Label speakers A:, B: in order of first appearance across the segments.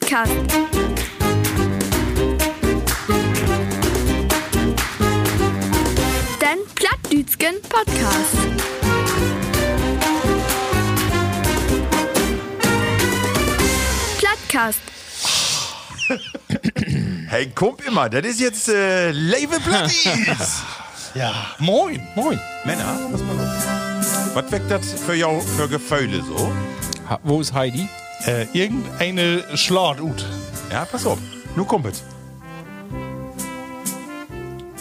A: Podcast. Den Plattdütschen Podcast. Plattcast.
B: Hey, kommt immer, das ist jetzt äh, Label Platties.
C: Ja, moin, moin.
B: Männer, pass mal auf. Was weckt das für, jou, für Gefühle so?
D: Ha, wo ist Heidi?
C: Äh, irgendeine Schlordut.
B: Ja, pass auf. Nur Kumpels.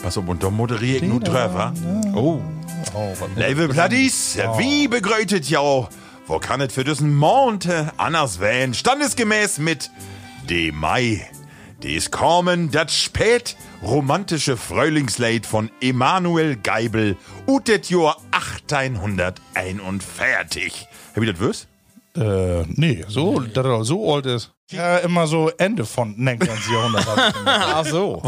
B: Pass auf, und dann moderiere ich nur Treffer.
D: Oh.
C: Oh, was
B: Label Platties, wie begrötet jou? Wo kann es für diesen Mond äh, anders wählen? Standesgemäß mit dem Mai. Dies kommen das spät romantische Frühlingslied von Emanuel Geibel ut det Jahr 1841. Hab ich das wüsst?
C: Äh, nee, so, dass er so alt ist. Ja, immer so Ende von 19. Jahrhundert. Also, hab ich gemacht.
D: Ach so.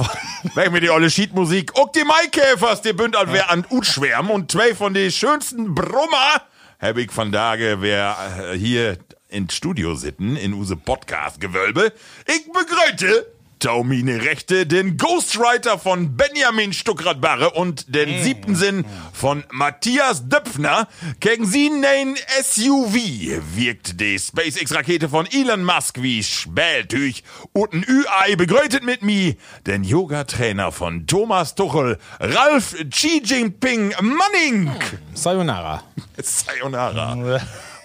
B: Weg mit die olle Schiedmusik. Uck die Maikäfers, die bünd an wer an Ut schwärmen und zwei von die schönsten Brummer. Hab ich von Tage, wer äh, hier in Studio sitten, in use Podcast-Gewölbe. Ich begrüße Taumine Rechte, den Ghostwriter von Benjamin Stuckrad-Barre und den siebten Sinn von Matthias Döpfner. Gegen sie nein SUV wirkt die SpaceX-Rakete von Elon Musk wie Spältüch und ein Ü-Ei begrüßet mit mir den Yoga-Trainer von Thomas Tuchel, Ralf Xi Jinping Manning.
D: Sayonara.
B: Sayonara.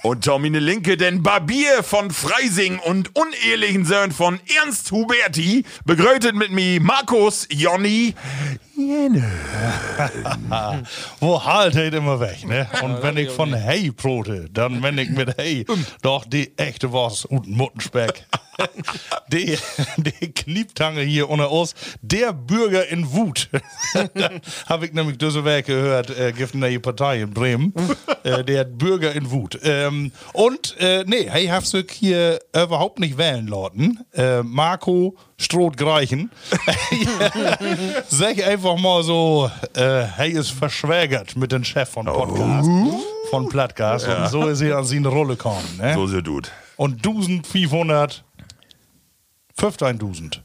B: Und Tomine Linke, denn Barbier von Freising und unehelichen Sohn von Ernst Huberti begrüßet mit mir Markus Jonny Jene.
C: Wo halt halt immer weg, ne? Und wenn ich von Hey brote, dann wenn ich mit Hey doch die echte Wurst und Muttenspeck. die, die Knieptange hier unter uns, der Bürger in Wut. Habe ich nämlich diese Werk gehört, äh, gibt eine neue Partei in Bremen. äh, der Bürger in Wut. Ähm, und, äh, nee, Hey Hafsück hier überhaupt nicht wählen, Leuten. Äh, Marco Strohgreichen. Sag einfach mal so, äh, hey, ist verschwägert mit dem Chef von Podcast. Von Plattgas. Und so ist er an sie eine Rolle gekommen. Ne?
B: So ist er, Dude.
C: Und 1500, 15.000.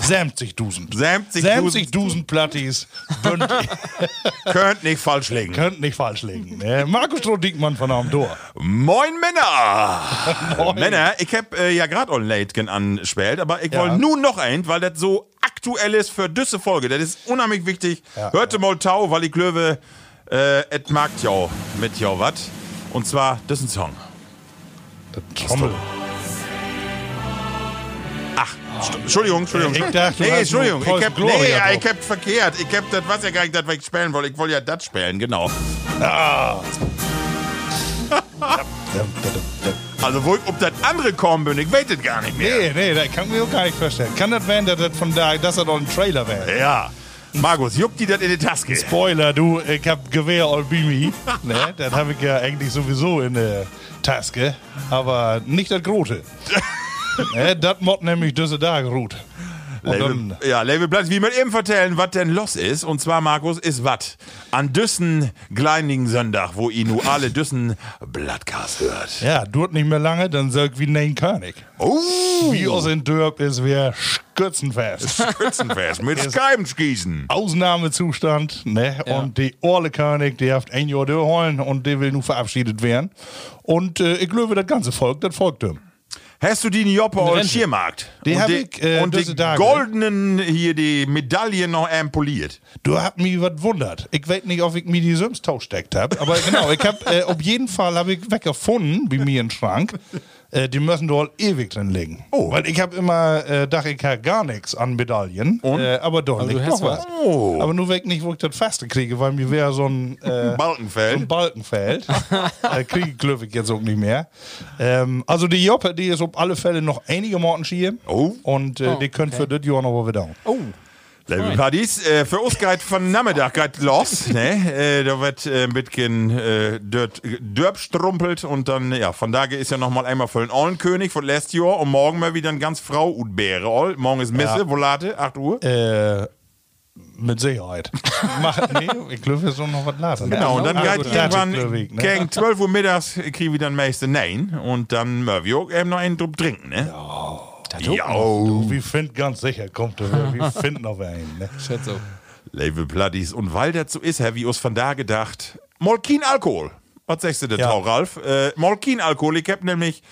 C: 70.000.
B: 70.000.
C: 70.000 Plattis. Bünd,
B: Könnt nicht falsch liegen.
C: könnt nicht falsch liegen. Ne? Markus Stroh-Diekmann von Amdor.
B: Moin Männer!
C: Moin.
B: Männer, ich hab äh, ja gerade on Late anspielt, aber ich
C: Ja.
B: wollte nun noch ein, weil das so aktuell ist für diese Folge. Das ist unheimlich wichtig.
C: Ja,
B: Hörte mal Tau, weil ich löwe, äh, et mag jau mit jau wat. Und zwar, das ist ein Song.
C: Trommel.
B: Ach, St- Entschuldigung, Entschuldigung.
C: Ich dachte, du
B: nee,
C: hast
B: Entschuldigung,
C: nur
B: ich
C: Preußen
B: hab,
C: Gloria
B: nee,
C: drauf.
B: ich hab verkehrt. Ich hab das, was ja gar nicht das, was ich spielen wollte. Ich wollte ja das spielen, genau. Also, wo ich ob das andere kommen bin, ich weiß das gar nicht mehr.
C: Nee, nee, das kann ich mir auch gar nicht vorstellen. Kann das werden, dass das von da, dass das doch ein Trailer wäre?
B: Ja. Markus, juckt die das in die Taske?
C: Spoiler, du, ich hab Gewehr Olbimi. Ne? Das habe ich ja eigentlich sowieso in der Taske. Aber nicht das Grote. ne? Das Mod nämlich diese Tage ruht. Und
B: Label,
C: dann,
B: ja, Labelplatz, wie man eben vertellen, was denn los ist. Und zwar, Markus, ist was? An Düssen kleinigen Sonntag, wo ihr nu alle Düssen Blattgas hört.
C: ja, dauert nicht mehr lange, dann sag wie Nein König.
B: Oh,
C: Wie aus in Dörp ist wir Schützenfest.
B: Schützenfest mit Scheibenschießen.
C: Ausnahmezustand, ne? Und die Orle König, die hat ein Jahr durchholen und die will nun verabschiedet werden. Und äh, ich glaube, das ganze Volk, das folgt ihm.
B: Hast du die in Joppe und
D: Rente.
B: Schiermarkt?
C: Die
B: und
C: hab ich, äh,
B: und die
C: diese Tage.
B: goldenen hier, die Medaillen noch ähm, poliert.
C: Du hast mich überwundert. Ich weiß nicht, ob ich mir die Sims tauschteckt habe, aber genau, ich habe äh, auf jeden Fall habe ich weggefunden bei mir im Schrank. Äh, die müssen doch ewig drin liegen. Oh. Weil ich habe immer äh, dachte, ich habe gar nichts an Medaillen. Äh, aber doch
D: du
C: nicht.
D: hast
C: Doch was. Aber nur weg nicht, wo ich das Faste kriege, weil mir wäre so ein äh,
B: Balkenfeld.
C: So ein Balkenfeld. äh, kriege ich glaube ich jetzt auch nicht mehr. Ähm, also die Joppe, die ist auf alle Fälle noch einige Morten schier.
B: Oh.
C: Und äh, die können für das Jahr noch mal wieder.
B: Labelpartys, äh, für uns geht von Nachmittag geht los, ne? Äh, da wird äh, ein bisschen äh, Dörp Dörp strumpelt und dann, ja, von daher ist ja nochmal einmal für den Ollenkönig von letztes Jahr und morgen mal wieder ein ganz Frau und Bäre. Oll. Morgen ist Messe,
C: Ja.
B: Volate, 8 Uhr.
C: Äh, mit Sicherheit. Mach, nee, ich glaube, wir sollen noch was laden.
B: genau, und dann
C: Ja,
B: geht
C: gut,
B: irgendwann
C: das ist Glühwein, ne?
B: gegen 12 Uhr mittags kriegen wir dann meiste Nein und dann Murphy auch eben noch einen Druck trinken, ne?
D: Da
B: Ja,
C: Wir finden ganz sicher, kommt er. Wir finden aber einen. Ne?
E: Schätze auch.
B: Label Platties. Und weil das so ist, Herr, wie uns von da gedacht, Molkin Alkohol. Was sagst du denn,
C: Ja.
B: Tau, Ralf? Äh, Molkin Alkohol, ich hab nämlich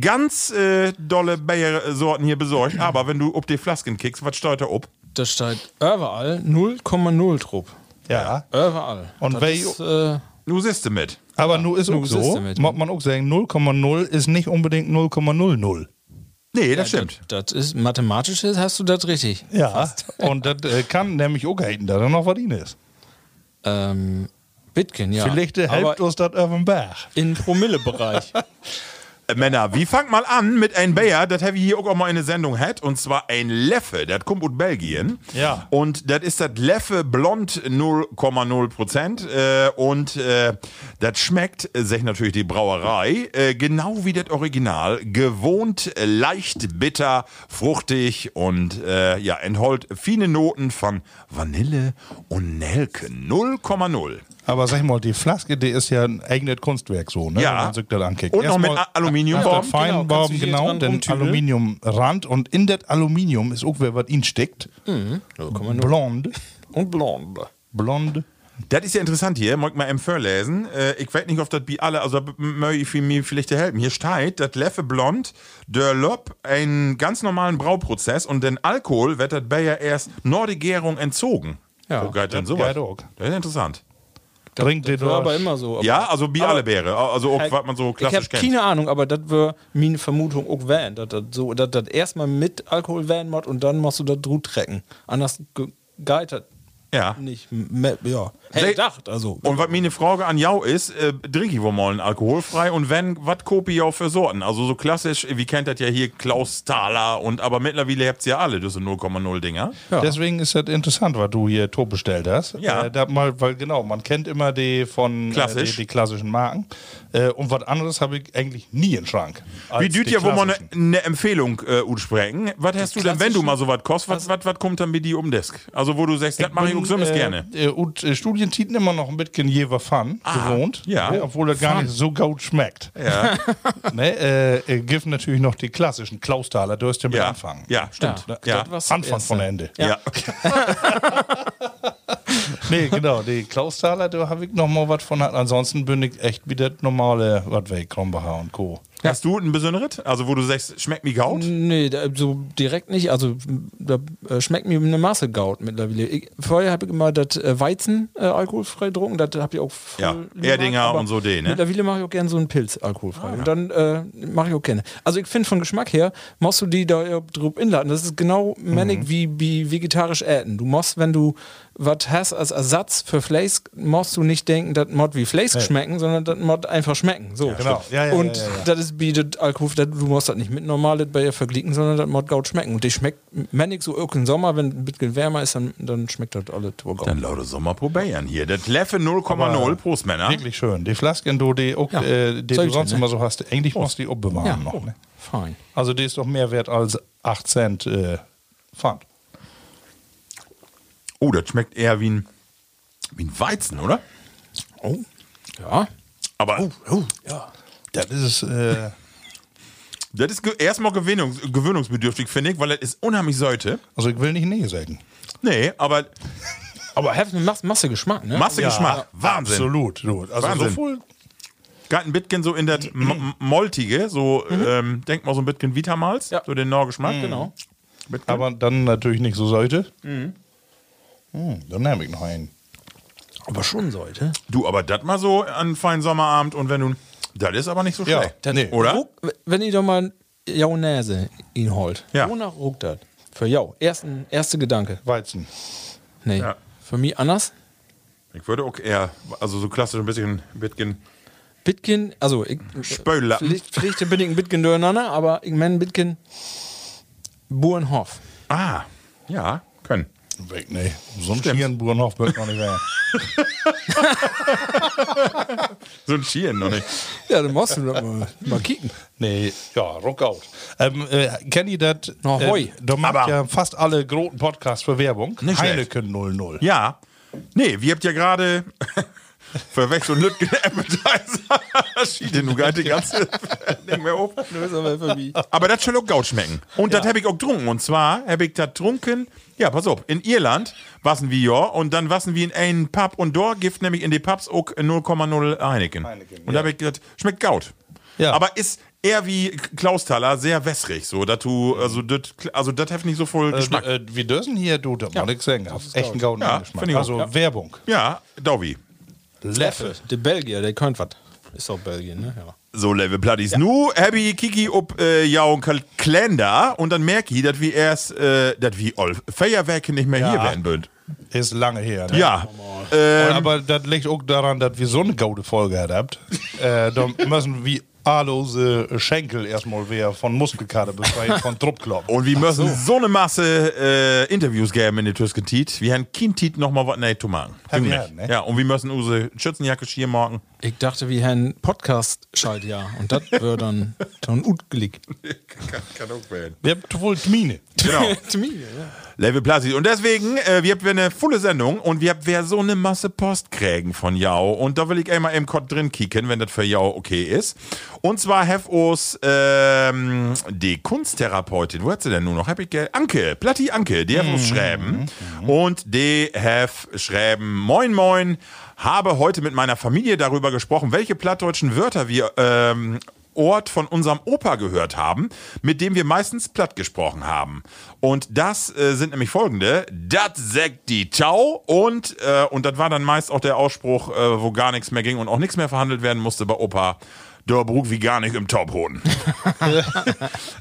B: ganz äh, dolle Bayer-Sorten hier besorgt, aber wenn du ob die Flasken kickst, was steuert er ob?
E: Da steht
D: Überall 0,0 Trupp.
C: Ja.
D: Überall.
C: Und
D: das
C: wer-
D: ist, äh,
B: Du siehst du mit.
C: Aber nur ist
D: nur
C: auch
D: ist es
C: so,
D: damit.
C: mag man auch sagen, 0,0 ist nicht unbedingt 0,00.
B: Nee, das stimmt.
D: Das ist mathematisch, ist- hast du das richtig.
C: Ja. Und das äh, kann nämlich auch heißen, dass er noch was drin ist.
D: Ähm, Bitcoin, ja.
C: Vielleicht äh, hilft
D: Aber
C: uns das auf den Berg.
D: im Promillebereich.
B: Äh, Männer, wir fangen mal an mit ein Bayer, das habe ich hier auch mal in der Sendung hat, und zwar ein Leffe, das kommt aus Belgien.
C: Ja.
B: Und das ist das Leffe Blond 0,0 Prozent äh, und äh, das schmeckt, äh, sich natürlich die Brauerei, äh, genau wie das Original, gewohnt äh, leicht bitter, fruchtig und äh, ja, entholt viele Noten von Vanille und Nelke 0,0.
C: Aber sag mal, die Flaske, die ist ja ein eigenes Kunstwerk so, ne?
B: Ja.
C: Wenn man sich das anguckt.
B: Und noch mit A- Aluminiumbaum.
C: Aluminiumbaum. Fein
D: Genau, kannst du
C: genau,
D: hier
C: genau
D: dran
C: den
D: rumtüdeln.
C: Aluminiumrand. Und in das Aluminium ist auch wer was ihn steckt.
B: Mhm. Also,
C: Blond.
D: Und blonde.
C: Blond.
B: Das ist ja interessant hier, mag ich mal M. lesen. Äh, ich weiß nicht, ob das wie alle, also da möge ich mir vielleicht helfen. Hier steht, das Leffe Blond, der Lop, einen ganz normalen Brauprozess und den Alkohol wird das Bayer erst nach der Gärung entzogen.
D: Ja,
B: oh, geil, denn
C: das
B: sowas.
C: geht auch.
B: Das ist interessant.
C: Trinkt den
D: War
C: durch.
D: aber immer so. Aber
B: Ja, also wie alle Bäre, also auch,
D: Äh,
B: was man so
D: ich
B: klassisch
D: hab
B: kennt.
D: keine Ahnung, aber das wäre meine Vermutung auch Van. Dass das so, dass das erstmal mit Alkohol Van mod und dann machst du da drut trecken. Anders ge- geht das
B: Ja.
D: nicht. M- me- Ja.
B: Se-
D: Hey, dacht, also.
B: Und was meine Frage an Jau ist, äh, trinke ich wohl mal einen alkoholfrei und wenn, was kopi ich auch für Sorten? Also so klassisch, wie kennt das ja hier Klaus Thaler und aber mittlerweile habt ihr ja alle, das sind 0,0 Dinger.
C: Deswegen ist das interessant, was du hier Tor bestellt hast.
B: Ja.
C: Äh, da mal, weil genau, man kennt immer die von
B: Klassisch.
C: Äh, die, die klassischen Marken. Äh, und was anderes habe ich eigentlich nie im Schrank. als
B: Wie düt
C: die
B: ja, wo man eine
C: klassischen.
B: ne Empfehlung äh, utsprechen? Was hast du denn, wenn du mal sowas kostet? Was, was, was kommt dann mit dir um Desk? Also, wo du sagst, das mache ich auch so
C: äh,
B: gerne.
C: Äh, und äh, Studientiten immer noch ein bisschen Jever Fun gewohnt.
B: Ah, ja.
C: Ne, obwohl das gar nicht so gut schmeckt.
B: Ja,
C: ne, äh, äh, Gift natürlich noch die klassischen Klaustaler, du hast ja mit
B: ja,
C: anfangen.
B: ja, stimmt. Ja,
C: Ne?
B: ja.
D: was
C: Anfang von Ende.
B: ja.
C: Nee, genau, die Klaustaler, da habe ich noch mal was von. Ansonsten bin ich echt wieder das normale, was weg, Krombacher und Co.
B: Hast du ein besonderes? Also, wo du sagst, schmeckt mir gaut?
D: Nee, da, so direkt nicht. Also da äh, schmeckt mir eine Masse Gaut mittlerweile. Ich, vorher habe ich immer das äh, Weizen äh, alkoholfrei getrunken. Das habe ich auch voll
B: Ja,
D: gemacht,
B: Erdinger
D: aber
B: und so die, ne? Ah,
D: Mittlerweile mache ich auch gerne so einen Pilz alkoholfrei. Und dann äh, mache ich auch gerne. Also ich finde von Geschmack her, musst du die da ja drüber inladen. Das ist genau männig
B: Mhm.
D: wie, wie vegetarisch Äten. Du musst, wenn du was hast als Ersatz für Fleisch, musst du nicht denken, das mod wie Fleisch schmecken, sondern das mod einfach schmecken. So.
C: genau. Ja, ja,
D: und
C: ja, ja, ja.
D: das ist bietet Alkohol, dat- du musst das nicht mit normal bei ihr verglichen, sondern das muss gut schmecken. Und die schmeckt männig so auch im Sommer, wenn ein bisschen wärmer ist, dann, dann schmeckt das alle gut.
B: Dann laute Sommer probieren hier. Das Leffe 0,0, Prost, Männer.
C: Wirklich schön. Die Flasken, du, die, auch,
D: Ja.
C: äh, die du
D: Solche,
C: sonst
D: ne?
C: immer so hast, eigentlich musst du die abbewahren
D: Ja.
C: noch. Ne?
D: Fein.
C: Also die ist doch mehr wert als 8 Cent äh, Pfand.
B: Oh, das schmeckt eher wie ein, wie ein Weizen, oder? Oh,
D: Oh. Ja.
B: Aber
D: Ja.
C: Das ist äh,
B: das ist ge- erstmal gewöhnungs gewöhnungsbedürftig, finde ich, weil das ist unheimlich Säute.
C: also ich will nicht nee sagen.
B: Nee, aber
D: Aber hat eine Mas- Masse Geschmack, ne?
B: Masse Geschmack. Wahnsinn.
C: Absolut. Du. Also
B: Wahnsinn.
C: sowohl
B: Gerade ein bisschen so in das M- M- Moltige, so ähm, denkt mal so ein bisschen Vitamals,
D: Ja.
B: so den Norgeschmack.
D: Genau.
C: Aber dann natürlich nicht so sollte.
B: Mhm.
C: Hm, dann nehme ich noch einen.
D: Aber schon ne? sollte.
B: Du, aber das mal so an feinen Sommerabend und wenn du. Das ist aber nicht so
C: Ja,
B: schlecht.
C: das- Nee.
B: Oder?
D: Ruck, wenn ihr doch mal Jaunäse ihn holt.
B: Ja.
D: Wonach ruckt das? Für Jau. Ersten, erste Gedanke.
C: Weizen.
D: Nee.
B: Ja.
D: Für mich anders.
B: Ich würde auch eher, also so klassisch ein bisschen, bisschen
D: Bitkin, also ich,
B: Spöllappen.
D: Vielleicht, vielleicht bin ich ein bisschen durcheinander, aber ich meine ein bisschen Burenhof.
B: Ah, ja, können.
C: Weg, nee. So ein
B: Stimmt.
C: Schierenburenhof wird noch nicht werden.
B: So ein Schieren noch nicht.
D: Ja, dann musst du das mal, mal kicken.
C: Nee, ja, Rockout. Ähm, äh, kennt ihr das?
D: Na, hoi.
C: Äh, da macht
B: Aber-
C: ja fast alle großen Podcasts für Werbung.
B: Nicht schlecht.
C: Heineken 00.
B: Ja. Nee, wir habt ja gerade. verwechseln Lütgen Appetizer. Schied den Nougat die ganze nicht mehr auf.
E: Löser mal für mich.
B: Aber das soll auch gut schmecken. Und das habe ich auch getrunken. Und zwar habe ich das getrunken, ja, pass auf, in Irland wassen wir ja und dann wassen wir in einen Pub und dort gibt nämlich in die Pubs auch 0,0 Heineken.
C: Heineken,
B: und da habe ich gedacht, schmeckt gut.
C: Ja.
B: Aber ist eher wie Klausthaler sehr wässrig, so, dass du, also das also das hat nicht so voll Geschmack.
C: Äh, äh, wir dürfen hier, du, da ja. mal nichts sagen. Hast echt einen gauden
B: Ja,
C: Geschmack.
B: find ich auch.
C: Also
B: Ja.
C: Werbung.
B: ja, Dauvi.
C: Leffe.
E: Der Belgier, der kann was. Ist auch Belgien, ne? Ja.
B: So, Level Platties. Nu hab ich Kiki ob äh, jaun Kalender und dann merk ich, dass wir erst, äh, dass wir all Feuerwerke nicht mehr hier werden bünd.
C: Ist lange her. Ne?
B: Ja.
C: Und
B: Ähm,
C: Äh, aber das liegt auch daran, dass wir so eine gaude Folge gehabt habt. äh, da müssen wir ahlose Schenkel erstmal wieder von Muskelkater befreit, von Truppkloppen.
B: und wir müssen so. eine Masse äh, Interviews geben in der Tüsketit. Wir haben Kindtit noch mal was nee, zu machen.
C: Haben
B: Ging
C: wir,
B: nicht.
C: ne?
B: Ja, und wir müssen unsere Schützenjacke schier morgen.
D: Ich dachte, wir haben Podcast schalt ja. Und das wäre dann, dann gut gelegt.
B: kann, kann auch werden.
C: Wir habt wohl die Mine.
B: Genau.
D: Termine, ja.
B: Level Plasi. Und deswegen, äh, wir haben eine volle Sendung und wir haben so eine Masse Post kriegen von Jau. Und da will ich einmal im Kott drin kicken, wenn das für Jau okay ist. Und zwar have us ähm, die Kunsttherapeutin, wo hat sie denn nun noch? Hab ich ge- Anke, Platti Anke, die have uns schreiben. Und die have schreiben, moin moin, habe heute mit meiner Familie darüber gesprochen, welche plattdeutschen Wörter wir ähm, Ort von unserem Opa gehört haben, mit dem wir meistens platt gesprochen haben. Und das äh, sind nämlich folgende: Dat sagt die Tau und äh, und das war dann meist auch der Ausspruch, äh, wo gar nichts mehr ging und auch nichts mehr verhandelt werden musste bei Opa. Der Brug wie gar nicht im Taubhoden.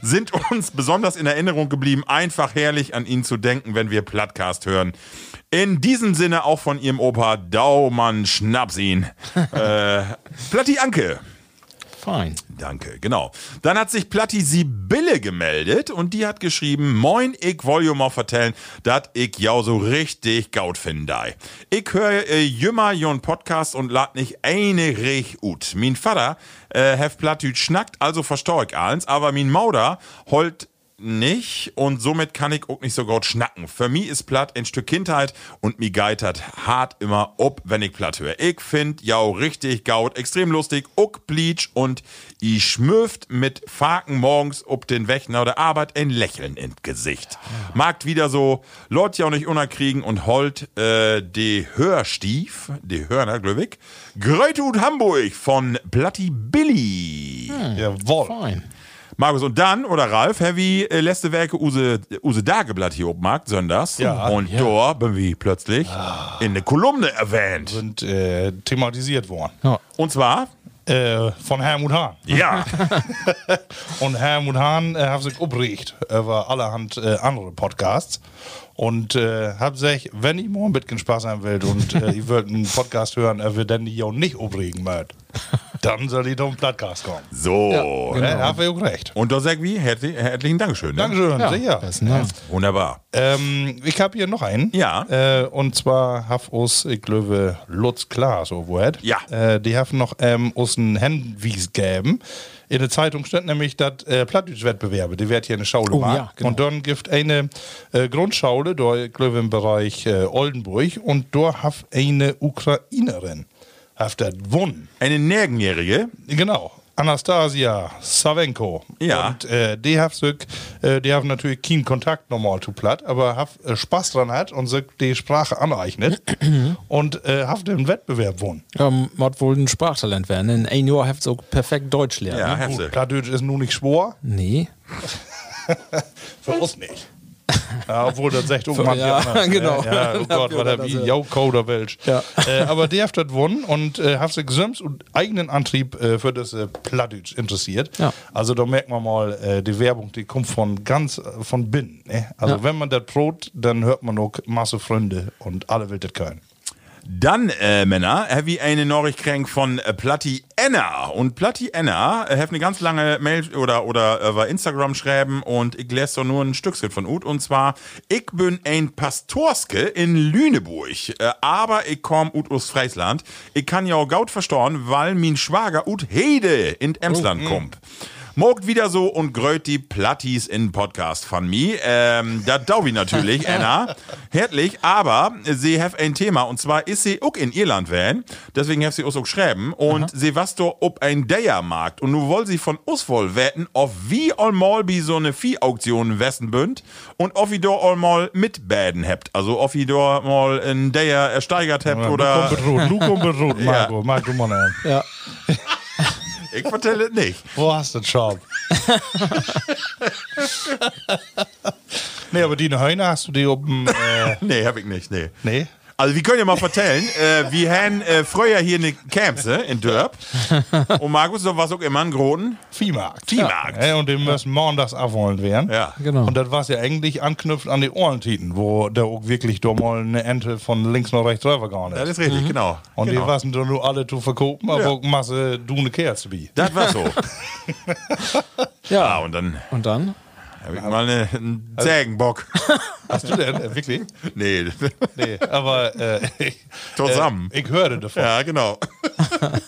B: sind uns besonders in Erinnerung geblieben. Einfach herrlich an ihn zu denken, wenn wir Plattcast hören. In diesem Sinne auch von ihrem Opa Daumann Schnaps ihn. äh, Platti Anke.
D: Fein.
B: Danke, genau. Dann hat sich Platti Sibylle gemeldet und die hat geschrieben, Moin, ich woll jo mal vertellen, dat ich ja so richtig gaut finde. Ich höre äh, jümmer jon Podcast und lad nicht eine rich ut. Min Vater äh, hef Plattüt schnackt, also verstor ich eins, aber min Mauder holt nicht und somit kann ich auch nicht so gut schnacken. Für mich ist platt ein Stück Kindheit und mir geitert hart immer ob, wenn ich platt höre. Ich find jau richtig gaut, extrem lustig, uck bleach und ich schmürft mit Faken morgens ob den Wächner oder Arbeit ein Lächeln ins Gesicht. Magt wieder so, Leute ja auch nicht unerkriegen und holt äh, de Hörstief, de Hörner, glaub ich, Gröte und Hamburg von Platti Billy.
C: Jawohl.
D: Fein.
B: Markus und dann, oder Ralf, Heavy, äh, letzte Werke Use, Use Dageblatt hier oben Markt, Sönders.
C: Ja.
B: Und ja. dort bin ich plötzlich in eine Kolumne erwähnt.
C: Sind äh, thematisiert worden.
B: Und zwar,
C: Äh, von Hermut Hahn.
B: ja,
C: Und Hermut Hahn äh, hat sich upregt über allerhand äh, andere Podcasts. Und äh, hab gesagt, wenn ihr morgen ein bisschen Spaß haben wollt und äh, ihr wollt einen Podcast hören, er wird dann die auch nicht upregen mögt, dann soll ihr doch einen Podcast kommen.
B: so.
C: Genau. Ja, hab ich auch recht.
B: Und da sag wie, herzlich, herzlichen Dankeschön. Ne?
C: Dankeschön, sicher.
D: Das ist nice.
B: Wunderbar.
C: Ähm, ich habe hier noch einen.
B: Ja.
C: Äh, und zwar hab us, ich glaube, Lutz Klaas overhead.
B: Ja.
C: Äh, die haben noch ähm, uns einen Handwies gegeben. In der Zeitung stand nämlich, dass äh, Plattdütsch-Wettbewerbe, die wird hier eine Schaule
D: Oh,
C: gemacht.
D: ja, genau.
C: Und dann gibt eine äh, Grundschaule, da, ich glaube, im Bereich äh, Oldenburg. Und da hat eine Ukrainerin, hat das gewonnen.
B: Eine Nergenjährige,
C: Genau. Anastasia Savenko.
B: Ja.
C: Und äh, die haben äh, die haben natürlich keinen Kontakt normal zu platt, aber haben äh, Spaß dran hat und sich die Sprache aneignet und äh, haben den Wettbewerb gewonnen.
D: Ja, Mod Ähm, wohl ein Sprachtalent werden. In ein Jahr habt ihr auch perfekt Deutsch lernen.
B: Ja. hast du.
C: Gut, Plattdeutsch ist nun nicht schwor,
D: Nee.
C: für uns nicht. Ja, obwohl das echt irgendwann
D: Ja,
C: die anderen,
D: genau.
C: ne? Ja, oh
D: Dann
C: Gott,
D: habt ihr
C: war der
D: das,
C: wie
D: ja.
C: Jaukoder Welch.
D: Ja.
C: Äh, aber der hat das gewonnen und äh, hat sich selbst und eigenen Antrieb äh, für das äh, Plattdeutsch interessiert.
D: Ja.
C: Also da merkt man mal, äh, die Werbung, die kommt von ganz, äh, von binnen. Ne? Also
D: Ja.
C: wenn man das brot, dann hört man auch Masse Freunde und alle will das können.
B: Dann, äh, Männer, habe ich eine Nachricht gekriegt von äh, Platti Enna. Und Platti Enna äh, hat eine ganz lange Mail oder, oder äh, war Instagram schreiben und ich lese doch nur ein Stückchen von Ut. Und zwar, ich bin ein Pastorske in Lüneburg, äh, aber ich komme ut aus Friesland. Ich kann ja auch gaut verstorben, weil mein Schwager ut Hede in Emsland kommt. Morgt wieder so und grölt die Plattis in Podcast von mir. Ähm, da Daubi natürlich, Anna. Herzlich, aber sie have ein Thema und zwar ist sie auch in Irland wählen. Deswegen have sie uns auch schreiben und sie was do ob ein Dayermarkt und nun wollen sie von uns wohl wetten, auf wie allmal bi so eine Viehauktion in Westenbünd und ob ihr do allmal mitbäden habt. Also ob ihr do mal ein Dayer ersteigert habt
C: Lukum
B: oder.
C: bedroht, Lukum bedroht, Marco, Marco Monheim.
D: Ja.
B: Ich vertelle es nicht.
C: Wo hast du den Schaum? nee, aber die Hühner hast du die oben. Äh,
B: Nee, hab ich nicht, nee.
C: nee.
B: Also wir können ja mal vertellen, äh, wir haben äh, früher hier eine Camps äh, in Dörp und Markus, da war auch immer ein Groten.
C: Viehmarkt.
B: Viehmarkt.
C: Ja, und den müssen montags abholen werden.
B: Ja.
D: Genau.
C: Und das war ja eigentlich anknüpft an die Ohrentiten, wo da auch wirklich doch mal eine Ente von links nach rechts rübergehauen ist.
B: Das ist richtig, genau.
C: und die
B: genau.
C: waren doch nur alle zu verkaufen, aber
B: Ja.
C: auch Masse du eine Kerze wie.
B: Das war so. ah,
D: Ja.
B: und dann
D: Und dann?
B: hab ich mal eine, einen Sägenbock.
C: Hast du denn? äh, Wirklich?
B: Nee,
C: Nee, aber äh, ich, äh,
B: zusammen.
C: ich hörte davon.
B: Ja, genau.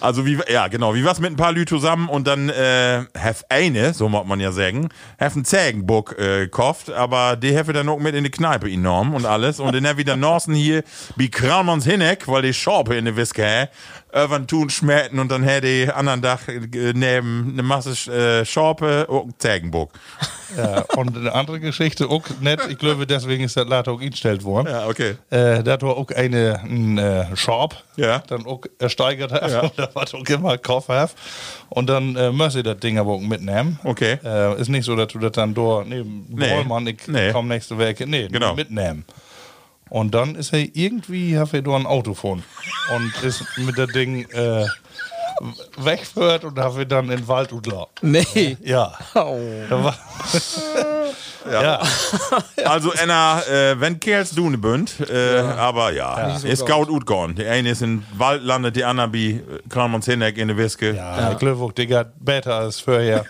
B: Also wie ja genau, wie was mit ein paar Lü zusammen und dann äh, have eine, so mag man ja sagen, have einen Zägenbuck äh, kauft, aber die have dann auch mit in die Kneipe enorm und alles und dann have wieder Norsen hier wie Kramons Hinek, weil die Schorpe in der Wiske hä, irgendwann tun schmerten und dann hätte die anderen Dach äh, neben eine Masse äh, Schorpe und Zägenbuck.
C: Ja, und eine andere Geschichte auch nett. Ich glaube, deswegen ist das leider auch ingestellt worden.
B: Ja, okay.
C: Äh, da hat er auch eine, einen äh, Shop,
B: Ja.
C: dann auch ersteigert hat und da war auch immer Koffer. Und dann äh, muss ich das Ding aber auch mitnehmen.
B: Okay.
C: Äh, ist nicht so, dass du das dann da neben
B: Nee.
C: nee. Bollmann, ich
B: Nee.
C: komm nächste Woche, nee,
B: Genau.
C: mitnehmen. Und dann ist er irgendwie, hat er da ein Auto gefunden und ist mit dem Ding äh, weggeführt und hat er dann in den Wald geglaubt.
D: Nee.
C: Ja. Da war, ja.
B: Also Anna, äh, wenn Kerls du ne bünd, äh, aber ja, ist gaut gut gorn. Die eine ist in Wald landet, die andere bi äh, Kram und Hinek in der Wiske. Ja.
C: Ja, Glückwunsch, Digga, besser als vorher.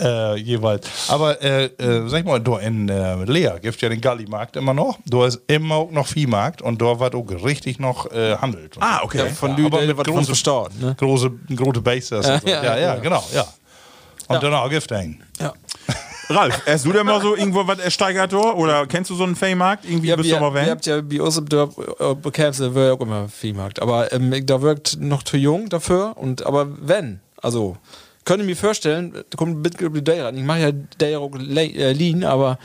C: äh, jeweils. Aber äh, äh, sag mal, da in äh, Lea gibt ja den Gallimarkt immer noch. Da ist immer auch noch Viehmarkt und da wird auch richtig noch äh, handelt.
B: Ah, okay.
D: Von Lü,
C: aber
D: der
C: mit
D: was von
C: großen-
D: verstaut, ne?
C: Große, große Bases. und so.
D: Ja, ja,
C: ja, ja,
D: ja.
C: genau, ja. Und dann auch Gift hängen.
D: Ja.
B: Ralf, hast du denn mal so irgendwo was ersteigert do? oder kennst du so einen Faymarkt? Irgendwie
D: Ja,
B: bist du
D: wir,
B: mal
D: wir
B: weg?
D: habt ja bei uns im Dorf, äh, bekämpft, da wäre auch immer Viehmarkt. Aber ähm, ich- da wirkt noch zu jung dafür. Und, aber wenn, also, könnte mir vorstellen, da kommt ein bisschen über die ran. Ich mache ja Dayra auch le- äh, lean, aber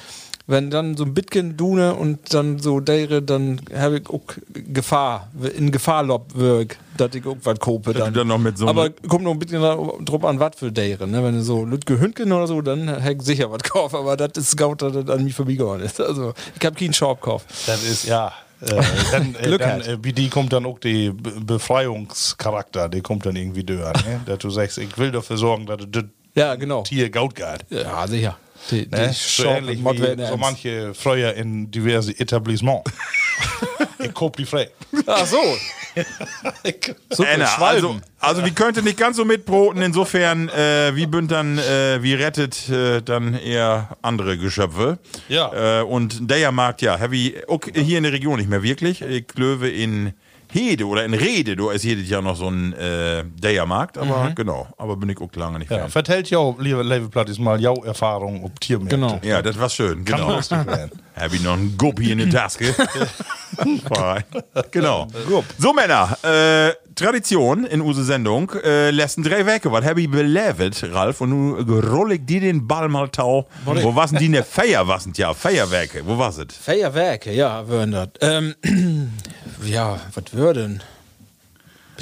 D: wenn dann so ein bisschen Dune und dann so Dayre, dann habe ich auch Gefahr, in Gefahrlob wirk, dass ich irgendwas kope.
B: du
D: Dann.
B: dann noch mit so ne?
D: aber
B: einem-
D: kommt noch ein bisschen drauf an, was für Dayre. Ne? Wenn du so Lütke Hündchen oder so, dann hätte ich sicher was kauf. Aber das ist Scout, das an mich vorbeigehauen ist. Also, ich habe keinen Shop gekauft.
C: Das ist, ja. Äh, dann, äh,
D: Glück
C: dann,
D: halt.
C: äh, wie die kommt dann auch die Be- Befreiungscharakter, der kommt dann irgendwie durch. Ne? dass du sagst, ich will dafür sorgen, dass das
D: Ja, genau.
C: Tier Gaut geht.
D: Ja, sicher. Die, die
C: Ne?
D: Shop-
C: So ähnlich
D: Mod werden
C: wie so
D: ernst.
C: manche Freuer in diverse Etablissements. ich koop die frei.
D: Ach so. so
B: Anna, also, also wie könnte nicht ganz so mitbroten, insofern äh, wie bünd dann, äh, wie rettet äh, dann eher andere Geschöpfe.
C: Ja.
B: Äh, und der Markt, ja, heavy, okay, hier in der Region nicht mehr wirklich. Ich löwe in Hede oder in Rede, du es jedes Jahr noch so ein äh, Dayermarkt, aber genau, aber bin ich auch lange nicht
C: Mhm. Ja,
B: mehr.
C: vertellt ja, liebe Levelplattis, mal jau Erfahrung ob Tiermärkte.
D: Genau.
B: Ja, das war schön,
C: Kann
B: genau.
C: lustig werden.
B: Hab ich noch einen Gupp hier in der Taske. Fein. genau. So, Männer, äh, Tradition in unsere Sendung. Äh, letzten drei Wege, was hab ich belevet, Ralf? Und nun roll ich dir den Ball mal tau. Wo was denn die ne Feier was denn ja? Feierwerke, wo was it?
D: Feierwerke, ja, würden das. Ähm, ja, was würden?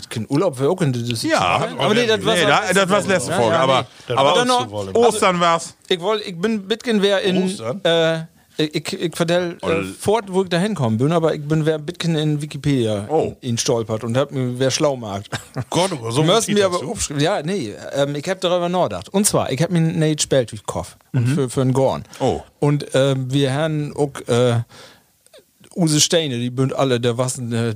D: Bisschen Urlaub wäre auch in das
B: Ja,
D: aber nee, das war
B: nee, da- das war's letzte Folge. aber
C: Das
B: aber
C: war's
B: dann noch,
C: zu wollen.
B: Ostern war's.
D: Ich, wollt, ich bin Bitgen wer in.
C: Ostern?
D: Äh, ich, ich vertell äh,
B: Oll.
D: fort, wo ich da hinkommen bin, aber ich bin wer Bitgen in Wikipedia
B: Oh.
D: ihn stolpert und hab mir wer schlau macht.
C: Gott, oh Gott, so
D: müssen
C: viel
D: wir aber
C: dazu.
D: aufschreiben. Ja, nee, ähm, ich habe darüber nachgedacht. Und zwar, ich habe mir einen Nate Speltüch gekauft. Und
C: Mhm.
D: für, für einen Gorn.
B: Oh.
D: Und ähm, wir haben auch äh, Use Steine, die bünd alle, da was eine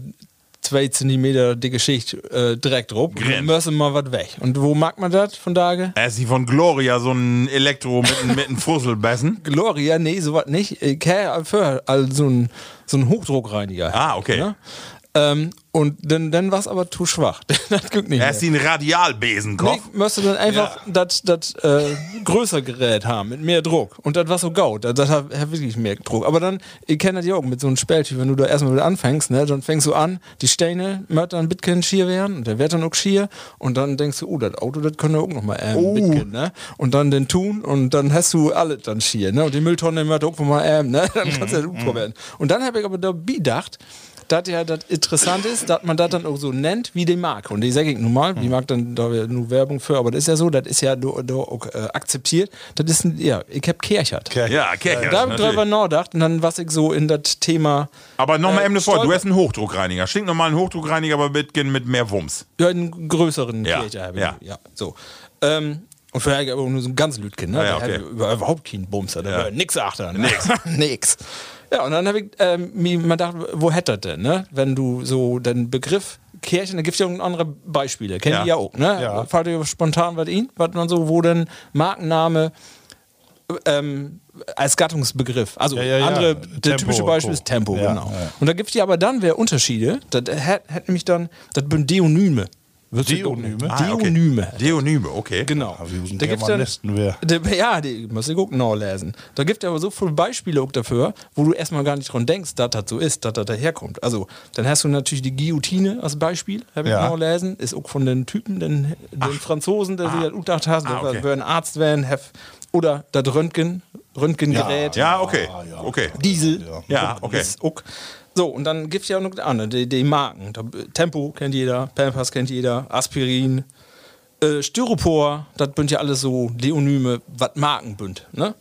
D: 2 cm dicke Schicht äh, direkt drauf. Und Wir
B: Grenz.
D: müssen mal was weg. Und wo mag man das von Tage?
B: Er ist die von Gloria so ein Elektro mit, n- mit einem Fusselbessen.
D: Gloria, Äh, nee, sowas nicht. Ich habe für also so einen so einen Hochdruckreiniger.
B: Ah, okay.
D: Ne? Ähm, und dann, dann war es aber zu schwach. das ging nicht.
B: Er
D: Mehr.
B: ist wie ein Radialbesenkopf.
D: Ich müsste dann einfach das das äh, größere Gerät haben, mit mehr Druck. Und das war so gaut. Das, das hat hat wirklich mehr Druck. Aber dann, ihr kennt das ja auch mit so einem Spältchen, wenn du da erstmal wieder anfängst, ne, dann fängst du an, die Steine möchten dann Bitcoin schier werden und der wird dann auch schier. Und dann denkst du, oh, das Auto, das können wir auch nochmal ähm,
B: Oh.
D: Bitcoin, ne? Und dann den tun und dann hast du alles dann schier, ne? Und die Mülltonne möchte auch mal ähm, ne? Dann kannst du ja super werden. Und dann habe ich aber dabei gedacht, dass ja das interessant ist, dass man das dann auch so nennt wie die Marke. Und die sage ich nun mal, die mag dann da wir nur Werbung für, aber das ist ja so, das ist ja do, do, auch, äh, akzeptiert. Das ist ein, ja, ich habe Kerchert.
B: Ja, Kercher.
D: Da habe ich drüber nachgedacht und dann was ich so in das Thema,
B: aber nochmal eben das Wort, du
D: Äh, Stolper-
B: hast einen Hochdruckreiniger. Stinknormalen Hochdruckreiniger, aber Bitcoin mit mehr Wumms.
D: ja, einen größeren
B: Ja,
D: Kirche habe ich.
B: ja.
D: ja so. Ähm, und vorher habe ich aber nur so ein ganz Lütchen, ne?
B: Ah, ja,
D: Der
B: okay.
D: hatte über- überhaupt keinen Bumser, da war nix achter. Ne? Nix. nix. Ja, und dann habe ich ähm, mir mal gedacht, wo hätte das denn, ne? Wenn du so den Begriff Kirche, da gibt es ja auch andere Beispiele, kennt
B: Ja.
D: ihr ja auch, ne?
C: Ja.
D: Fallt ihr spontan was ihn, was man so, wo denn Markenname ähm, als Gattungsbegriff. Also
C: Ja, ja, ja.
D: andere, der
C: Tempo,
D: typische Beispiel
C: Co.
D: ist Tempo,
C: Ja,
D: genau.
C: ja.
D: Und da gibt es ja aber dann wieder Unterschiede. Das hätte hätt nämlich dann, das bin Deonyme. Würdest du
C: Deonyme?
D: gucken.
B: Ah, okay.
D: Deonyme.
B: Deonyme, okay.
D: Genau.
C: wir sind
D: Da gibt's dann,
C: Germanisten, wer.
D: da- ja, die muss ich gucken, genau lesen. Da gibt es aber so viele Beispiele auch dafür, wo du erstmal gar nicht dran denkst, dass das so ist, dass das daherkommt. Also, dann hast du natürlich die Guillotine als Beispiel, habe ich
C: Ja.
D: genau lesen. Ist auch von den Typen, den, den Franzosen, der sich das gedacht hat,
B: Ah,
D: ah,
B: okay.
D: okay. ein Arzt werden, hef, oder das Röntgen, Röntgengerät.
B: Ja, okay.
C: Ah, ja.
B: Okay.
D: Diesel.
B: Ja, okay.
D: Das ist auch- So, und dann gibt es ja auch noch andere, die, die Marken. Da- Tempo kennt jeder, Pampers kennt jeder, Aspirin, äh, Styropor, das bünd ja alles so Leonyme, was Markenbünd, ne?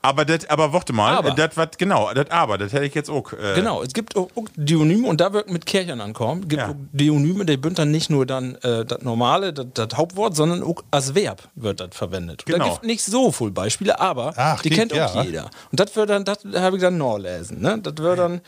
B: Aber das, aber warte mal,
D: Aber.
B: das was genau, das aber, das hätte ich jetzt auch. Äh,
D: Genau, es gibt auch, auch Dionyme und da wird mit Kirchen ankommen. gibt
B: Ja.
D: auch Dionyme, der bünd dann nicht nur dann äh, das normale, das Hauptwort, sondern auch als Verb wird das verwendet. Und Da
B: Genau.
D: gibt nicht so viele Beispiele, aber
C: Ach,
D: die
C: die-
D: kennt auch
C: ja.
D: jeder. Und das wird dann, das habe ich dann noch lesen, ne? Das wird dann,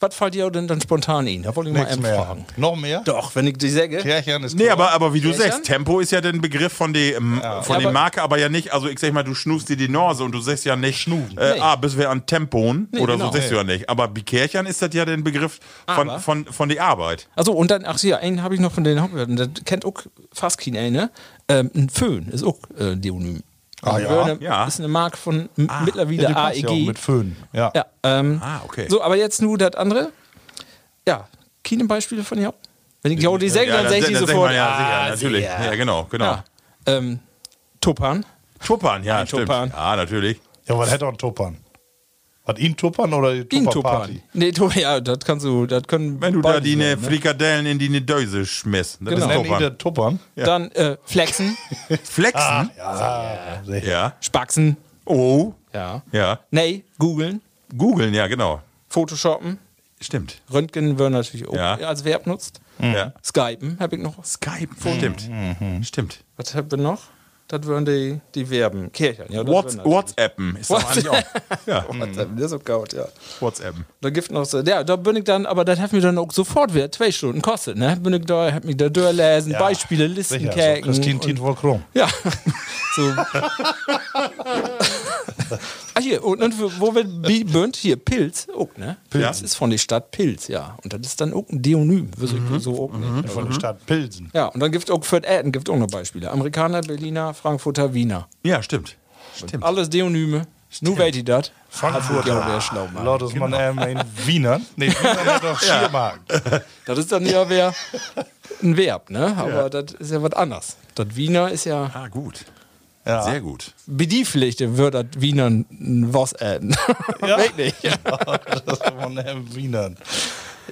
D: was fällt dir denn dann spontan in? Da wollte ich mal
C: Nichts
D: eben
C: mehr.
D: fragen.
C: Noch mehr?
D: Doch, wenn ich die säge.
C: Kärchern ist
B: Nee,
C: klar.
B: aber, aber wie du
D: Gläsern?
B: sagst, Tempo ist ja der Begriff von der ähm, von
D: Ja,
B: der
D: aber-
B: Marke, aber ja nicht, also ich sag mal, du schnufst dir die Nase und du sagst ja nicht,
C: Schnuven.
B: äh,
D: Nee.
B: ah, bis wir an Tempon oder
D: genau.
B: so sagst du ja nicht. Aber bei Kirchern ist das ja der Begriff von,
D: Aber.
B: von, von der Arbeit.
D: Also und dann, ach ja, einen habe ich noch von den Hauptwerten. Das kennt auch fast kein eine. Ähm, ein Föhn ist auch äh, Deonym.
C: Ah,
D: Also
C: ja. Ah,
D: Föhn
B: Ja.
D: Ist eine Marke von m- mittlerweile E
C: Ja, die passt
D: AEG.
C: ja auch mit Föhn. Ja.
D: ja, ähm,
B: Ah, okay.
D: So, aber jetzt nur das andere. Ja, keine Beispiele von ihr. Wenn ich glaube, die säge, dann säge ich die
B: sagt man
D: sofort.
B: ja,
D: ah,
B: sicher, natürlich.
D: sehr.
B: Ja, genau, genau.
D: Ja. Ähm, Tuppern.
B: Tuppern, ja,
D: Ein
B: stimmt.
D: Tuppern.
B: Ja, natürlich.
C: Ja, was hätte auch ein Tuppern? Hat ihn Tuppern oder die
D: Ihn
C: Tupperparty?
D: Tuppern. Nee, tu, ja, das kannst du, das können
B: Wenn du da
D: beide
B: die ne
D: werden, ne?
B: Frikadellen in die ne Döse schmiss, das ist
D: Genau.
C: Nennt ihr
B: Tuppern.
C: das Tuppern?
D: Dann äh, Flexen,
B: Flexen?
C: Ah. Ja. ja.
B: Ja.
D: Spaxen.
B: Oh.
D: Ja.
B: Ja.
D: Nee, googeln,
B: Googeln, ja, genau.
D: Photoshoppen.
B: Stimmt.
D: Röntgen wird natürlich auch
B: Ja. Mhm.
D: als Verb nutzt.
B: Ja.
D: Skypen habe ich noch.
B: Skype. oh. Stimmt. Stimmt.
D: Was haben wir noch? Das wären die, die Verben. Kirchen, ja. das
B: What's,
D: wären natürlich-
B: WhatsAppen ist doch eigentlich auch. Ja,
D: WhatsApp, das ist auch gaut, ja.
B: WhatsAppen.
D: Da gibt noch so, ja, da bin ich dann, aber das hat mir dann auch sofort wieder zwei Stunden kostet, ne? Bin ich da, hab mich da durchlesen,
C: Ja,
D: Beispiele, Listen,
C: Sicher, so
D: käken.
C: Christine
D: und-
C: Tien wohl krumm.
D: Ja. so. Ach hier, und, und wo wir bi- bünd, hier, Pilz, auch, ne? Pilz
B: Ja.
D: ist von der Stadt Pilz, ja. Und das ist dann auch ein Deonym, wüsste
C: Mhm.
D: ich so auch nicht.
C: Von der Stadt Pilsen.
D: Ja, und dann gibt es auch für Äten gibt auch noch Beispiele. Amerikaner, Berliner, Frankfurter, Wiener.
B: Ja, stimmt. Stimmt.
D: Alles Deonyme. Nur wer die dat.
C: Frankfurt.
D: Ja, wer schlau macht.
C: Laut ist man ähm, in Wienern. Nee, Wienern hat doch Schiermarken.
D: Das ist dann ja wer ein Verb, ne? Aber das ist ja was anderes. Das Wiener ist ja
B: Ah, gut.
C: Ja.
B: Sehr gut.
D: bedieflich, der wird das Wiener n- was äh, äten.
C: Ja.
D: Wirklich. Ja,
C: Das ist man in Wienern.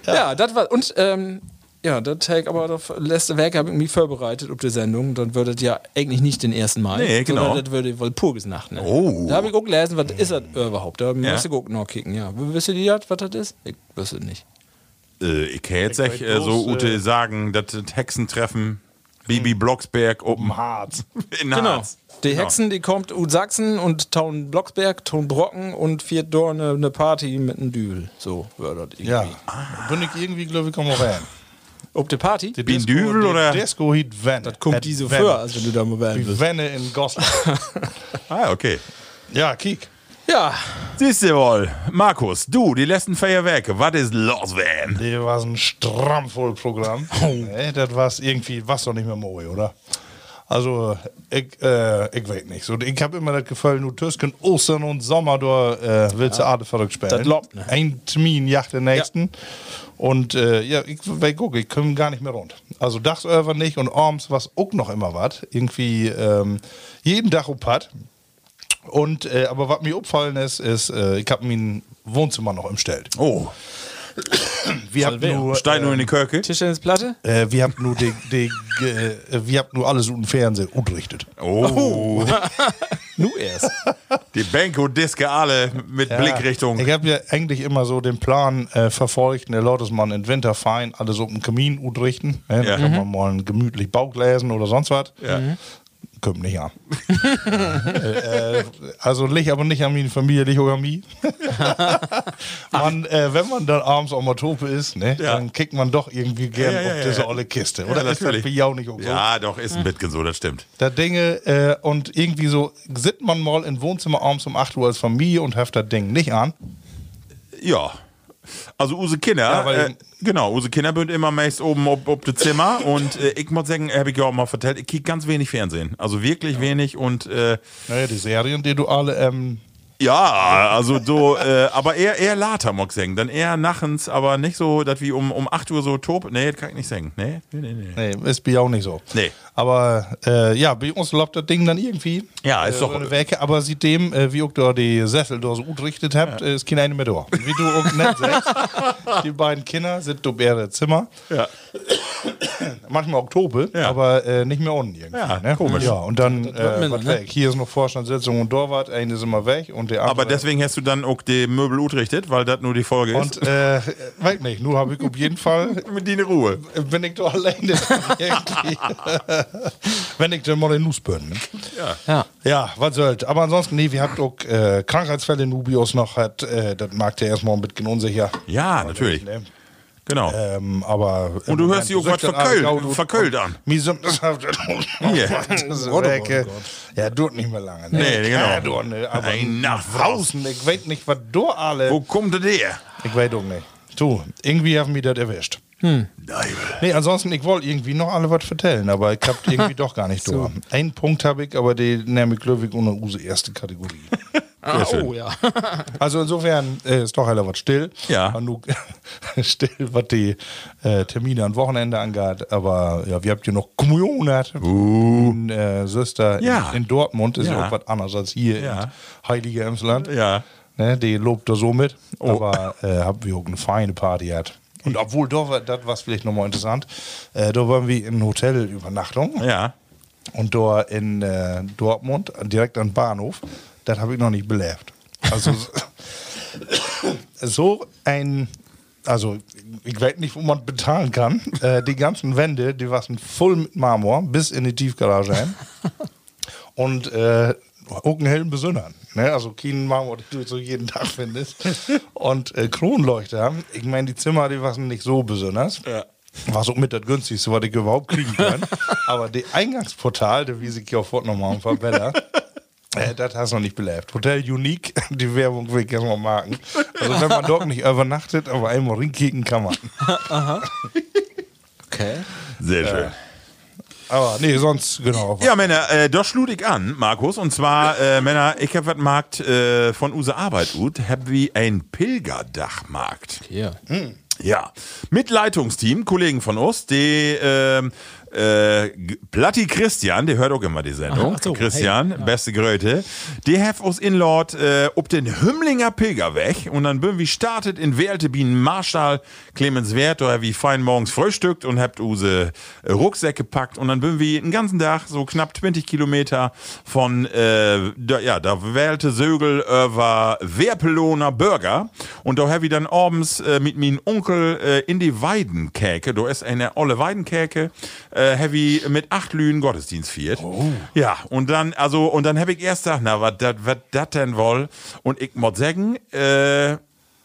D: das war und ähm, ja, das Tag aber das letzte Werk habe ich mich vorbereitet auf die Sendung, dann würde das ja eigentlich nicht den ersten Mal,
B: Nee, genau.
D: sondern das würde wohl Purgesnacht, ne?
B: Oh.
D: Da habe ich auch gelesen, was ist das überhaupt? Da
B: Ja.
D: musst du auch noch kicken, ja. Wisst ihr das, was das ist? Ich wüsste nicht.
B: Äh, ich kann jetzt
C: Ich
B: echt,
C: weiß
B: äh, so
C: bloß,
B: Ute
C: äh,
B: sagen, das sind Hexentreffen, Bibi Blocksberg, Open
C: Harz.
B: in
D: Genau.
B: Harz.
D: Die
B: Genau.
D: Hexen, die kommt aus Sachsen und Town Blocksberg, Town Brocken und viert dort eine, eine Party mit einem Dübel. So wird das irgendwie.
C: Ja. Bin ich irgendwie, glaube ich, komm mal rein.
D: Ob die Party?
C: Die
B: Wie ein Düvel,
C: die
B: oder?
C: Disco hieß Van.
D: das kommt
C: At
D: die so
C: Van.
D: vor, als wenn du da mal werden
C: Wie
D: bist.
C: Wenne in Goslar.
B: Ah, okay.
C: ja, kiek.
D: Ja,
B: Siehst du wohl, Markus, du, die letzten Feuerwerke, was ist los, Van?
C: Das war ein stramm voll Programm. nee, das war irgendwie, was doch nicht mehr Moi, oder? Also, ich, äh, ich weiß nicht. So, ich habe immer das Gefühl, nur zwischen Ostern und Sommer, da äh, willst du Arte verrückt spielen.
E: Das lobt, ne?
C: Ein Termin jagt den nächsten. Und äh, ja, ich, weil guck, ich komme gar nicht mehr rund. Also, dachts irgendwann nicht und abends was auch noch immer was. Irgendwie ähm, jeden Tag opat. Und, äh, aber was mir aufgefallen ist, ist, äh, ich habe mein Wohnzimmer noch umstellt.
B: Oh,
C: Wir haben nur. ähm,
B: Stein nur in die Kirche?
D: Tischtennisplatte?
C: Äh, wir haben nur die, die, äh, wir haben nur alles unten Fernsehen unterrichtet.
B: Oh,
E: Nu erst.
B: die Benko Diske alle mit Blickrichtung.
C: Ich habe ja eigentlich immer so den Plan äh, verfolgt, ne, Leute, dass man im Winter fein alles auf dem Kamin unterrichten. Ne,
B: Ja.
C: Dann kann man mal einen gemütlich Bauchgläsen oder sonst was.
B: Ja.
C: Kommt nicht an. äh, äh, also liegt aber nicht an meine Familie, liegt auch an mich. man, äh, wenn man dann abends auch mal Tope ist, ne,
B: Ja.
C: dann kickt man doch irgendwie gern
B: Ja, ja,
C: auf
B: ja,
C: diese
B: ja.
C: olle Kiste.
B: Ja,
C: Oder ist das
B: natürlich.
C: für dich auch nicht auch so? Hm.
B: Ja, doch, ist ein bisschen so, das stimmt.
C: da Dinge äh, und irgendwie so sitzt man mal im Wohnzimmer abends um 8 Uhr als Familie und heft das Ding nicht an.
B: Ja. Also Use Kinder,
C: Ja, weil-
B: äh, genau, Use Kinder bünd immer meist oben ob, ob de Zimmer und äh, ich muss sagen, habe ich ja auch mal vertellt, ich kick ganz wenig Fernsehen. Also wirklich wenig und äh,
C: Naja, die Serien, die du alle ähm,
B: ja, also so, äh, aber eher eher later muss ich sagen, dann eher nachens, aber nicht so, dass wie um, um 8 Uhr so top, nee, das kann ich nicht sagen, nee, nee, nee, nee.
C: Nee, ist bei auch nicht so.
B: Nee.
C: Aber äh, ja, bei uns läuft das Ding dann irgendwie.
B: Ja, ist
C: äh,
B: doch-
C: so Weg, aber seitdem, äh, wie auch da die Sessel da so gut richtet habt, äh, ist keine eine mehr da. Wie du auch nett sagst, die beiden Kinder sind da bei der Zimmer.
B: Ja.
C: Manchmal Oktober,
B: Ja.
C: aber äh, nicht mehr unten irgendwie.
B: Ja,
C: ne?
B: komisch.
C: Ja, und dann äh,
D: minder,
C: was
D: ne?
C: weg. Hier ist noch Vorstandssitzung und Dorwart, eine ist immer weg und der
B: Aber
C: andere-
B: deswegen hast du dann auch die Möbel utrichtet, weil das nur die Folge ist.
C: Und äh, weiß nicht, nur habe ich auf jeden Fall,
B: äh, mit denen Ruhe.
C: wenn ich da alleine irgendwie, wenn ich dann mal in Nuss bin. Ne?
B: Ja.
D: Ja.
C: Ja, was soll's. Aber ansonsten, nee, wir habt auch äh, Krankheitsfälle Nubios noch, hat, äh, das mag der erstmal ein bisschen unsicher.
B: Ja, natürlich.
C: Ne?
B: Genau.
C: Ähm, aber
B: Und du hörst die auch was verköllt- verköllt an.
C: Oh,
B: Oh,
C: Mir sind das auf der Ecke. Ja, tut nicht mehr lange. Ne?
B: Nee, genau.
C: Ja, du, ne, aber
B: Ein nach
C: draußen, ich weiß nicht, was du alle.
B: Wo kommt der her?
C: Ich weiß auch nicht. Du, irgendwie haben wir das erwischt.
B: Nein.
C: Nee, ansonsten, ich wollte irgendwie noch alle was vertellen, aber ich hab irgendwie doch gar nicht so. Einen Punkt habe ich, aber die nehme ich Glöwig ohne Use erste Kategorie.
E: Ah,
B: schön.
E: oh ja.
C: Also insofern äh, ist doch heller was still.
B: Ja.
C: Aber nur still, was die äh, Termine am Wochenende angeht. Aber ja, wir habt hier noch Kommunat. Uh. Äh, Söster
B: Ja.
C: in, in Dortmund ist ja,
B: Ja.
C: auch was anderes als hier
B: Ja.
C: in Heilige Emsland.
B: Ja. Oh.
C: Ne, die lobt da so mit. Aber äh, haben wir auch eine feine Party hat. Und obwohl, da war, das war vielleicht nochmal interessant, äh, da waren wir in Hotelübernachtung.
B: Ja.
C: Und da in äh, Dortmund, direkt am Bahnhof, das habe ich noch nicht belebt. Also so ein, also ich weiß nicht, wo man bezahlen kann. Äh, die ganzen Wände, die waren voll mit Marmor bis in die Tiefgarage ein. Und äh, auch einen hellen Besündern. Ne? Also keinen Marmor, den du so jeden Tag findest. Und äh, Kronleuchter, ich meine, die Zimmer, die waren nicht so besonders.
B: Ja.
C: War so mit das günstigste, was ich überhaupt kriegen kann. Aber die Eingangsportal, der wie sich hier auf Wort nochmal am Verbeller, äh, das hast du noch nicht belebt. Hotel Unique, die Werbung will ich erstmal marken. Also wenn man dort nicht übernachtet, aber einmal rinkicken kann man.
D: Okay.
B: Sehr schön.
C: Aber nee, sonst, genau.
B: Äh, Ja, Männer, äh, das schlug ich an, Markus. Und zwar, äh, Männer, ich hab was Markt äh, von unserer Arbeit gut, hab wie ein Pilgerdachmarkt.
E: Ja.
B: Ja, mit Leitungsteam, Kollegen von uns, die ähm, äh, G- Platti Christian, der hört auch immer die Sendung.
E: Aha, ach so,
B: Christian, beste Gröte. Die have uns in Lord äh, ob den Hümmlinger Pilgerweg und dann bin wie startet in Wertebien Marschall Clemens Wert, oder wie fein morgens frühstückt und habt use äh, Rucksäcke packt und dann bin wie den ganzen Tag so knapp 20 Kilometer von äh, da, ja, da wählte Sögel über Werpeloner Burger und da habe ich dann abends äh, mit meinem Onkel äh, in die Weidenkäke, da ist eine olle Weidenkäke, äh, habe ich mit acht Lünen Gottesdienst viert. Ja, und dann, also, und dann habe ich erst gedacht, na, was das denn wohl? Und ich muss sagen, äh,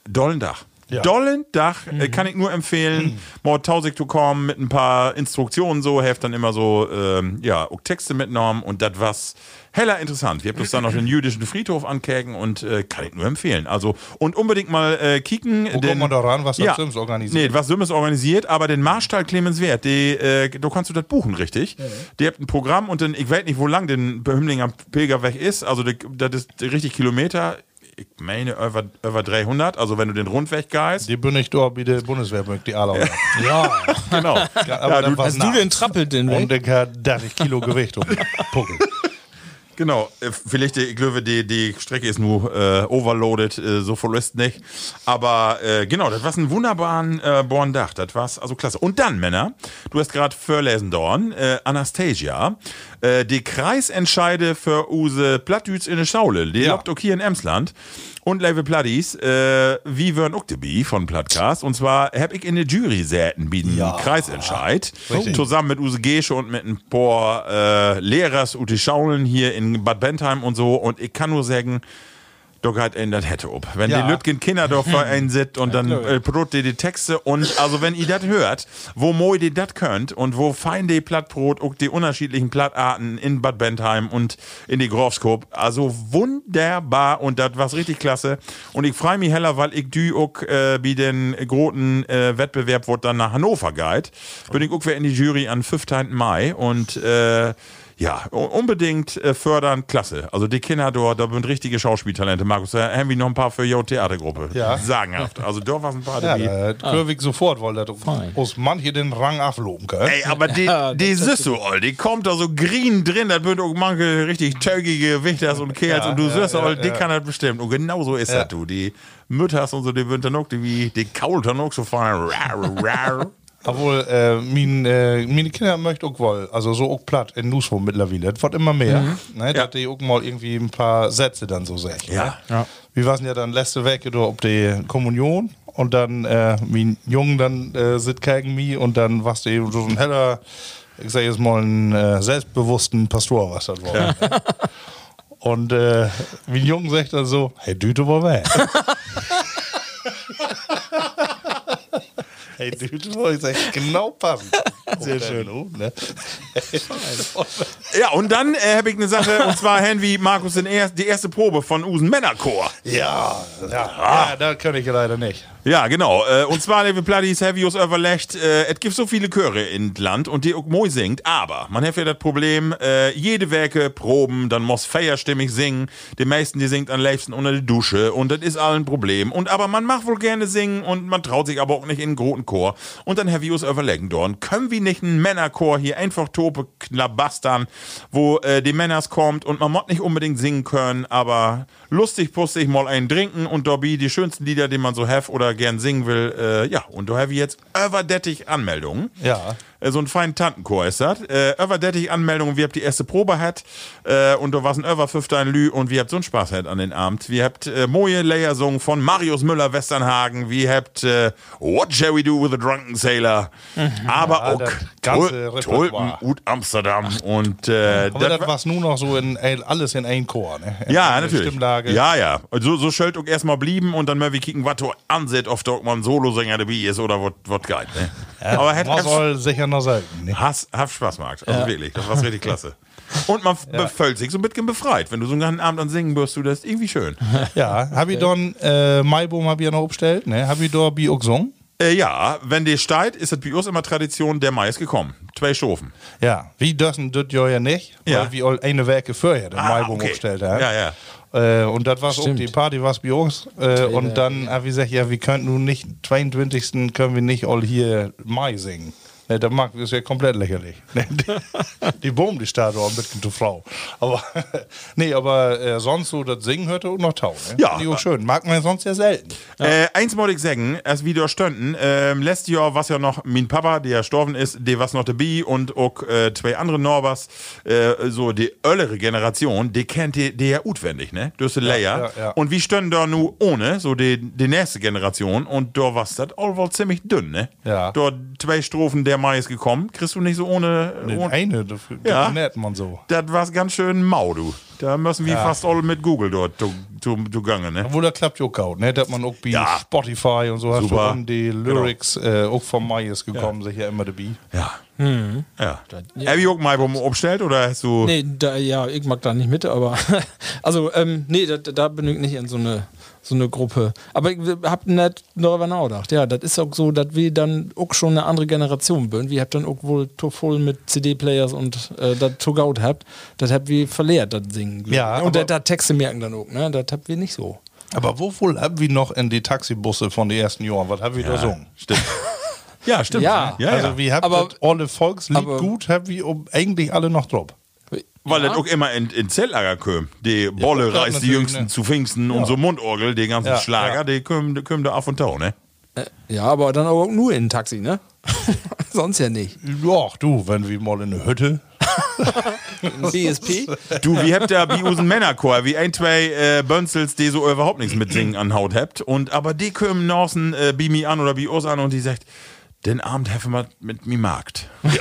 B: dollen Dach.
C: Ja.
B: Dollen Dach, äh, kann ich nur empfehlen. Mord Tausig to kommen mit ein paar Instruktionen so, helft dann immer so, ähm, ja, auch Texte mitgenommen und das was heller interessant. Wir haben uns dann noch den jüdischen Friedhof ankägen und äh, kann ich nur empfehlen. Also und unbedingt mal äh, kicken. Wo
C: kommt man da ran, was das Sims organisiert?
B: Nee, was Sims organisiert, aber den Marstall Clemens Wert, die, äh, da kannst du das buchen, richtig? Die habt ein Programm und dann, ich weiß nicht, wo lang den Hümmlinger Pilgerweg ist, also das das ist richtig Kilometer. Ich meine, über, über 300, also wenn du den Rundweg gehst.
C: Die bin ich da, wie der Bundeswehr mögt, die Alau.
E: Ja.
B: Genau.
C: aber dann was
E: Hast du
C: nach.
E: den trappelt den
C: Und
E: weg?
C: ich hab 30 Kilo Gewicht und Puckel.
B: Genau, äh, vielleicht, äh, ich glaube, die, die Strecke ist nur äh, overloaded, äh, so voll ist nicht. Aber äh, genau, das war ein wunderbaren äh, Borndach, das war's, also klasse. Und dann, Männer, du hast gerade verlesen, Dorn, äh, Anastasia, äh, die Kreisentscheide für Use Plattdüts in der Schaule, die
C: Ja.
B: lobt auch hier in Emsland. Und Level Plattis, äh, wie Wern Uktebi von Plattcast. Und zwar hab ich in der Jury säten bieten Kreisentscheid.
C: Richtig.
B: Zusammen mit Use Gesche und mit ein paar äh, Lehrers Ute Schaulen hier in Bad Bentheim und so. Und ich kann nur sagen, doch hat einen das hätte ob. Wenn
C: Ja.
B: die Lütgen Kinderdorf vor einen sitzt und dann äh, brot die die Texte und also wenn ihr das hört, wo moi die das könnt und wo fein die Plattbrot und die unterschiedlichen Plattarten in Bad Bentheim und in die Grofskop, also wunderbar und das war's richtig klasse und ich freue mich heller, weil ich dü auch äh, wie den großen äh, Wettbewerb wird dann nach Hannover geht, bin ich auch wieder in die Jury an 15. Mai und äh, ja, u- unbedingt äh, fördern, klasse. Also die Kinder dort, da sind richtige Schauspieltalente. Markus, da haben wir noch ein paar für Jo Theatergruppe.
C: Ja.
B: Sagenhaft. Also dort war ein paar
C: Ja,
B: die.
C: da ah. ich sofort, weil das muss manche den Rang afloben, gell?
B: Ey, aber die, die siehst du, all, die kommt da so green drin, das wird auch manche richtig tögige Wichters und Kerls und du siehst all, die kann das bestimmt. Und genau so ist das, du. Die Mütters und so, die würden dann auch, die, wie- die kaulen dann auch so fahren. Rar, rar.
C: Obwohl, äh, min, äh, meine Kinder möchten auch wohl, also so auch platt in Newsroom mittlerweile. Das wird immer mehr. Ne,
B: Ja.
C: Dass die auch mal irgendwie ein paar Sätze dann so sagen.
B: Ja.
C: Ne? Wir waren ja dann letzte Woche da ob die Kommunion und dann äh, mein Jungen dann äh, sitzt gegen mich und dann warst du eben so ein heller, ich sag jetzt mal, einen äh, selbstbewussten Pastor, was das war. ne? Und äh, mein Jungen sagt dann so, hey, Düte, wo weg? Hey, Dude Boy, sag ich, genau passend. Sehr schön, oh, ne?
B: Ja, und dann äh, habe ich eine Sache, und zwar Henry Markus den er die erste Probe von Usen Männerchor.
C: Ja, ja, ja, da kann ich ja leider nicht.
B: Ja, genau. Äh, und zwar, liebe Platties, Heavius überlegt, äh, es gibt so viele Chöre in Land und die auch moi singt, aber man hat ja das Problem, äh, jede Werke proben, dann muss feierstimmig singen, die meisten, die singt am liebsten unter die Dusche und das ist allen ein Problem. Und aber man macht wohl gerne singen und man traut sich aber auch nicht in einen großen Chor. Und dann Heavius überlegen, Dorn, können wir nicht einen Männerchor hier einfach tope knabastern, wo äh, die Männers kommt und man muss nicht unbedingt singen können, aber lustig pustig mal einen trinken und Dobby die schönsten Lieder, die man so have oder gern singen will. Äh, ja, und da have ich jetzt överdettig Anmeldungen.
C: Ja.
B: Äh, So einen feinen Tantenchor ist das. Äh, överdettig Anmeldungen, wir habt die erste Probe hat äh, und da war's ein Över Fünftein Lü und wir habt so einen Spaß hat an den Abend. Wir habt äh, Moje Leyersung von Marius Müller Westernhagen, wir habt äh, What Shall We Do with a Drunken Sailor, aber auch
C: das Mhm. ganze
B: Tul- Tulpen
C: Repertoire.
B: ut Amsterdam und äh,
C: Aber das,
B: war-
C: war es nur noch so in ein- alles in einen Chor, ne?
B: ja,
C: Eine
B: natürlich.
C: Stimmlage.
B: Ja, ja. Und So, so schöllt auch erstmal blieben und dann mal wir kicken, was du anset, ob da man Solo-Sänger dabei ist oder was geil. Ne? Aber hätte
C: Man soll sicher noch selten. Ne?
B: Hass, hab Spaß gemacht. Also wirklich, das war richtig klasse. Und man befüllt sich so ein bisschen befreit. Wenn du so einen ganzen Abend an Singen wirst, du das ist irgendwie schön.
C: Ja, hab ich dann äh, Maibohm hab ich ja noch bestellt, ne? Hab ich da bi auch gesungen?
B: Äh, ja, wenn die steigt, ist das bei uns immer Tradition, der Mai ist gekommen. Zwei Stufen.
C: Ja, wie dürfen das ja ja nicht,
B: Ja.
C: weil wir all eine Werke vorher den
B: Ah,
C: Maibohm
B: okay.
C: aufgestellt haben.
B: Ja, ja.
C: Äh, und das war auch die Party, was bei uns. Äh, und dann hab ich gesagt, ja, wir können nun nicht, 22. können wir nicht all hier Mai singen. Ne, der Markt ist ja komplett lächerlich. Ne, die- die Boom, die Statue ein bisschen zu Frau. Aber, nee, aber äh, sonst so das Singen hörte auch noch Tau. Ne?
B: Ja.
C: Die auch schön. Mag man sonst ja selten.
B: Äh, eins wollte ich sagen, als wir da stünden, ähm, letztes Jahr was ja noch mein Papa, der gestorben ist, der was noch der Bi und auch äh, zwei andere Norbers, äh, so die öllere Generation, die kennt die, die ja utwendig, ne? Durch die Layer.
C: ja, ja.
B: Und wir stünden da nur ohne, so die, die nächste Generation und da war das all wohl ziemlich dünn, ne?
C: Ja.
B: Da zwei Strophen der der Mais gekommen, kriegst du nicht so ohne.
C: Den
B: ohne
C: eine, das
B: Ja.
C: ja. nennt man so.
B: das war ganz schön mau, du. Da müssen wir fast alle mit Google dort zu- zu- zugange, ne?
C: Obwohl, das klappt ja auch gut, ne? Dass man auch bei
B: Ja.
C: Spotify und so hast du
B: Super. Genau.
C: um die Lyrics äh, auch von Myers gekommen, sicher immer dabei.
B: Ja.
C: Hm.
B: ja. Hab ich auch mal beim Umstellt oder hast du.
D: Nee, da, ja, ich mag da nicht mit, aber also ähm, nee, da, da bin ich nicht in so eine so eine Gruppe. Aber ich hab nicht darüber nachgedacht. Ja, das ist auch so, dass wir dann auch schon eine andere Generation bin. Wir habt dann auch wohl to voll mit CD-Players und äh, das to out habt. Das habt wir verlehrt, das Singen. glaub ich.
C: Ja,
D: und
C: aber-
D: da Texte merken dann auch, ne? Das habt wir nicht so.
C: Aber wovon haben wir noch in die Taxibusse von den ersten Jahren? Was haben wir da gesungen?
B: Stimmt. ja, stimmt.
D: Ja.
B: ja,
C: also,
B: ja.
C: wir haben
D: Aber-
C: das alle Volkslied
D: aber-
C: gut, haben wir um- eigentlich alle noch drauf.
D: Äh,
B: Weil das auch immer in, in Zelllager kommt. Die Bolle
C: klar,
B: reißt die
C: natürlich,
B: Jüngsten
C: ne.
B: zu Pfingsten und so Mundorgel, den ganzen
C: Ja,
B: Schlager,
C: ja.
B: die kommen, die kommen da auf und tau, ne?
D: Äh, ja, aber dann aber auch nur in ein Taxi, ne? Sonst ja nicht.
C: Ja, du, wenn wir mal in eine Hütte.
D: DSP?
B: Du, wie habt ihr bei uns einen Männerchor? Wie ein, zwei äh, Bönzels, die so überhaupt nichts mit Singen an Haut habt. Und aber die kommen Norsen äh, bei mir an oder bei uns an und die sagt, den Abend haben wir mit mir Markt.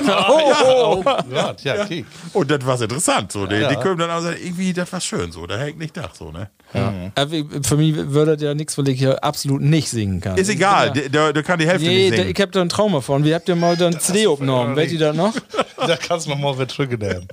C: Oh, Gott, ja, ja. kick.
B: Und das war interessant. So. Die, die kommen dann an und sagen, irgendwie, das war schön so. Da hängt nicht nach so, ne?
D: Äh, wie- Für mich würde das ja nichts, weil ich ja absolut nicht singen kann.
B: Ist egal, der, der, der kann die Hälfte
D: Nee,
B: nicht
D: da,
B: singen.
D: ich hab da ein Trauma von. Wie habt ihr mal dann CD aufgenommen? Wer die da noch?
C: Da kannst du nochmal wieder zurücknehmen.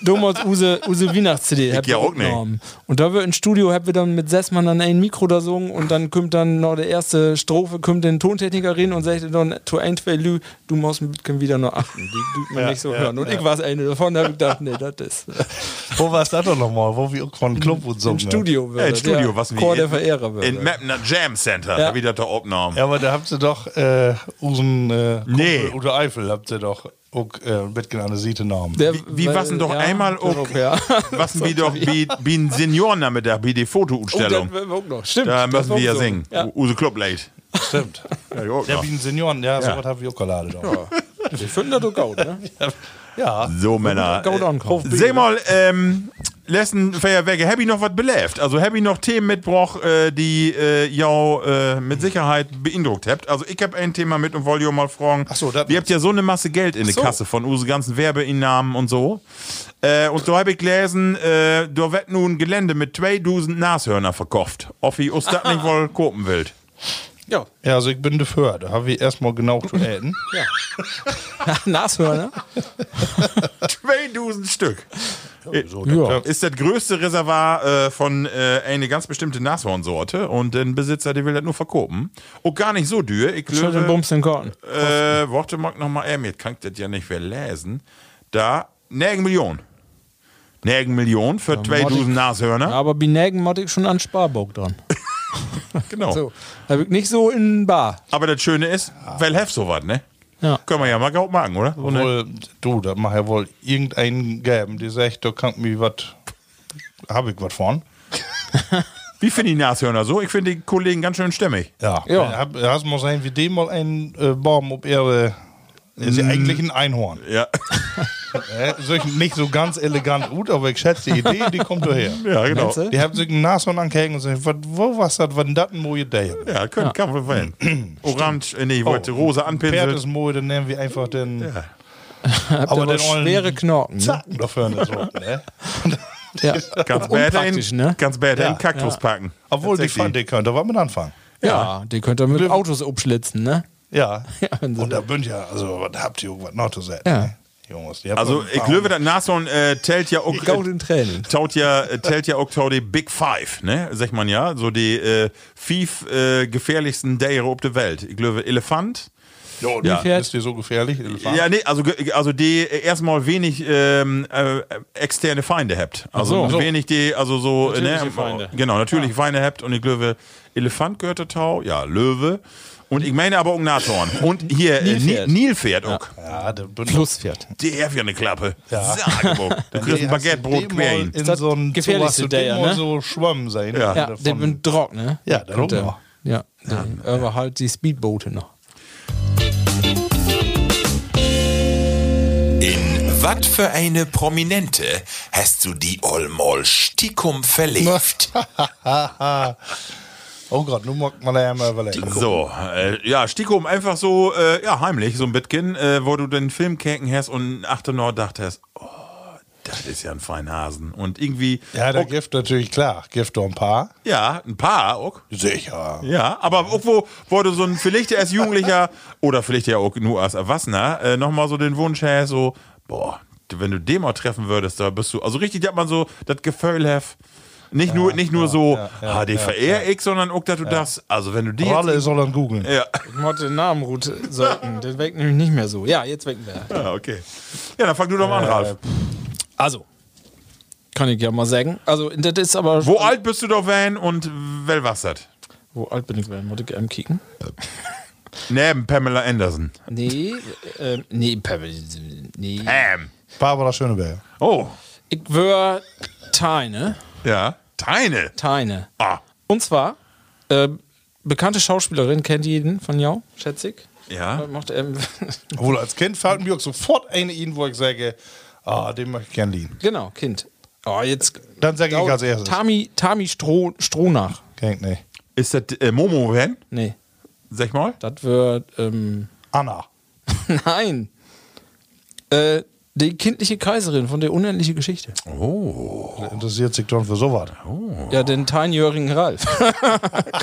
D: Damals Use, Use Weihnachts-CD. habt
B: ja
D: ihr
B: auch nicht.
D: aufgenommen. Und da wir im Studio haben wir dann mit sechs Mann an ein Mikro da gesungen und dann kommt dann noch der erste Strophe, kommt den Tontechniker rein und sagt dann to ein, zwei Lü, du musst ein bisschen wieder nur achten. Die tut man nicht so hören. Und ich war's eine davon, da hab ich gedacht, nee, das ist äh,
C: Wo war es da doch nochmal? Wo wir auch von Club und so.
D: im
C: ne?
D: Studio.
B: ne. Ja,
D: Wird
B: ein
D: das,
B: Studio,
D: ja.
B: was wir
D: Chor der
B: in-
D: Verehrer wird.
B: In
D: das.
B: Mapner Jam Center,
D: Ja.
B: da wieder der Aufnahmen.
C: Ja, aber da habt ihr doch äh, unseren äh,
B: Nee.
C: Kumpel Udo Eifel habt ihr doch auch äh, mitgenannte Sietenamen.
D: Der-
B: Wie, wie
D: weil-
B: was denn doch
D: ja,
B: einmal
D: der Oh,
B: auch,
D: Druck, ja.
B: was wie doch wie, wie ein Seniorennachmittag, wie die
D: Oh, das
B: Fotoausstellung.
D: wird auch noch. Stimmt.
B: da
D: das
B: müssen
D: war
B: wir ja
D: so.
B: singen. U- Use Club Late.
C: Stimmt.
B: Ja, jo,
C: Ja,
B: ja.
C: wie ein Senioren, ja, sowas hab ich auch gerade doch.
D: Wir finden das auch gut, ne?
C: Ja.
B: so, Männer.
D: Go down,
B: äh, seh mal, ähm, letzten Feierwerke, hab ich noch was beläft? Also, hab ich noch Themen mitgebracht, äh, die äh, jou äh, mit Sicherheit beeindruckt habt? Also, ich hab ein Thema mit und wollte jou mal fragen.
C: Ach so, das-
B: Ihr habt ja so eine Masse Geld in der
D: so.
B: Kasse von unseren ganzen Werbeinnahmen und so. Äh, und da hab ich gelesen, äh, da wird nun Gelände mit 2000 Nashörner verkauft. Ob ich uns das nicht wohl kopen will.
D: Ja.
C: Ja, also ich bin dafür. Da habe ich erstmal genau zu äten.
D: Ja. Nashörner?
B: 2000 Stück.
D: Ja.
B: Ist das größte Reservoir äh, von äh, eine ganz bestimmte Nashornsorte und den Besitzer, der will das nur verkopen. Und gar nicht so dür. Ich
D: Schön den
B: glaube,
D: Bums in Korn.
B: äh, warte mal nochmal, er mir kann ich das ja nicht mehr lesen. Da, nirgend Million. Nirgend Million für 2000 Nashörner.
D: Aber Binägen motte ich schon an Sparbock dran.
B: genau.
D: So. Da bin ich nicht so in Bar.
B: Aber das Schöne ist, weil hef sowas, ne?
D: Ja.
B: Können wir ja mal kaum machen, oder? So ne? eine-
C: Obwohl, du, da mach ja wohl irgendeinen geben, der sagt, da kann mir was. Habe ich was von?
B: Wie finde ich Nashörner so? Ich finde die Kollegen ganz schön stämmig.
C: Ja.
D: Ja.
C: Hab, hast mal sein, wie dem mal einen äh, Baum ob er. Ist ja eigentlich ein Einhorn.
B: Ja,
C: Äh, so- nicht so ganz elegant gut, aber ich schätze die Idee, die kommt daher.
B: ja genau.
D: Meinst du?
C: Die haben sich ein Nashorn angehängt und gesagt, "Wat- wo was das, wann das ein moje Day?
B: Ja, können, kann man verwenden. Orange, äh,
D: Oh.
B: nee, ich wollte rosa
C: Pferd
B: anpinseln.
C: ist moje, dann nehmen wir einfach den.
B: Ja.
C: Aber
D: Aber
C: den ollen
D: schwere Knorken. Ne?
C: Zacken dafür in der Sorte, ne?
D: Ja.
B: Ganz bad
D: Unpraktisch,
B: in,
D: ne?
B: ganz bad
C: Ja,
B: in Kaktus packen.
C: Obwohl, die
B: Tatsächlich.
C: fand ich könnte, was man anfangen.
D: ja, die könnt ihr mit Autos abschlitzen, ne?
C: Ja.
D: wenn sie-
C: Und da bin ich ja, also, was habt ihr, was noch zu sagen?
D: Ja.
C: Ne? Jungs, die habt
B: Also,
C: noch ein
B: ich
C: paar-
B: löwe, das Nashorn äh, tellt ja auch.
D: Gaut in Tränen.
B: Taut ja, äh, tellt ja auch tau die Big Five, ne? Sagt man ja. So die äh, fief äh, gefährlichsten Deiere auf der Welt. Ich löwe Elefant.
C: Jo,
B: Ja.
C: ja. Ist die so gefährlich? Elefant?
B: Ja, nee, also, ge- also die erstmal wenig ähm, äh, externe Feinde habt. Also
D: Ach so. Ah.
B: wenig die, also so.
E: Natürliche
B: ne,
E: Feinde.
B: Genau, natürliche Feinde habt und ich löwe Elefant gehört der Tau, ja, Löwe. Und ich meine aber auch Nashorn. Und hier äh, Ni-
D: Nilpferd.
B: Nilpferd auch.
C: Ja, da bin
D: Flusspferd.
B: Der hat ja eine Klappe.
C: Ja.
B: Sageburg. Du kriegst ein Baguettebrot quer hin.
C: In so ein
D: gefährlich
C: sowas,
D: zu
C: du
D: der,
C: dem mal
D: ne?
C: so schwammen sein.
B: Ja.
D: Ja,
C: Davon-
D: der bin trocken, ne?
C: Ja, der
D: Könnt ihr-
C: Lummer.
D: Ja, die- aber halt die Speedboote noch.
F: In wat für eine Prominente hast du die Olmol Stikum verlegt?
C: Oh Gott, nun mag man ja mal überlegen.
B: So, äh, ja, Stikum, einfach so, äh, ja, heimlich, so ein Bitkin, äh, wo du den Film keken hast und achte noch dacht hast, oh, das ist ja ein feiner Hasen. Und irgendwie,
C: Ja, da
B: auch,
C: gibt natürlich, klar, gibt doch ein paar.
B: ja, ein paar auch.
C: Sicher.
B: Ja, aber auch wo, wo du so ein, vielleicht als Jugendlicher oder vielleicht ja auch nur als Erwachsener, äh, nochmal so den Wunsch hast, so, boah, wenn du den mal treffen würdest, da bist du, also richtig, dass man so das Gefühl hat, nicht nur, nicht nur so, ah, die verehre ich, sondern auch, dass du das, also wenn du die jetzt
C: Alle sollen googeln.
B: Ja.
D: Ich wollte den Namen gut sollten. Den weckt nämlich nicht mehr so. Ja, jetzt wecken wir.
B: Ah, okay. Ja, dann fang du doch mal an, Ralf.
D: Also. Kann ich ja mal sagen. Also, das ist aber.
B: Wo alt bist du doch, Van, und wel was dat?
D: Wo alt bin ich werden? Wollte ich ähm, kicken?
B: Neben Pamela Anderson.
D: Nee, ähm, nee, Pamela. Nee.
B: Bam.
C: Barbara Schöneberger.
B: Oh,
D: Ich wär Teine.
B: ja. Deine.
D: Teine.
B: Ah.
D: Und zwar, ähm, bekannte Schauspielerin kennt jeden von Jau, schätze ich.
B: Ja.
D: Macht, ähm,
C: Obwohl als Kind fällt mir auch sofort eine in, wo ich sage, ah, den möchte ich gerne lieben.
D: genau, Kind. Oh, jetzt.
C: Dann sage ich als erstes.
D: Tami, Tami Stroh, Strohnach.
C: Kenn ich nicht.
B: Ist das äh, Momo, Van?
D: Nee,
B: Sag mal.
D: das wird. Ähm,
C: Anna.
D: Nein. Äh, die kindliche Kaiserin von der unendlichen Geschichte.
B: Oh.
C: Der Interessiert sich dann für sowas.
D: Ja, den teinjährigen Ralf.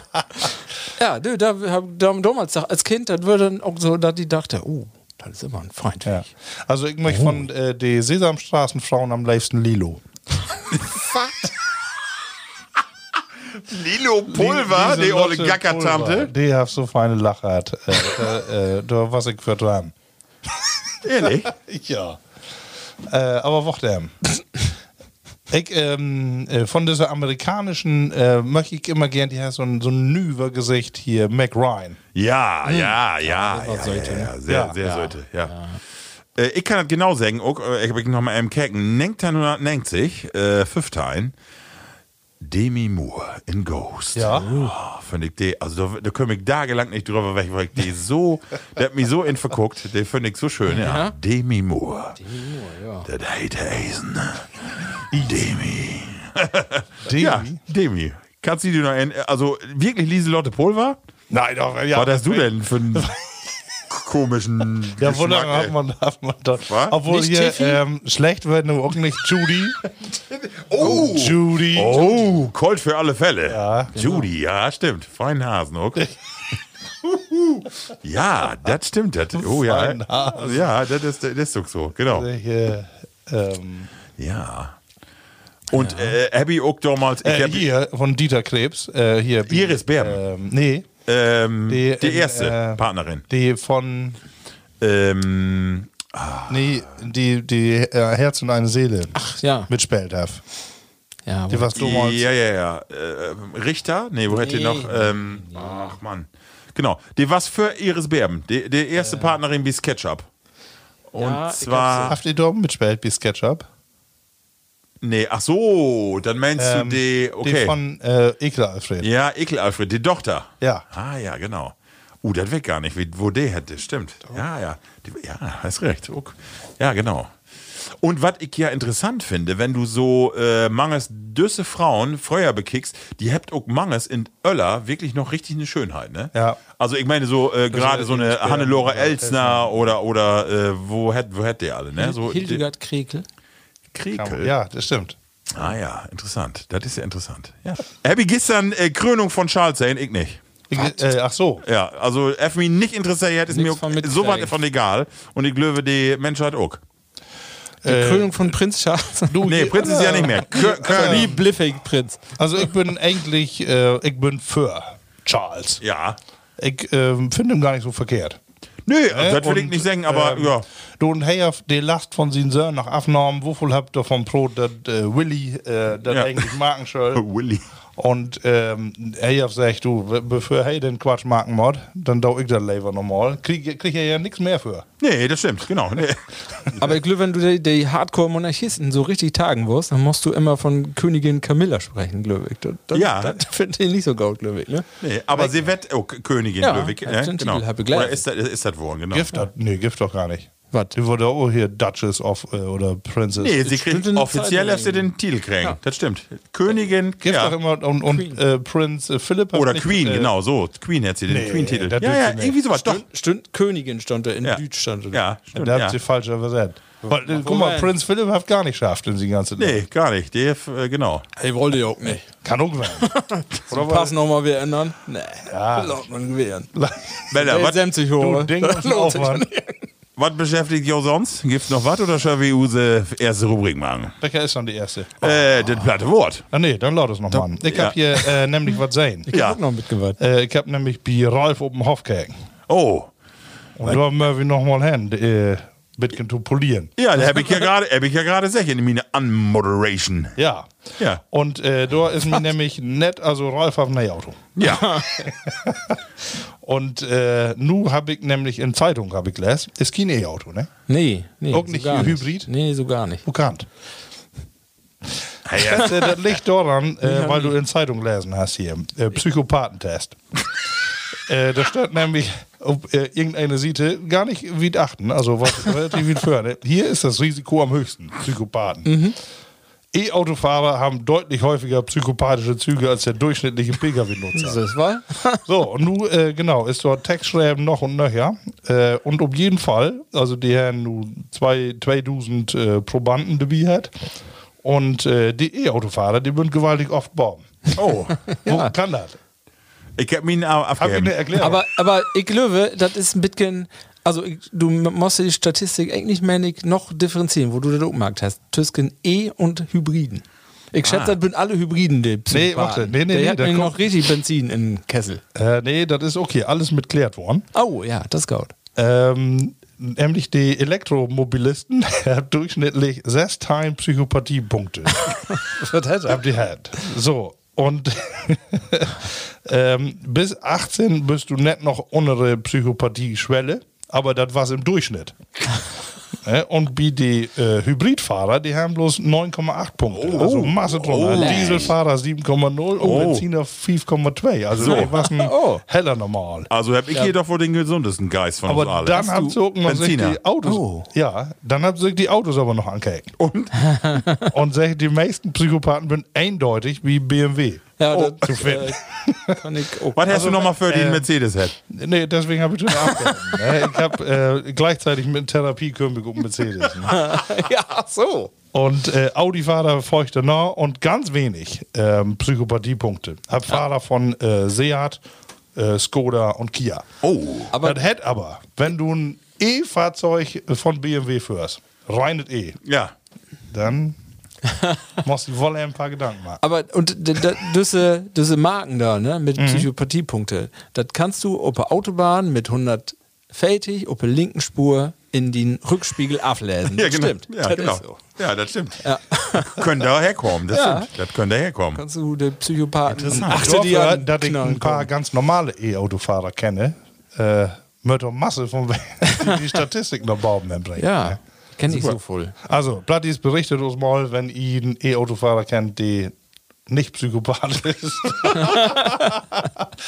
D: ja, nö, da, hab- da damals als Kind, das würde dann auch so, da die dachte, oh, das ist immer ein Feind.
C: Ja. Also ich
B: Oh.
C: möchte von äh, den Sesamstraßenfrauen am liebsten Lilo.
B: Lilo Pulver, die olle Gackertante.
C: Die hat so feine Lachart. Äh, äh, äh, da was ich für dran.
B: Ehrlich?
C: Ja. Äh, aber Wochdem. Ich, ähm, äh, von dieser amerikanischen äh, möchte ich immer gern, die hat so ein, so ein Nüver-Gesicht hier, Mac Ryan.
B: Ja, Hm. ja, ja. ja, ja, ja, ne? ja. Sehr,
C: Ja,
B: sehr
C: ja.
B: Söte, ja. Äh, ich kann das genau sagen, auch, äh, ich habe nochmal im Kerken. Nenkt 1990, äh, Fünftein, Demi Moore in Ghost.
C: Ja.
B: Oh, finde ich die, also da, da komme ich tagelang nicht drüber weg, weil ich die so, der hat mich so in verguckt, den finde ich so schön, ja. Demi Moore. Demi Moore, ja. Das heite Eisen. Demi.
C: Die?
B: Ja, Demi. Kannst du die noch, en- also wirklich Lieselotte Pulver?
C: Nein, doch, ja.
B: Was hast du denn für einen komischen
C: Ja, wo
B: Geschmack,
C: dann hat
B: ey?
C: man, hat man da.
B: Was?
C: Obwohl
D: Nicht
C: hier
D: Tiffy?
C: ähm, schlecht wird nur auch nicht Judy.
B: Oh!
C: Judy. genau.
B: Oh, Colt für alle Fälle. Judy, ja, stimmt. Fein Hasen, okay. ja, das stimmt. Das, oh ja.
C: Fein Hasen.
B: Ja, das ist, das ist doch so, genau.
C: Hier, ähm,
B: Ja. Und Äh, Abby auch damals, ich
C: äh,
B: hab,
C: hier von Dieter Krebs. Äh, hier,
B: Iris Berben.
C: Ähm, nee,
B: ähm, die,
C: die, ähm,
B: erste
C: äh,
B: Partnerin.
C: die von.
B: Ähm,
C: Nee, die, die äh, Herz und eine Seele
D: Ach, ja.
C: mitspielt darf.
D: ja
C: Die was
B: die,
C: damals.
B: ja, ja, ja. Äh, Richter? Nee, wo hätte die noch? Ähm, Ach, Mann. Genau. Die was für Iris Berben. Die, die erste Partnerin wie SketchUp. Und
D: Ja, ich
B: zwar.
C: Habt ihr da mitspielt bei SketchUp?
B: Nee, ach so, dann meinst
C: Ähm,
B: du die, okay.
C: Die von äh, Ekla Alfred.
B: ja, Ekel Alfred, die Tochter.
C: Ja.
B: Ah ja, genau. Uh, das weg gar nicht, wie- wo die hätte, stimmt. Ja, ja. Die, ja, hast recht. Ok. Ja, genau. Und was ich ja interessant finde, wenn du so äh, manges düsse Frauen Feuer bekickst, die habt auch manges in Öller wirklich noch richtig eine Schönheit, ne?
C: Ja.
B: Also ich meine so äh, gerade so eine Hannelore Elsner oder oder äh, wo hätt wo hätt ihr alle, ne? So
D: Hildegard Krekel.
B: Kriekel.
C: Ja, das stimmt.
B: Ah ja, interessant. Das ist ja interessant. Ja. Abby gestern äh, Krönung von Charles sein, ich nicht.
C: Ich, äh, ach so.
B: Ja, also F mich nicht interessiert, ist
D: Nix
B: mir
D: von
B: auch
D: mitgekriegt.
B: so weit von egal. Und ich glaube, die Menschheit auch.
C: Oh,
D: Die
B: Äh,
D: Krönung von Prinz Charles. Du,
B: Nee, Prinz ist ja nicht mehr.
C: Ah,
B: Kö- König.
D: wie bliffig Prinz.
C: Also ich bin eigentlich, äh, ich bin für Charles.
B: Ja.
C: Ich ähm, finde ihn gar nicht so verkehrt.
B: Nö, das will ich
C: Und,
B: nicht sagen, aber
C: ähm,
B: ja.
C: Du und hey, die Last von sin Söhn nach Aufnahmen, wovon habt ihr vom Brot, das äh, Willy, äh, das
B: Ja.
C: eigentlich Markenschöll.
B: Willy.
C: Und ähm, Hayaf sagt, du, be- bevor hey den Quatsch machen mod, dann dau ich das Lever nochmal. Krieg, krieg ich ja nichts mehr für.
B: Nee, das stimmt, genau. Nee.
D: Aber ich glaube, wenn du die, die Hardcore-Monarchisten so richtig tagen wirst, dann musst du immer von Königin Camilla sprechen, glaube ich. Das, das,
B: Ja.
D: Das finde ich nicht so gut, glaube ich. Ne?
B: Nee, aber sie wird oh, K- Königin,
D: Ja,
B: Löwig.
D: hat
B: Ne?
D: den
B: Genau.
D: Titel,
B: Oder
D: hat begleitet.
B: ist das, ist das worden, genau.
C: Gift hat, nee, Gift doch gar nicht.
D: Was?
C: Die wurde auch hier Duchess of äh, oder Princess.
B: Nee, sie
D: Stimmt in
B: kriegt
D: der
B: offiziell
D: Zeitung
B: lässt sie den Titel kriegen. Das stimmt. Königin
C: Gibt
B: ja.
C: doch immer und, und äh, Prinz äh, Philipp hat
B: oder
C: nicht,
B: Queen,
C: äh,
B: genau so. Queen hätte sie den
C: Nee,
B: Queen-Titel.
C: das
B: Ja,
C: dürfte
B: ja,
C: nicht.
B: irgendwie sowas. Doch.
D: Stimmt, Königin stand da in
B: Ja.
D: Deutsch stand da.
B: Ja, stimmt.
C: Da habt
B: Ja.
C: ihr falsch übersetzt. Weil, äh, guck mal,
D: Moment.
C: Prinz Philipp hat gar nicht geschafft in die ganze
B: Nee, gar nicht. Der, äh, genau.
D: Ey, wollte ja auch nicht.
C: Kann auch werden.
D: Oder Pass nochmal wieder ändern? Nee.
C: Ja.
D: Laut man gewähren.
B: Bella,
D: Ey,
B: was
D: sämtlich hoch.
C: Du Ding und Aufwand.
B: was beschäftigt dich auch sonst? Gibt's noch was oder sollen wir unsere erste Rubrik machen?
C: Becker ist dann die erste.
B: Äh, das platte Wort.
C: Ah nee, dann laut es nochmal an. Ich
B: Ja.
C: hab hier äh, nämlich was sehen.
B: Ja.
D: noch mitgewartet.
C: Äh, ich hab nämlich bei Ralf auf dem Hof gekeken.
B: Oh.
C: Und da haben wir nochmal hin, äh, bisschen zu polieren.
B: Ja, da habe ich ja gerade, habe ich ja gerade gesagt, in meine Unmoderation.
C: Ja.
B: Ja.
C: Und äh, da ist mir nämlich nett, also Ralf auf ein Auto.
B: Ja.
C: Und äh, nu hab ich nämlich in Zeitung, hab ich gelesen, ist kein E-Auto, ne?
D: Nee, nee.
C: Auch nicht
D: gar
C: Hybrid?
D: Nee, so gar nicht.
C: Bekannt.
B: Ja, ja.
C: Das, äh, das liegt daran, äh, weil du in Zeitung lesen hast hier. Äh, Psychopathentest. äh, da steht nämlich auf äh, irgendeine Seite gar nicht wie achten, also was relativ wie fördern. Hier ist das Risiko am höchsten, Psychopathen. E-Autofahrer haben deutlich häufiger psychopathische Züge als der durchschnittliche Pkw-Nutzer.
D: So, das war?
C: So, und nun, äh, genau, ist dort Textschreiben noch und nöcher. Äh, und um jeden Fall, also die haben nun zwei- 2000 äh, Probanden dabei hat. Und äh, die E-Autofahrer, die sind gewaltig oft bomben.
B: Oh. Ähm,
C: Wo kann das?
B: Ich habe mich
C: Hab ich
B: abgegeben.
C: eine Erklärung?
D: Aber, aber ich glaube, das ist ein bisschen. Also, ich, du musst die Statistik eigentlich mehr nicht noch differenzieren, wo du den Druckmarkt hast. Zwischen E und Hybriden. Ich schätze, das sind alle Hybriden, die
C: warte. Ah. Nee, nee, nee,
D: Der hat
C: da
D: mir
C: kommt-
D: noch richtig Benzin in den Kessel.
C: Äh, nee, das ist okay, alles mitklärt worden.
D: Oh, ja, das geht.
C: Ähm, nämlich die Elektromobilisten haben durchschnittlich sechs Time Psychopathiepunkte.
D: Was hat
C: Ab die Hand. So, und ähm, bis 18 bist du nicht noch unsere Psychopathie-Schwelle, aber das war's im Durchschnitt. Ne? Und wie die äh, Hybridfahrer, die haben bloß 9,8 Punkte. also Masse drunter. Dieselfahrer 7,0 und
B: Oh.
C: Benziner 5,2. Also
B: So.
C: die waren
D: Oh.
C: heller normal.
B: Also habe ich hier doch wohl den gesündesten Geist von
C: Aber
B: uns
C: dann
B: allen.
C: habt ihr auch mal sich
B: Benziner.
C: die Autos.
D: Oh.
C: Ja, dann habt ihr die Autos aber noch angehängt.
B: Und?
C: Und sagt, die meisten Psychopathen sind eindeutig wie BMW.
D: Ja,
C: Oh,
D: das,
C: zu finden.
D: äh, kann ich auch.
B: Was hast du nochmal für den
C: äh,
B: Mercedes-Head?
C: Nee, deswegen habe ich schon abgehalten. ne? Ich habe äh, gleichzeitig mit Therapie Kürmbegucken Mercedes. Ne?
D: Ja, so.
C: Und äh, Audi-Fahrer feuchte nah und ganz wenig ähm, Psychopathiepunkte. Hab Fahrer von äh, Seat, äh, Skoda und Kia.
B: Oh.
D: Aber-
C: das hätte aber, wenn du ein E-Fahrzeug von BMW führst, reines E,
B: Ja.
C: dann musst du wohl ein paar Gedanken machen.
D: Aber und d- d- diese, diese Marken da, ne, mit
B: Mhm.
D: Psychopathiepunkte, das kannst du auf der Autobahn mit 140 auf der linken Spur in den Rückspiegel ablesen.
B: Ja,
D: Das
B: genau.
D: Stimmt.
B: Ja,
D: das
B: genau.
D: Ist so.
B: ja, das stimmt.
D: Ja.
B: Könnte auch herkommen, das
D: Ja.
B: stimmt. Das könnte herkommen.
D: Kannst du den Psychopathen
C: Ich
D: achte die
C: hoffe,
D: an
C: dass ich ein
D: Knarren
C: paar
D: kommen.
C: ganz normale E-Autofahrer kenne. Äh, mit der Masse von die, die Statistik nach Baum bringen.
D: Ja, kenne ich so voll.
C: Also, Plattis berichtet uns mal, wenn ihr einen E-Autofahrer kennt, der nicht Psychopath ist.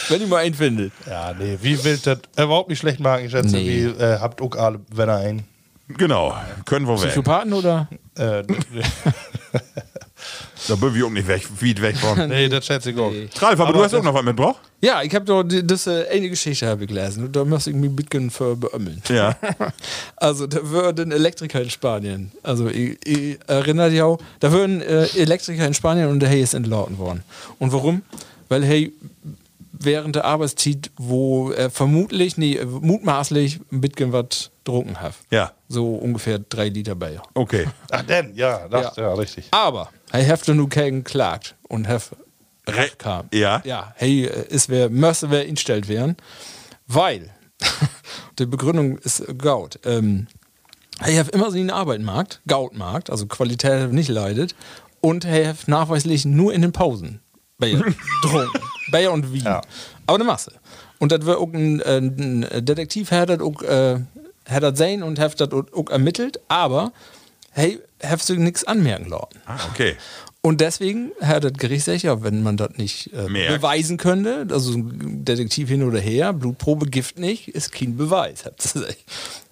D: Wenn ich mal einen finde.
C: ja, nee, wie will das überhaupt nicht schlecht machen, ich schätze,
D: Nee.
C: wie äh, habt auch alle, wenn er einen.
B: Genau. Können wir weg.
D: Psychopathen oder?
C: Äh,
B: Da bin ich auch nicht weg, weit weg von.
C: nee, das schätze ich auch.
B: Ralf, aber, du hast auch noch was mitgebracht?
D: Ja, ich habe doch die- diese eine Geschichte habe ich gelesen und da muss ich mich ein bisschen für beömmeln.
B: Ja.
D: Also da würden Elektriker in Spanien, also ich, ich erinnere dich auch, da würden äh, Elektriker in Spanien und der Hey ist entlauten worden. Und warum? Weil Hey während der Arbeitszeit, wo er vermutlich, nee, mutmaßlich ein bisschen was getrunken hat.
B: Ja.
D: So ungefähr drei Liter Bier.
B: Okay.
C: Ach, denn, ja, das, ja.
D: Ja.
C: richtig.
D: Aber Hey hefte nur gegen klagt und have
B: Re-
D: recht kam.
B: Ja.
D: Ja, hey, äh, ist wer, müsste wer instellt werden, weil, die Begründung ist Gaut. Ähm, hey, have immer so einen Arbeitmarkt, Gautmarkt, also Qualität have nicht leidet und hey, have nachweislich nur in den Pausen Bayer getrunken. Bayer und Wien.
C: Ja.
D: Aber eine Masse. Und das wird auch ein, äh, ein Detektiv, hat das auch, äh, hat das sehen und hat das auch ermittelt, aber hey, hast du nichts anmerken lassen.
B: Ah, okay.
D: Und deswegen hat das Gericht gesagt, ja, wenn man das nicht äh,
B: Merkt.
D: beweisen könnte, also ein Detektiv hin oder her, Blutprobe Gift nicht, ist kein Beweis. Hat sie gesagt.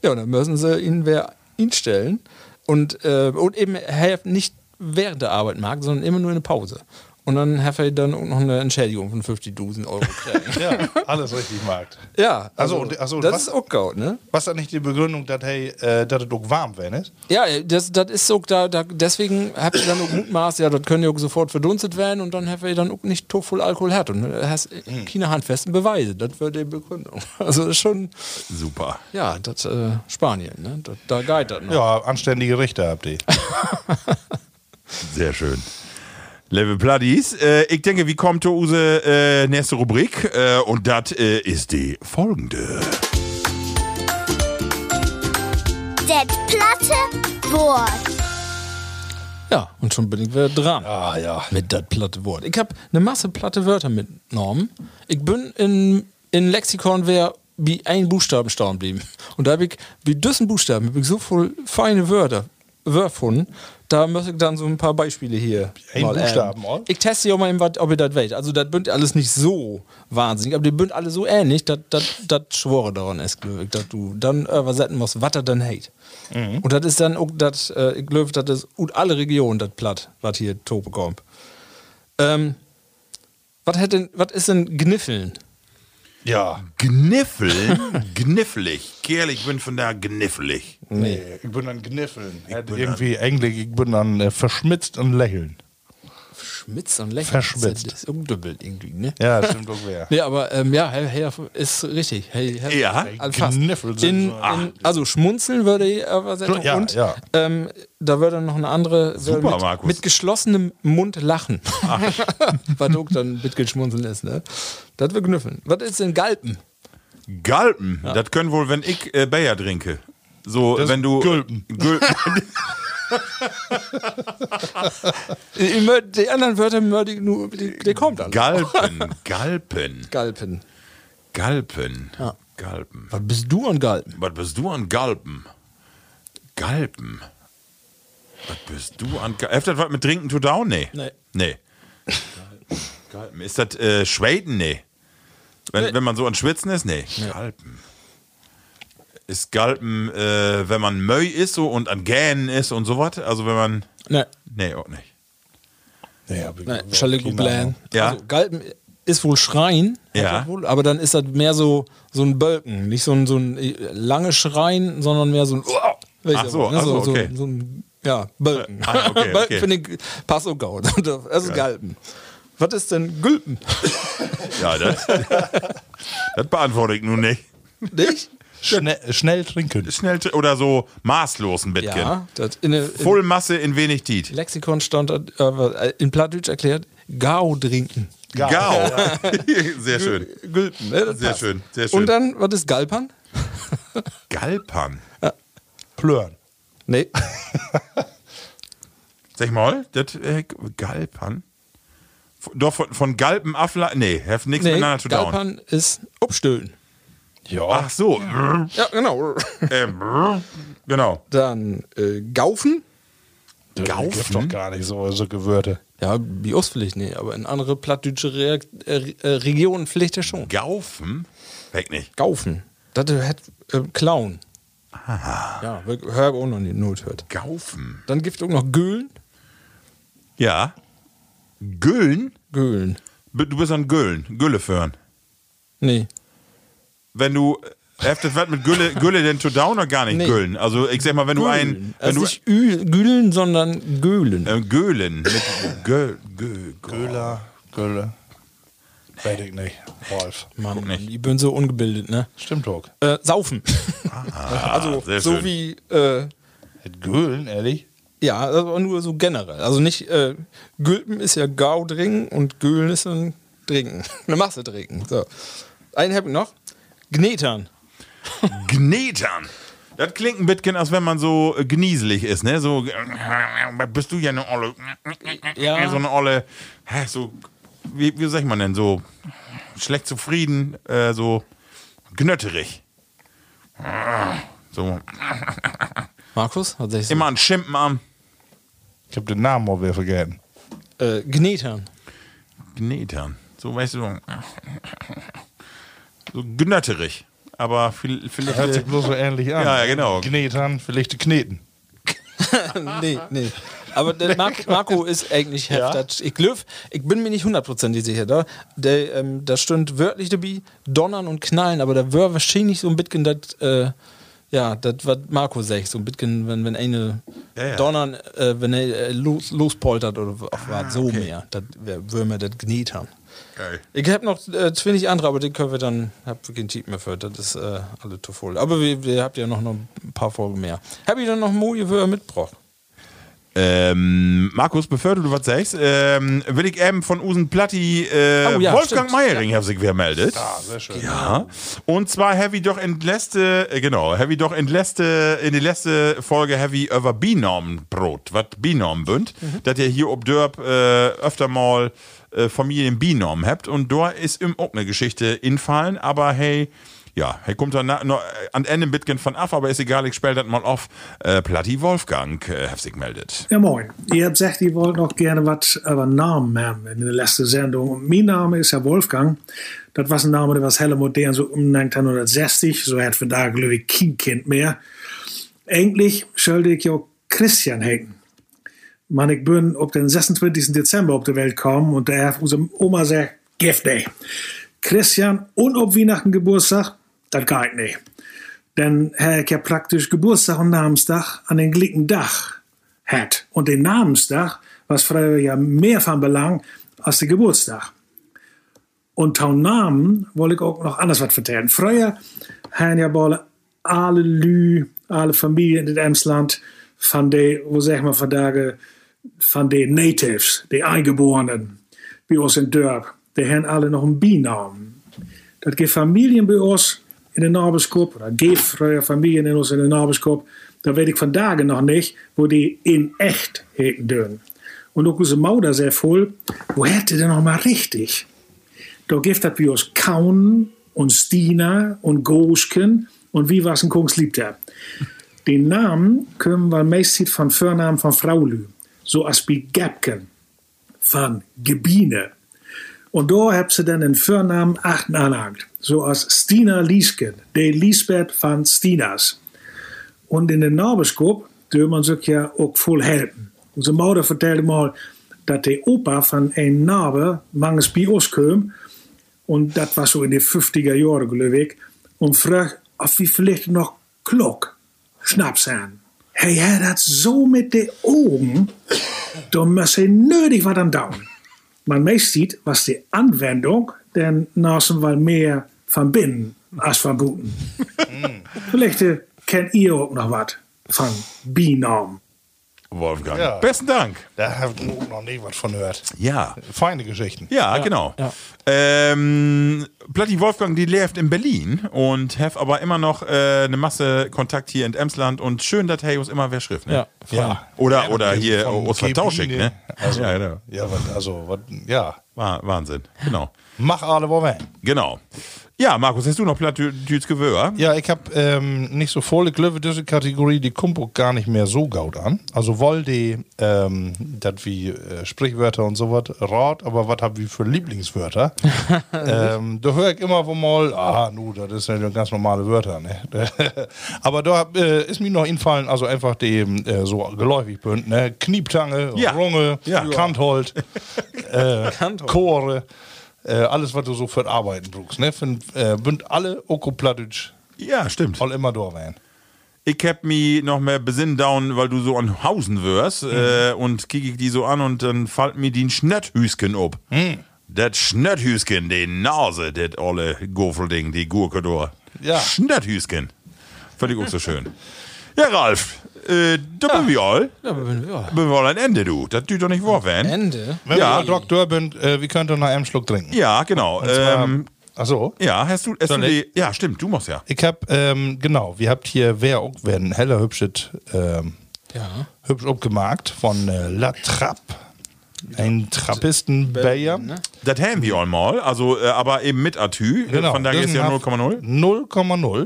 D: Ja, und dann müssen sie ihn wer ihn stellen und, äh, und eben helfen nicht während der Arbeit mag, sondern immer nur in der Pause. Und dann hat er dann auch noch eine Entschädigung von 50.000 Euro gekriegt.
C: Ja, alles richtig, Markt.
D: ja,
C: Also, und- also
D: das
C: was-
D: ist auch gut, ne?
C: Was dann nicht die Begründung, dass hey, äh, dass es auch warm wäre, ne?
D: Ja, das, das ist so, da, da, deswegen habt ihr dann auch Mutmaß, ja, das können ja auch sofort verdunstet werden und dann habt ihr dann auch nicht voll Alkohol hat und dann hast äh, keine handfesten Beweise, das wäre die Begründung. Also das ist schon,
B: Super.
D: ja, das äh, Spanien, ne? das, da geht das noch.
C: Ja, anständige Richter habt ihr.
B: Sehr schön. Level Pladies. Äh, ich denke, wie kommt unsere äh, nächste Rubrik? Äh, und das äh, ist die folgende.
G: Das platte Wort.
D: Ja, und schon bin ich wieder dran.
C: Ah, ja.
D: Mit das platte Wort. Ich habe eine Masse platte Wörter mitgenommen. Ich bin in, in Lexikon, wer wie ein Buchstaben staunen blieben. Und da habe ich, wie düssen Buchstaben, habe ich so viel feine Wörter, Wörter gefunden. Da muss ich dann so ein paar Beispiele hier.
C: Ein
D: mal,
C: Buchstaben, oh.
D: ähm,
C: all?
D: Ich teste ja mal, eben, wat- ob ihr das wählt. Also, das bünd alles nicht so wahnsinnig, aber die bünd alle so ähnlich, dass das Schwore daran ist, glaub ich, dass du dann übersetzen musst, was er dann hate. Und das ist dann auch das, äh, ich glaube, das ist ut alle Regionen, das platt, was hier Tope kommt. Ähm, was hat denn, was ist denn Gniffeln?
C: Ja.
B: Gniffeln? Gniffelig. Kerl, ich bin von da gniffelig.
C: Nee, ich bin an Gniffeln. Ich bin irgendwie Englisch, ich bin an äh, verschmitzt und lächeln.
D: Schmitz und Lächeln.
C: Verschmitzt.
D: Das ist umdübbelt irgendwie, ne?
C: Ja, das stimmt doch wer.
D: Nee, aber ähm, ja, Herr, Herr ist richtig. Herr, Herr,
B: Ja.
D: also fast.
C: Gniffel sind
D: in,
C: so- Ah.
D: in, Also schmunzeln würde ich übersetzen.
C: Ja,
D: und
C: ja.
D: Ähm, da würde noch eine andere
B: Super,
D: mit,
B: Markus. Ah.
D: mit geschlossenem Mund lachen. Was auch dann mit geschmunzeln ist, ne? Das wir gnüffeln. Was ist denn Galpen?
B: Galpen. Das können wohl, wenn ich äh, Bayer trinke. So,
C: Das
B: wenn du.
C: Gülpen.
B: Gülpen.
D: Ich möcht- Die anderen Wörter, möcht ich nur, die, die kommt alle.
B: Galpen. Galpen.
D: Galpen.
B: Galpen.
D: Ja.
B: Galpen.
D: Was bist du an Galpen?
B: Was bist du an Galpen? Galpen. Was bist du an Galpen? Hat das was mit Trinken to down? Nee.
D: Nee.
B: Nee. Galpen. Ist das äh, Schweden? Nee. Wenn,
D: Nee.
B: wenn man so an Schwitzen ist? Nee. Galpen. Ist Galpen, äh, wenn man Möi ist so und an Gähnen ist und sowas? Also wenn man.
D: Nee.
B: Nee, auch nicht.
C: Nee, hab ich
D: Nein,
C: überhaupt
D: Chalet
C: keine
D: Goubelin.
C: Ahnung.
B: Ja.
D: Also, Galpen ist wohl Schrein, hat
B: Ja.
D: das wohl, aber dann ist das mehr so, so ein Bölken. Nicht so ein, so ein äh, langes Schrein, sondern mehr so ein. oh, Weißt du,
B: so, ach so, okay.
D: ne? so, so ein ja, Bölken.
B: Ah, okay, okay.
D: Bölken finde ich passt auch gut. Also Galpen. Was ist denn Gülpen?
B: Ja, das, das beantworte ich nun nicht.
D: Nicht?
C: Schnell, schnell trinken.
B: Schnell oder so maßlos ein bisschen.
D: Ja, das in, der- in
B: Genau. Full Masse in wenig Tiet.
D: Lexikon stand äh, in Plattdeutsch erklärt, Gau trinken.
B: Gau. Sehr schön.
D: Gülpen, ne? Das
B: Sehr
D: passt.
B: schön, sehr schön.
D: Und dann, was ist Galpern?
B: Galpan.
C: Plören.
D: Nee.
B: Sag ich mal, das äh, Galpan. F- Doch von, von Galpen Affla. Nee, have nichts
D: nee.
B: miteinander zu down.
D: Galpern ist Upstöhlen.
B: Ach so.
D: Ja, genau.
B: Ähm, genau.
D: Dann äh, Gaufen.
C: Das gibt doch gar nicht so, so Gewürte.
D: Ja, Biospflicht, nee, aber in andere plattdeutsche Re äh, äh, Regionen Pflicht ja schon.
B: Gaufen? Weg nicht.
D: Gaufen. Das hat äh, Clown. Aha. Ja, wir- hör auch noch nicht Not hört.
B: Gaufen.
D: Dann gibt es auch noch Göhlen.
B: Ja. Güllen?
D: Göhlen.
B: B- Du bist an Güllen. Gülle föhren.
D: Nee.
B: Wenn du. Heftet was mit Gülle, Gülle denn to down oder gar nicht
D: Nee.
B: Güllen? Also ich sag mal, wenn du ein. Wenn
D: also
B: du,
D: nicht Ü- Gühlen, sondern Göhlen.
B: äh, Göhlen. Mit Gö, Gö,
C: Göhler, Gölle. Weiß ich nicht. Wolf.
D: Mann, ich bin so ungebildet, ne?
C: Stimmt doch.
D: Äh, saufen. also,
B: Ah, sehr
D: so
B: schön.
D: wie äh,
C: Mit Göhlen, ehrlich?
D: Ja, äh, aber nur so generell. Also nicht, äh, Gülpen ist ja Gau trinken und Gülen ist ein Trinken. Eine Masse trinken. So. Einen hab ich noch. Gnetern.
B: Gnetern. Das klingt ein bisschen, als wenn man so äh, gnieselig ist, ne? So, äh, bist du ja eine Olle.
D: Ja.
B: So eine Olle. hä, So, wie, wie sagt man denn? So schlecht zufrieden, äh, so gnötterig. So,
D: Markus hat sich so
B: immer ein Schimpen am.
C: Ich hab den Namen auch wieder vergessen.
D: Äh, Gnetern.
B: Gnetern. So, weißt du, so, so gnötterig. Aber viel, vielleicht.
C: Hört sich bloß so ähnlich an.
B: Ja, ja, genau.
C: Knetern, vielleicht kneten.
D: nee, nee. Aber der Mark, Marco ist eigentlich heftig. Ich glaube, ich bin mir nicht hundertprozentig sicher. Da, der, ähm, da stund wörtlich dabei Donnern und Knallen, aber da wär wahrscheinlich so ein bisschen das, äh, ja, das, was Marco sagt, so ein bisschen, wenn, wenn eine
B: Ja, Ah, ja.
D: Donnern, äh, wenn er äh, los, lospoltert oder w- auf was, so mehr. Das wär- würden wir das gnetern.
B: Geil.
D: Ich habe noch äh, 20 andere, aber den können wir dann, hab keinen Tipp mehr für, das ist äh, alle zu voll. Aber wir, wir habt ja noch, noch ein paar Folgen mehr. Hab ich dann noch Moje für mitgebracht?
B: Ähm, Markus, bevor du was sagst, ähm, will ich eben von Usen Platti äh,
D: Oh ja,
B: Wolfgang
D: stimmt.
B: Meiering ja. sich gemeldet. Ja,
C: Ah, sehr schön.
B: Ja. Und zwar Heavy doch entlässte, äh, genau, Heavy doch entlässte in die letzte Folge Heavy über Binormbrot, was Binorm bünd,
D: Mhm.
B: dass ihr hier ob Dörp äh, öfter mal äh, Familien Binorm habt und da ist ihm auch eine Geschichte infallen, aber hey, ja, er kommt dann na- noch, äh, an Ende ein bisschen von af, aber ist egal, ich spell das mal auf. Äh, Platti Wolfgang äh, hat sich gemeldet.
H: Ja, moin. Ihr habt gesagt, ihr wollt noch gerne eh, was über Namen haben in der letzten Sendung. Und mein Name ist ja eh, Wolfgang. Das war ein Name, der was Helmut Dern so um 1960, so hat für da, glaube ich, kein Kind mehr. Eigentlich sollte ich ja Christian heten. Man, ich bin auf den 26. Dezember auf die Welt gekommen und da hat unsere Oma gesagt, Gift Day. Christian und ob Weihnachten Geburtstag, das geht nicht. Denn äh, ich ja praktisch Geburtstag und Namenstag an den gleichen Dach hat. Und den Namenstag, was früher ja mehr von Belang als der Geburtstag. Und taun Namen wollte ich auch noch anders was vertellen. Früher haben ja wohl alle Lü, alle Familien in Emsland von de, wo sag ich mal, von Tage, von den Natives, die Eingeborenen, bei uns in Dörp, die haben alle noch einen Binamen. Dat gibt Familien bei uns in de Naberskop, oder gibt früher Familien in uns in de Naberskop, da weet ik vandaag noch nicht, wo die in echt heten dürfen. Und auch unsere Mauder sehr voll, wo hätte denn noch mal richtig? Da gibt das bei uns Kaun und Stina und Goschken und wie was ein Kungsliebter. Den Namen können wir meistens von Vornamen von Fraulü, so als wie Gäbken, von Gebine. Und da habt sie dann den Vornamen achten anhangt. So als Stina Liesken, de Lisbeth van Stinas. Und in den Naberskop dürfen man sich ja auch voll helfen. Unsere Mutter vertellte mal, dass der Opa von einem Nabe manches bei uns kam. Und das war so in den 50er Jahren, glaube ich. Und fragt, ob wir vielleicht noch Glock Schnaps haben. Hey, er hat so mit den Augen, da muss er nötig was am Daumen. Man meest ziet was de Anwendung denn nassen wel mehr van binnen als van buiten. Vielleicht eh, kennt ihr auch noch was von Binorm.
B: Wolfgang.
C: Ja.
B: Besten Dank.
C: Da habe ich auch noch nie was von gehört.
B: Ja.
C: Feine Geschichten.
B: Ja, genau. Ähm, Platti Wolfgang, die lebt in Berlin und have aber immer noch äh, eine Masse Kontakt hier in Emsland und schön, dass Heyus immer wer schrift, ne?
D: Ja,
C: Ja.
B: Oder, oder hier
C: Von
B: Oswald
C: Gebine.
B: Tauschig, ne?
C: Also,
B: ja, genau.
C: Ja, wat- also, wat- ja.
B: Wah- Wahnsinn, genau.
C: Mach alle Moment.
B: Genau. Ja, Markus, hast du noch Platti Gewöhr?
C: Ja, ich habe ähm, nicht so volle Glöwe diese Kategorie, die kommt auch gar nicht mehr so gaut an. Also woll die, ähm, das wie äh, Sprichwörter und sowas, rat, aber was hab wir für Lieblingswörter? ähm, da höre ich immer wo mal, ah, nu, das ist ja ganz normale Wörter, ne? aber da hab, äh, ist mir noch infallen, also einfach die äh, so geläufig bünd, ne? Knieptange,
B: Ja.
C: Runge,
B: Ja.
C: Kanthold, äh, Chore. Äh, alles, was du so für Arbeiten brauchst, ne? Für, äh, bünd alle Okoplattütsch
B: Ja, stimmt.
C: All immer da wären.
B: Ich hab mich noch mehr besinnen down, weil du so an Hausen wirst
C: Mhm.
B: äh, und kick ich die so an und dann fällt mir die Schnötthüsken ob.
C: Mhm.
B: Das Schnötthüsken, die Nase, das olle Gofelding, die Gurke da.
C: Ja.
B: Schnötthüsken. Völlig auch so schön. Ja, Ralf, äh, da bin wir all.
D: Ja, aber wenn wir.
B: Bin wir all ein Ende, du. Das tut doch nicht wahr, werden.
D: Ende.
C: Wenn
B: Ja.
C: ja. wir Doktor bin, äh, wir könnten noch einen Schluck trinken.
B: Ja, genau. Ähm,
C: Achso.
B: ja, hast du, hast du
C: Soll ich?
B: die, ja, stimmt, du machst ja.
C: Ich hab, ähm, genau, wir habt hier, wer auch, werden heller hübsches, ähm,
D: Ja.
C: hübsch abgemarkt von äh, La Trappe. Ein Trappistenbayer.
B: Das haben wir all mal, also, äh, aber eben mit Atü. Also
C: Genau.
B: Von daher ist ja 0,0.
C: 0,0.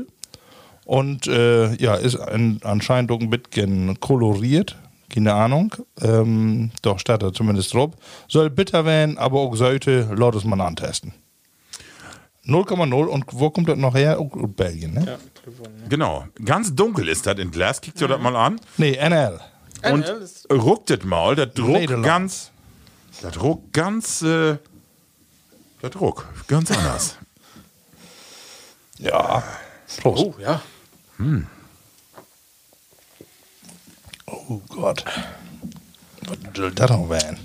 C: Und äh, ja, ist ein, anscheinend auch ein bisschen koloriert. keine Ahnung. Ähm, doch, steht da zumindest drauf. Soll bitter werden, aber auch sollte, laut es man antesten. 0,0 und wo kommt das noch her? Auch aus Belgien, ne?
B: Genau. Ganz dunkel ist das in Glas. Kickt ihr das mal an?
C: Nee, NL.
B: Und ruckt das mal. Das ruckt
C: Nederland.
B: ganz. Das ruckt ganz. Äh, das ruckt ganz anders.
C: Ja. Prost.
E: Oh, ja.
C: Oh Gott. Was soll das noch werden?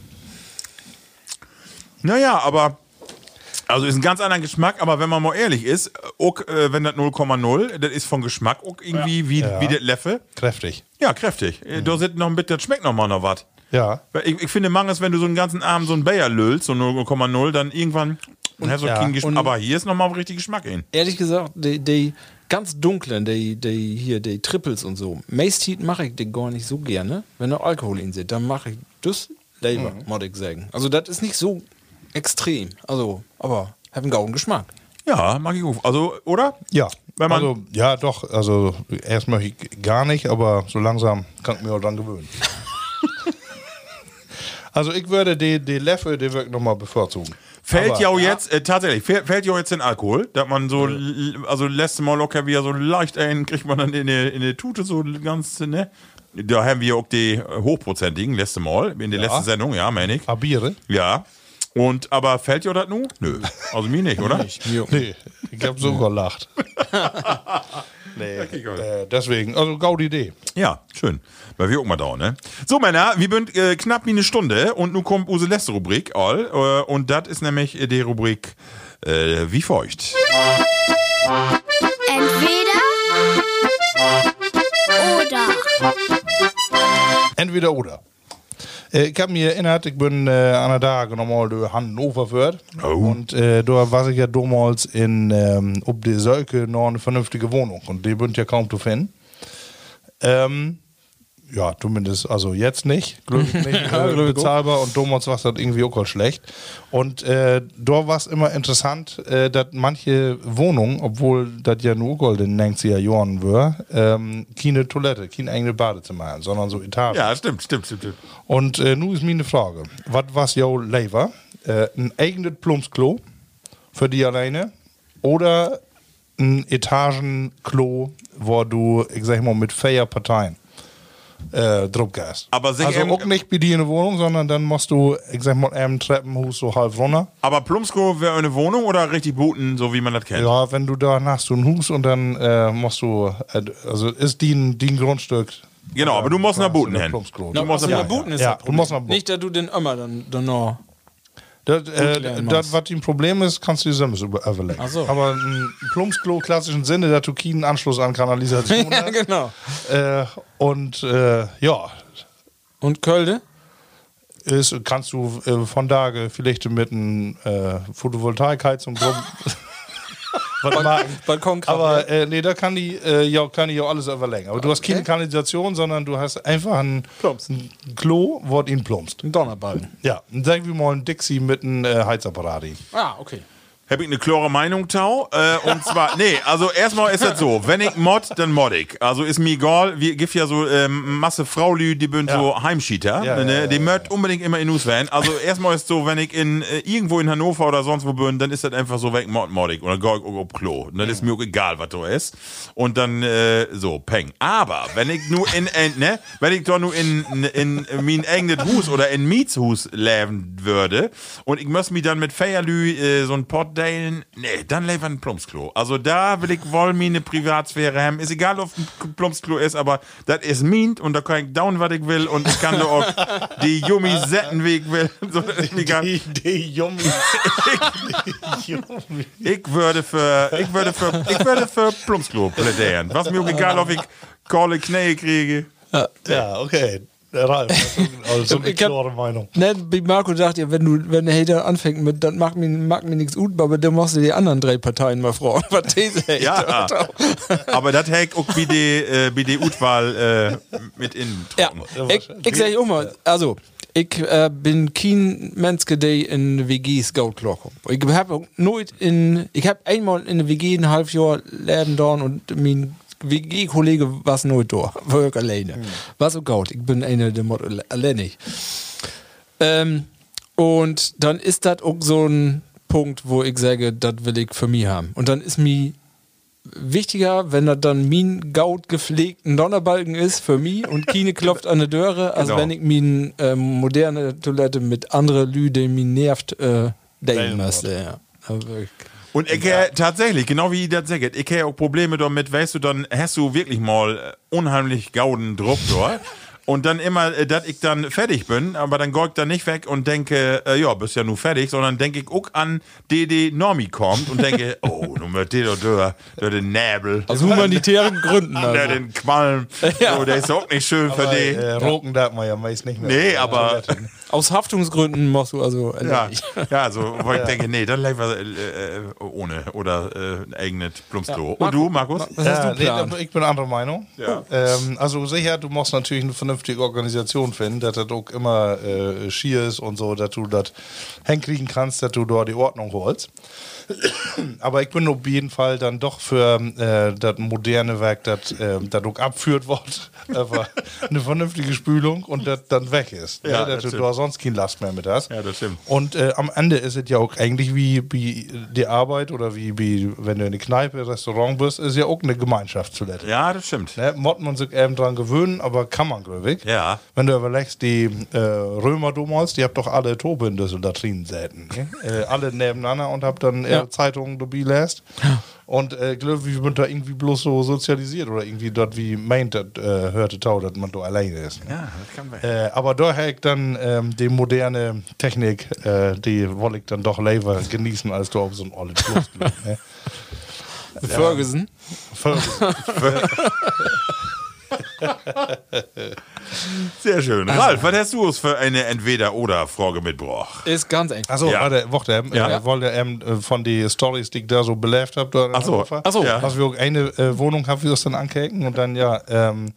B: Naja, aber. Also ist ein ganz anderer Geschmack, aber wenn man mal ehrlich ist, auch, äh, wenn das 0,0, das ist von Geschmack auch irgendwie wie,
C: Ja.
B: wie das Leffe.
C: Kräftig.
B: Ja, kräftig. Äh, Da sitzt noch ein bisschen, das schmeckt noch mal noch was.
C: Ja.
B: Weil Ich, ich finde, Mangels, wenn du so einen ganzen Abend so einen Bayer löst, so 0,0, dann irgendwann hast du
C: ja,
B: keinen Geschmack. Aber hier ist nochmal richtig Geschmack hin.
D: Ehrlich gesagt, die, die ganz dunklen, die, die hier, die Triples und so. Mace Heat mache ich den gar nicht so gerne. Wenn da Alkohol in sind, dann mache ich das lieber, muss ich sagen. Also, das ist nicht so extrem. Also, aber haben gauren Geschmack.
B: Ja, mag ich auch. Also, oder?
C: Ja.
B: Wenn man-
C: also, ja, doch. Also, erst möchte ich gar nicht, aber so langsam kann ich mich auch dran gewöhnen. also, ich würde die, die Leffe, die würde ich nochmal bevorzugen.
B: Fällt
C: Aber-
B: ja auch jetzt, äh, tatsächlich, fällt, fällt ja auch jetzt in Alkohol, dass man so, l- also lässt mal locker wieder so leicht ein, kriegt man dann in der in der Tute so ganz, ne? Da haben wir auch die äh, hochprozentigen, letzte Mal, in der letzten Sendung, ja, meine ich.
C: Abiere?
B: Ja. Und, aber fällt ja das nun? Nö. Also mir nicht, oder?
C: Nee, ich habe sogar gelacht. nee, äh, deswegen, also Gaudi Idee.
B: Ja, schön. Weil wir auch mal da, ne? So, Männer, wir sind äh, knapp wie eine Stunde und nun kommt unsere letzte Rubrik, all. Äh, und das ist nämlich äh, die Rubrik äh, Wie feucht.
G: Entweder oder.
C: Entweder oder. Äh, Ich habe mir erinnert, ich bin äh, an der Tage nochmal durch Hannover führt.
B: Oh.
C: Und äh, da war ich ja damals in, ähm, ob die Sölke noch eine vernünftige Wohnung. Und die bünd ja kaum zu finden. Ähm, ja, zumindest, also jetzt nicht. Glücklich nicht äh, bezahlbar und damals war es halt irgendwie auch schlecht. Und äh, da war es immer interessant, äh, dass manche Wohnungen, obwohl das ja nur golden 90er Jahren war, ähm, keine Toilette, kein eigenes Badezimmer haben, sondern so Etagen.
B: Ja, stimmt, stimmt, stimmt. stimmt.
C: Und äh, nun ist meine Frage: Was was jo lieber? Äh, ein eigenes Plumpsklo für die alleine oder ein Etagenklo, wo du, ich sag mal, mit feier Parteien äh, Druck gehst?
B: Aber sich
C: also
B: eben-
C: auch nicht bei dir in der Wohnung, sondern dann musst du, ich sag mal, einen Treppenhus so halb runter.
B: Aber Plumsko wäre eine Wohnung oder richtig booten, so wie man das kennt?
C: Ja, wenn du da hast du einen Hus und dann äh, musst du, äh, also ist die ein, die eh, ein Grundstück.
B: Genau, aber du musst nach Buten hin.
C: Du musst
B: nach
D: ja,
B: Buten.
D: Buten ist
C: Ja,
D: das
C: du musst nach
D: Problem.
C: Buten.
D: Nicht, dass du den immer dann, dann noch.
C: Das, äh,
D: lernen
C: das
D: muss.
C: was ihm Problem ist, kannst du die Sims über
D: Ach so.
C: Aber ein Plumpsklo im klassischen Sinne, der Tukinen Anschluss an Kanalisation
D: ja,
C: hat.
D: genau.
C: äh, und äh, ja,
D: Und ne? Kölde?
C: ist, kannst du äh, von da vielleicht mit einem äh, Photovoltaikheizung drum. was machen.
D: Balkonkraft,
C: Aber äh, nee, da kann die, äh, ja, kann ich ja alles überlegen. Aber du hast keine Kanalisation, sondern du hast einfach ein,
D: Plumps.
C: ein Klo, wo ihn plumpst.
D: Ein Donnerballen.
C: Ja, und sagen wir mal ein Dixie mit einem äh, Heizapparati.
D: Ah, okay.
B: Hab ich eine klare Meinung, Tau. Äh, und zwar, nee, also erstmal ist das so, wenn ich mod, dann mod ich. Also ist mir egal, wir gibt ja so ähm, Masse Fraulü, die bünd so Heimschieter,
C: Ja,
B: ne?
C: ja, ja,
B: die
C: ja,
B: mört unbedingt immer in Us Van. Also erstmal ist so, wenn ich in äh, irgendwo in Hannover oder sonst wo bin, dann ist das einfach so, wenn ich mod, mod ich oder geh ich ob Klo. Und dann ist mir auch egal, was da ist. Und dann äh, so, peng. Aber wenn ich nur in, äh, ne, wenn ich doch nur in, in, in mein eigenes Hus oder in Miets Hus leben würde und ich müsste mich dann mit Feierlü äh, so ein Pott teilen, nee, dann leben ein Plumpsklo. Also da will ich wohl meine Privatsphäre haben. Ist egal, ob ein Plumpsklo ist, aber das ist mint und da kann ich down, was ich will und ich kann da auch die Yummy setten, wie ich will. So, das ist mir egal.
C: Die, die Yummy. Die Yummy.
B: Ich würde für, ich würde für, ich würde für Plumpsklo plädieren. Was mir auch egal, ob ich Kohle Knähe kriege.
C: Ja, okay. Der Ralf, das ist also eine
D: Ich hab-
C: klare Meinung.
D: Ne, wie Marco sagt ja, wenn du, wenn der Hater anfängt mit, dann mag mir, mag mir nichts gut, aber dann machst du die anderen drei Parteien mal Frau. Was diese Hater.
B: Ja. Aber das hält auch wie die, äh, wie die Utwahl äh, mit innen
D: Ja,
B: trocken.
D: ich, ich sag auch mal, also, ich äh, bin kein Menske, der in WGs gaut klockt. Ich hab auch nooit in, ich hab einmal in der WG ein halb Jahr leben dorn und mein WG-Kollege was nicht da. War ich alleine. War so gut. Ich bin einer, der Mod alleine. Ähm, und dann ist das auch so ein Punkt, wo ich sage, das will ich für mich haben. Und dann ist mir wichtiger, wenn das dann mein gaut gepflegten Donnerbalken ist für mich und Kine klopft an die Döre, als
B: Genau.
D: wenn ich min ähm, moderne Toilette mit andere Lü, die mich nervt, äh, daten müsste. Ja. Also ich-
B: Und ich ja. tatsächlich, genau wie das sagt, ich habe auch Probleme damit, weißt du, dann hast du wirklich mal äh, unheimlich gauden Druck dort. Und dann immer, äh, dass ich dann fertig bin, aber dann gehe ich dann nicht weg und denke, äh, ja, bist ja nun fertig, sondern denke ich auch an DD Normi kommt und denke, oh, nun wird der da, der den Nebel,
D: Aus humanitären Gründen.
B: der
D: Also.
B: den Qualm,
D: Ja.
B: so, der ist auch nicht schön für
C: Aber,
B: den.
C: äh, Roken darf man ja meist nicht mehr.
B: Nee, aber
D: Aus Haftungsgründen machst du also.
B: ja,
D: erledigt.
B: ja, so, wo ich denke, nee, dann gleich was äh, äh, ohne oder äh, eigenes Plumpsklo. Und du, Markus?
D: Was hast
C: Ja,
D: du geplant?
C: nee, aber ich bin anderer Meinung.
B: Ja.
C: Ähm, also sicher, du musst natürlich eine vernünftige Organisation finden, dass das auch immer äh, schier ist und so, dass du das hinkriegen kannst, dass du da die Ordnung holst. Aber ich bin auf jeden Fall dann doch für äh, das moderne Werk, das äh, auch abführt wird, einfach eine vernünftige Spülung und das dann weg ist.
B: Ja,
C: ne?
B: das
C: dass du
B: stimmt.
C: da sonst keine Last mehr mit hast.
B: Ja, das stimmt.
C: Und äh, am Ende ist es ja auch eigentlich wie, wie die Arbeit oder wie, wie wenn du in eine Kneipe, Restaurant bist, ist ja auch eine Gemeinschaftstoilette.
B: Ja, das stimmt.
C: Ne, muss man sich eben dran gewöhnen, aber kann man, glaube ich.
B: Ja.
C: Wenn du überlegst, die äh, Römer damals, die habt doch alle Tobindes und Latrinen säten. Ne? äh, alle nebeneinander und habt dann äh,
D: Ja.
C: Zeitungen dabei lässt. Und äh, glaube ich, bin da irgendwie bloß so sozialisiert oder irgendwie dort wie meint, dat, äh, hörte Tau, dass man da alleine ist. Ne?
B: Ja, das kann sein.
C: Äh, aber da hätte ich dann ähm, die moderne Technik, äh, die wollte ich dann doch lieber genießen, als du auf so ein ollen Fluss ne?
D: Ferguson?
C: Ferguson.
B: Sehr schön. Ralf, was hast du uns für eine Entweder-Oder-Frage mitgebracht?
D: Ist ganz eng.
C: Achso,
B: Ja.
C: warte, warte, ähm,
B: Ja.
C: äh, wollt ihr ähm, äh, von den Stories, die ich da so belebt habe, da in
B: Ach so,
C: Hannover,
B: ach so, ja.
C: dass wir auch eine äh, Wohnung haben, wir das dann ankecken und dann ja, ähm,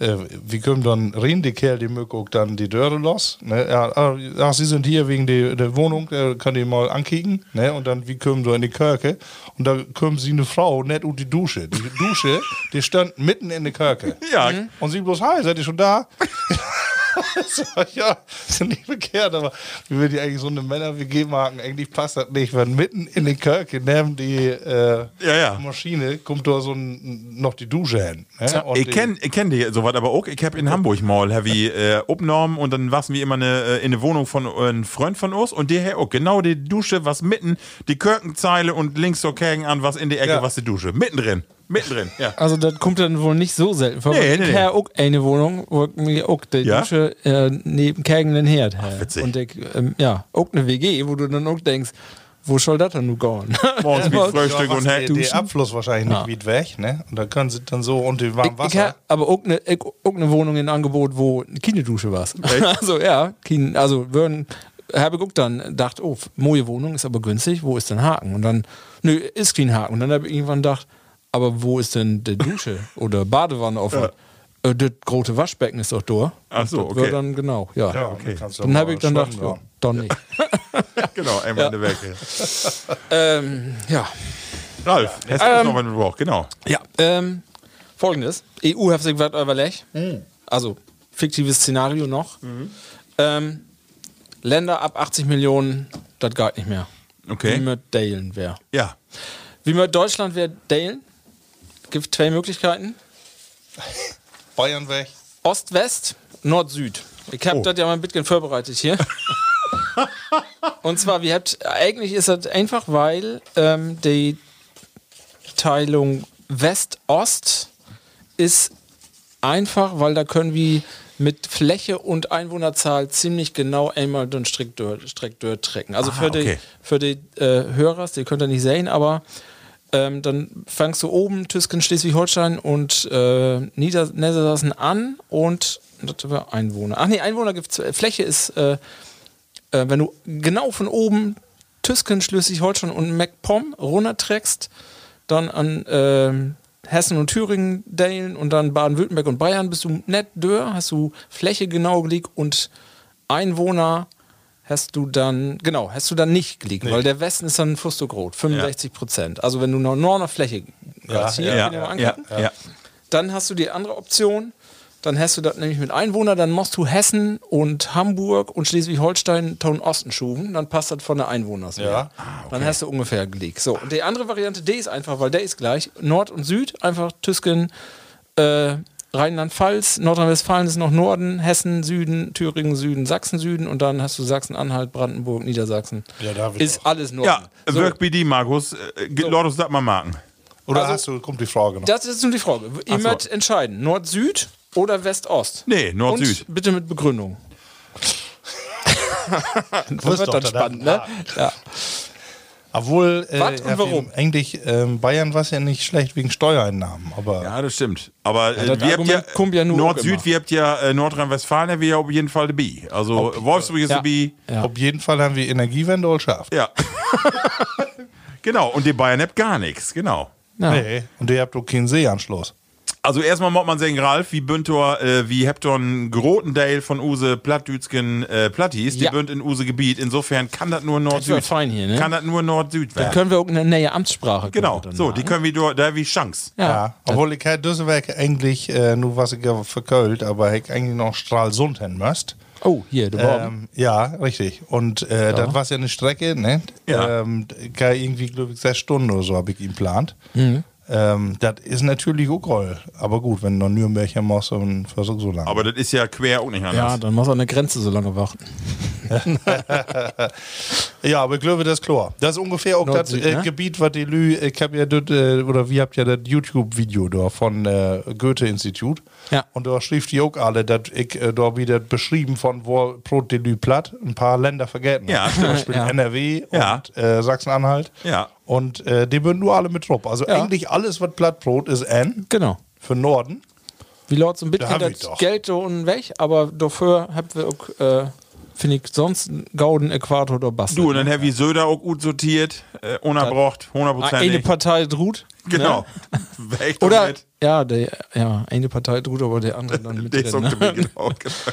C: äh, wir können dann reden, die Kerl, die mögen auch dann die Dörre los, ne? ja, ah, ach, sie sind hier wegen der, der Wohnung, äh, können die mal ankicken, ne, und dann, wir kommen so in die Kirche und da kommen sie eine Frau, nicht unter die Dusche, die Dusche, die stand mitten in der Kirche.
B: Ja,
C: Und sie bloß, hi, seid ihr schon da? so, ja, ist ja nicht verkehrt, aber wie wir die eigentlich so eine Männer-WG marken, eigentlich passt das nicht, wenn mitten in der Kirche neben die äh,
B: Ja, ja.
C: Maschine kommt da so ein, noch die Dusche hin. Ne? Und
B: ich
C: die-
B: kenne ich kenn die sowas, aber auch, ich habe in Hamburg mal heavy äh, opgenommen und dann waren wir immer ne, äh, in der Wohnung von äh, einem Freund von uns und der hat auch genau die Dusche, was mitten, die Kirkenzeile und links so Kägen an, was in die Ecke,
C: Ja.
B: was die Dusche. Mittendrin, mittendrin, ja.
D: Also das kommt dann wohl nicht so selten vor.
B: Nee,
D: weil ich
B: nee,
D: kenn
B: nee.
D: ja auch eine Wohnung, wo ich mir auch die
B: Ja?
D: Dusche äh, neben Kägenden Herd habe.
B: witzig.
D: Und ich, ähm, ja, auch eine WG, wo du dann auch denkst, wo soll das denn nun gehen?
B: Morgens mit Frühstück
C: ja,
B: und
C: und
B: hey,
C: der,
B: du.
C: der Abfluss wahrscheinlich nicht weit weg, ne? Und da können sie dann so unter dem warmen
D: Ich, ich
C: Wasser.
D: hab aber auch eine, ich, auch eine Wohnung in Angebot, wo eine Kinedusche war. Also ja, Kine, also würden, habe ich auch dann gedacht, oh, moje Wohnung ist aber günstig, wo ist denn Haken? Und dann, nö, ist kein Haken. Und dann habe ich irgendwann gedacht, aber wo ist denn die Dusche oder Badewanne offen? Äh, das große Waschbecken ist doch da.
B: Ach so,
D: Das
B: okay.
D: wär dann genau, ja.
C: Ja, okay. kannst du
D: Dann
C: mal
D: habe ich dann gedacht,
C: schwimmen,
D: ja, doch nicht.
B: Genau, einmal in der Wecke.
D: ähm, ja.
B: Ralf, hast du uns noch mal mitgebracht, genau.
D: Ja, ähm, folgendes. E EU hat sich was überlegt. Also, fiktives Szenario noch. Ähm, Länder ab 80 Millionen, das geht nicht mehr. Wie
B: Okay,
D: mit Dalen wäre.
B: ja.
D: Wie mit Deutschland wäre Dalen. Gibt zwei Möglichkeiten.
C: Bayern weg.
D: Ost-West, Nord-Süd. Ich hab das ja mal ein bisschen vorbereitet hier. Und zwar, wir habt, eigentlich ist das einfach, weil ähm, die Teilung West-Ost ist einfach, weil da können wir mit Fläche und Einwohnerzahl ziemlich genau einmal den Strick durch- Strick durchtrecken. Also für
B: okay.
D: die, für die äh, Hörers, die könnt ihr nicht sehen, aber ähm, dann fangst du oben Tüsken, Schleswig-Holstein und äh, Nieder Niedersachsen an und das war Einwohner. Ach nee, Einwohner gibt's. äh, Fläche ist, äh, äh, wenn du genau von oben Tüsken, Schleswig-Holstein und MacPom runterträgst, dann an ähm, Hessen und Thüringen, Dalen und dann Baden-Württemberg und Bayern bist du nett dörr, hast du Fläche genau gelegt und Einwohner hast du dann, genau, hast du dann nicht gelegt, weil der Westen ist dann Fustokrot, 65 Prozent. Also wenn du noch nur noch Fläche ja,
B: Ja, ja, ja.
D: Dann hast du die andere Option. Dann hast du das nämlich mit Einwohner, dann machst du Hessen und Hamburg und Schleswig-Holstein Town Osten schuben, dann passt das von der Einwohnerswert.
C: Ja. Ah,
D: Dann hast du ungefähr gelegt. So, und die andere Variante, D ist einfach, weil der ist gleich. Nord und Süd, einfach Tüsken, äh, Rheinland-Pfalz, Nordrhein-Westfalen ist noch Norden, Hessen, Süden, Thüringen, Süden, Sachsen, Süden und dann hast du Sachsen-Anhalt, Brandenburg, Niedersachsen.
C: Ja, da hab ich
D: ist
C: auch.
D: alles Norden.
B: Ja,
D: So.
B: wirkt wie die, Markus. Äh, so. Lord uns das mal marken.
C: Oder
D: Also
C: hast du, kommt die Frage noch?
D: Das ist nun die Frage. Ihr
B: so.
D: müsst entscheiden, Nord-Süd oder West-Ost?
B: Nee,
D: Und
B: Nord-Süd.
D: bitte mit Begründung.
C: wirst
D: Das wird
C: doch
D: dann
C: da-
D: spannend, ne? Ja.
C: Obwohl, äh,
D: Was und
C: RWM
D: warum?
C: eigentlich ähm, Bayern war es ja nicht schlecht wegen Steuereinnahmen, aber
B: Ja, das stimmt. Aber äh,
D: das
B: wir habt
D: Argument
B: ja,
D: kommt ja nur auch
B: Nord-Süd,
D: immer.
B: wir habt ja äh, Nordrhein-Westfalen, wir ja auf jeden Fall B. Also Wolfsburg ist
D: Ja.
B: ja. B.
D: Ja.
C: auf jeden Fall haben wir Energiewende all schafft.
B: Ja. genau, und die Bayern habt gar nichts, genau.
D: Ja.
C: Nee, und ihr habt auch keinen Seeanschluss.
B: Also erstmal muss man sagen, Ralf, wie Büntor, äh, wie Hepton Grotendale von Use Plattdütschen äh, Plattis,
D: Ja.
B: die bünd in Use Gebiet. Insofern kann das nur
D: Das wird
B: Nord-Süd.
D: fein hier, ne?
B: Kann das nur Nord-Süd
D: Dann
B: werden.
D: können wir irgendeine neue Amtssprache
B: Genau,
D: können wir dann ne?
B: so,
D: machen.
B: die können wir dort- da wie Chance.
D: Ja. Also,
C: Ja. Obwohl ich halt Düsseldorf eigentlich äh, nur was ich ja verkühlt, aber ich eigentlich noch Stralsund hin müsst.
D: Oh, hier, du Borben.
C: Ähm, ja, richtig. Und äh, dann war es ja eine Strecke, ne?
B: Ja.
C: Ähm, kann irgendwie, glaube ich, sechs Stunden oder so habe ich ihn geplant. Ähm, das ist natürlich auch roll. Aber gut, wenn du noch Nürnberg hier machst, dann versuch so lange.
B: Aber das ist ja quer auch nicht
D: Ja,
B: anders.
D: dann muss er an der Grenze so lange warten.
C: ja, aber ich glaube, das ist klar. Das ist ungefähr auch das
D: Nord-Süd,
C: äh,
D: ne?
C: Gebiet, was die Lü, ich hab ja dort, äh, oder wir habt ja das YouTube-Video da von äh, Goethe-Institut.
D: Ja.
C: Und da schrieb die auch alle, dass ich äh, da wieder beschrieben von wo Brot de Lü platt, ein paar Länder vergessen.
B: Ja,
C: zum
B: stimmt.
C: Beispiel
D: Ja.
C: NRW
B: Ja.
C: und äh, Sachsen-Anhalt.
B: Ja.
C: Und äh, die würden nur alle mit drauf. Also
D: Ja.
C: eigentlich alles, was Plattbrot ist, N
D: Genau.
C: für Norden.
D: Wie laut so ein
C: Da
D: bisschen
C: hab ich
D: das
C: doch.
D: Geld da unten weg, aber dafür haben wir auch, äh, finde ich, sonst einen Gauden, Äquator oder Bastel.
B: Du, und dann Heavy Söder auch gut sortiert, äh, unerbrocht,
D: Ah, eine
B: hundertprozentig.
D: Partei droht.
B: Genau. Echt
D: ne? Oder,
B: damit.
D: ja, der, ja, eine Partei droht, aber der andere dann mit
B: Der
D: drin,
B: ist auch
D: ne?
B: damit, genau.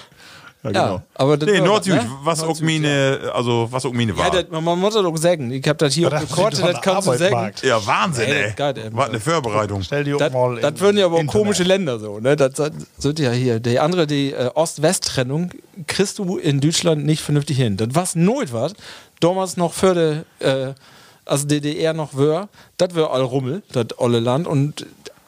B: Ja, genau.
D: aber das
B: nee,
D: war
B: Nord-Süd,
D: was, ne?
B: was auch meine, also was auch meine
D: Ja,
B: war.
D: das, man muss das auch sagen. Ich habe das hier
C: Das
D: auch gekortet,
C: sieht doch
D: das kannst du
C: Arbeit,
D: sagen.
C: Marc.
B: Ja, Wahnsinn,
D: Ey,
B: ey.
D: das ist geil, ey.
B: Was eine Vorbereitung.
C: Stell die auch
D: Das,
C: mal
D: das
C: in-
D: würden ja aber auch
C: Internet.
D: komische Länder so. Ne? Das, das sind ja hier. Die andere, die äh, Ost-West-Trennung, kriegst du in Deutschland nicht vernünftig hin. Das was nooit was. Damals noch für die, äh, also DDR noch wör. Das wär all Rummel, das olle Land. Und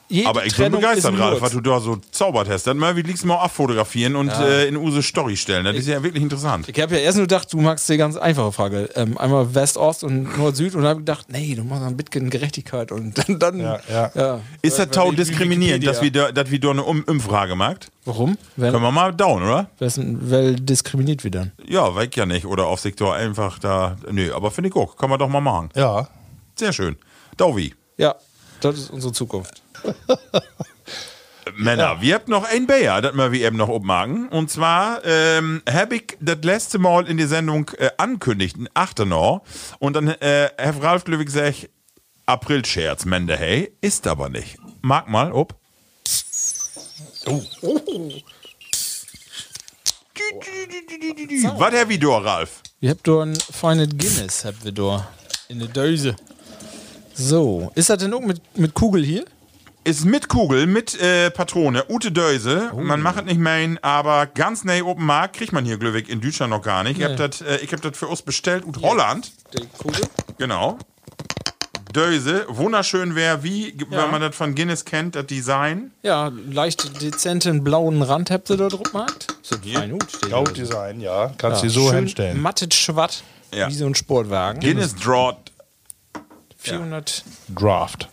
D: jede
B: Aber ich bin
D: Trennung
B: begeistert,
D: ist
B: Ralf, was
D: Nutz.
B: du da so zaubert hast. Dann mal wie liegst mal abfotografieren und äh, in Use Story stellen. Das ist ja wirklich interessant.
D: Ich habe ja erst nur gedacht, du magst die ganz einfache Frage. Ähm, einmal West-Ost und Nord-Süd und habe gedacht, nee, du machst ein bisschen Gerechtigkeit und dann. dann
C: Ja, ja.
B: Ist das tau diskriminierend, dass wir
D: wieder.
B: da, dass wir da eine um Umfrage macht?
D: Warum? Wer,
B: Können wir mal down, oder?
D: wessen, wer diskriminiert wir dann?
B: Ja, weg ja nicht. Oder auf Sektor einfach da. Nee, aber finde ich auch. Kann man doch mal machen.
C: Ja.
B: Sehr schön. Dauvi.
D: Ja, das ist unsere Zukunft.
B: Männer, wir habt noch ein Bayer, das wir wie eben noch obmagen. Und zwar ähm, habe ich das letzte Mal in die Sendung äh, ankündigt, in Achtenau. Und dann äh, Herr Ralf Glöwig gesagt, April-Scherz, Mende, hey, ist aber nicht. Mag mal, ob. Oh. Was Herr Vidor, Ralf?
D: Wir habt doch ein feines Guinness, habt wir da. In der Döse. So, ist das denn auch mit, mit Kugel hier?
B: Ist mit Kugel, mit äh, Patrone, Ute Döse. Man macht es nicht main, aber ganz nah Open Markt kriegt man hier Glöwig in Deutschland noch gar nicht. Ich hab das äh, ich hab das für uns bestellt, Ut Holland.
D: Die Kugel?
B: Genau. Döse, wunderschön wäre, wie, wenn man das von Guinness kennt, das Design.
D: Ja, leicht dezenten blauen Rand habt ihr da drauf, Markt. So ein fein Hut steht da.
C: Laut Design, ja. Kannst du so
D: Schön
C: hinstellen.
D: Mattet Schwatt,
B: Ja.
D: wie so ein Sportwagen.
B: Guinness Drought.
D: 440
C: Draft.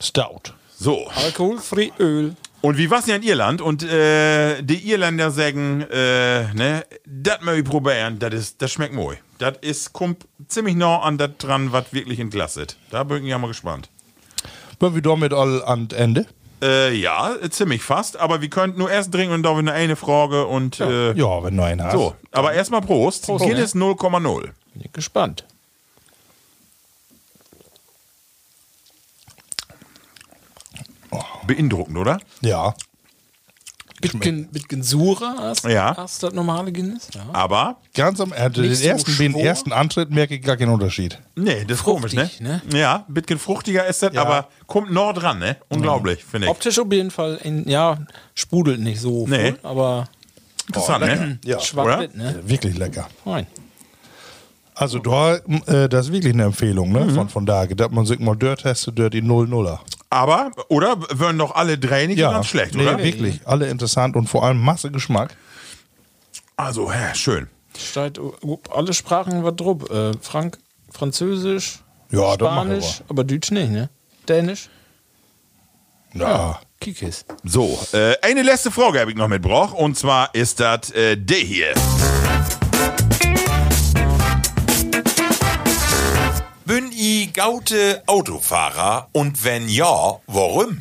C: Stout.
B: So.
D: Alkoholfrei Öl.
B: Und wie war's ja in Irland? Und äh, die Irländer sagen, äh, ne, das möchte ich probieren, das ist, das schmeckt moi. Das ist, kommt ziemlich nah an das dran, was wirklich in Glas ist. Da bin ich ja mal gespannt.
C: Wenn wir damit all an Ende.
B: Äh, ja, ziemlich fast, aber wir könnten nur erst trinken und da haben wir nur eine Frage und, äh,
C: Ja, wenn du einen hast.
B: so. Aber erstmal Prost.
D: Prost.
B: Guinness 0,0.
D: Bin ich gespannt.
B: Beeindruckend, oder?
C: Ja. geschmeckt.
D: Mit, mit Gensura hast
B: Ja.
D: hast das normale Guinness? Ja.
B: Aber,
C: Ganz am Ende, den,
D: Nicht so
C: ersten, den
D: schwor.
C: ersten Antritt merke ich gar keinen Unterschied.
B: nee, das ist komisch,
D: Fruchtig,
B: ne? Ja, ein bisschen fruchtiger ist das, aber kommt noch dran, ne? Unglaublich,
C: Mhm.
B: finde ich.
D: Optisch auf jeden Fall, in, ja, sprudelt nicht so,
B: Nee.
D: voll, aber
B: Interessant, ne?
C: Ja.
D: schwappt,
B: Oder?
D: mit, ne?
C: Äh, Wirklich lecker.
D: Fein.
C: Also da, äh, das ist wirklich eine Empfehlung
B: Mhm.
C: ne? von, von da, dass man sich mal Dirt testet, Dirty 00er.
B: Aber, oder? Würden doch alle drei nicht ganz schlecht,
C: nee,
B: oder?
C: wirklich. Alle interessant und vor allem Masse Geschmack.
B: Also, hä, schön.
D: Steigt ob alle Sprachen was drauf. Äh, Frank, Französisch,
C: Ja, das machen wir
D: Spanisch, aber Deutsch nicht, ne? Dänisch,
C: Ja.
D: Kikis.
B: So, äh, eine letzte Frage habe ich noch mitgebracht. Und zwar ist das äh, der hier.
F: Bin i gaute Autofahrer und wenn ja, warum?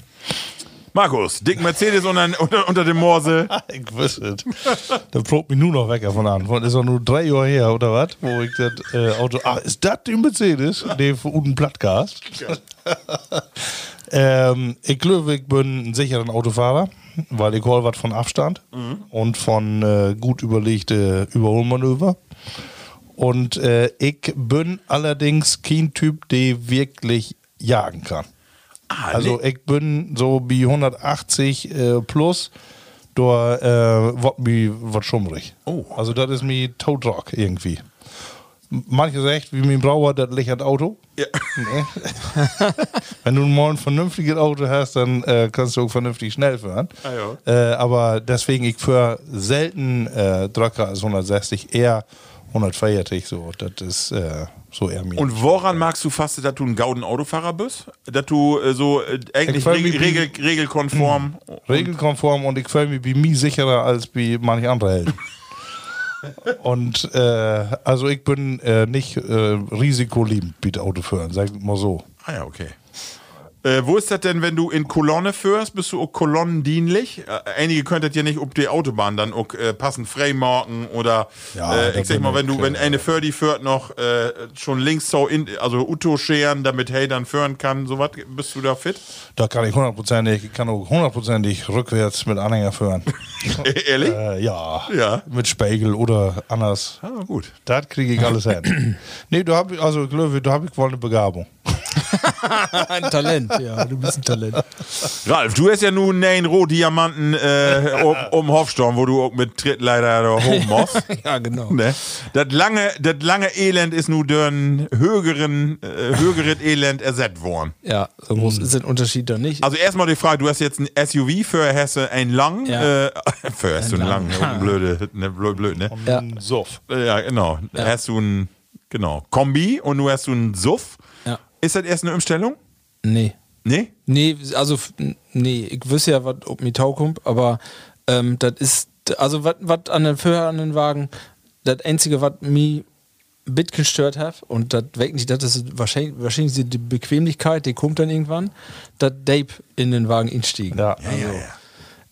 B: Markus, dick Mercedes unter, unter, unter dem Morse.
C: Ich wüsste es. Da probt mich nur noch weg davon an. Das ist doch nur drei Jahre her, oder was? Wo ich das äh, Auto. Ach, ist das die Mercedes? Nee, für einen Plattcast. ähm, ich glaube, ich bin ein sicherer Autofahrer, weil ich hol was von Abstand und von äh, gut überlegte Überholmanöver. Und äh, ich bin allerdings kein Typ, der wirklich jagen kann. also ich bin so wie 180 äh, plus, da äh, wird mir was schummrig. Also das ist mir Toadrock irgendwie. Manche sagen, wie mein Brauer, das lächelt Auto. Nee. Wenn du mal ein vernünftiges Auto hast, dann äh, kannst du auch vernünftig schnell fahren. äh, aber deswegen, ich fahre selten äh, Dröcker als 160, eher 140. So. Das ist äh, so eher mir.
B: Und woran magst du fast, dass du ein gauden Autofahrer bist? Dass du äh, so äh, eigentlich
C: Ich weiß nicht,
B: regel, regel, regelkonform.
C: regelkonform und ich fühle mich wie mir sicherer als wie manche andere Helden. und äh, also ich bin äh, nicht äh, risikoliebend mit Autofahren, sag ich mal so.
B: Ah ja, okay. Äh, wo ist das denn, wenn du in Kolonne fährst? Bist du auch kolonnendienlich? Äh, einige könntet ja nicht ob die Autobahn dann auch äh, passend freimarken oder
C: Ja,
B: äh,
C: da
B: ich sag
C: bin
B: mal, wenn
C: ich,
B: du, wenn
C: äh,
B: eine Fördi fährt noch äh, schon links so in, also Uto scheren, damit Hey dann föhren kann, sowas, bist du da fit?
C: Da kann ich hundertprozentig, ich kann auch hundertprozentig rückwärts mit Anhänger fahren.
B: E-, Ehrlich?
C: Äh, ja.
B: Ja.
C: Mit Spiegel oder anders.
B: Ah, gut.
C: Das kriege ich alles hin. nee, da habe ich, also ich glaube, da habe ich wohl eine Begabung.
D: Ein Talent, ja, du bist ein Talent.
B: Ralf, du hast ja nun einen Rohdiamanten äh, um, um Hofsturm, wo du auch mit Trittleiter da hoch musst.
D: ja, genau.
B: Ne? Das lange, das lange Elend ist nun dörren höheren, äh, höheres Elend ersetzt worden.
D: Ja, so groß ist der Unterschied doch nicht.
B: Also erstmal die Frage, du hast jetzt ein SUV für Hesse ein lang,
D: Ja.
B: äh, für Hesse ein lang, ne? blöde, ne, blöd, blöd, ne?
D: Ja.
C: Suff.
B: Äh, Ja, genau. Hast du ein, genau, Kombi und du hast du einen Suff.
D: Ja.
B: Ist das erst eine Umstellung?
D: nee.
B: Nee?
D: Nee, also f- nee, ich wüsste ja, was ob mir taukommt, aber ähm, das ist, also was an den Führer an den Wagen, das Einzige, was mich bit gestört hat, und das weckt nicht, das ist wahrscheinlich, wahrscheinlich die- die Bequemlichkeit, die kommt dann irgendwann, dass Dave in den Wagen instiegen.
C: Ja.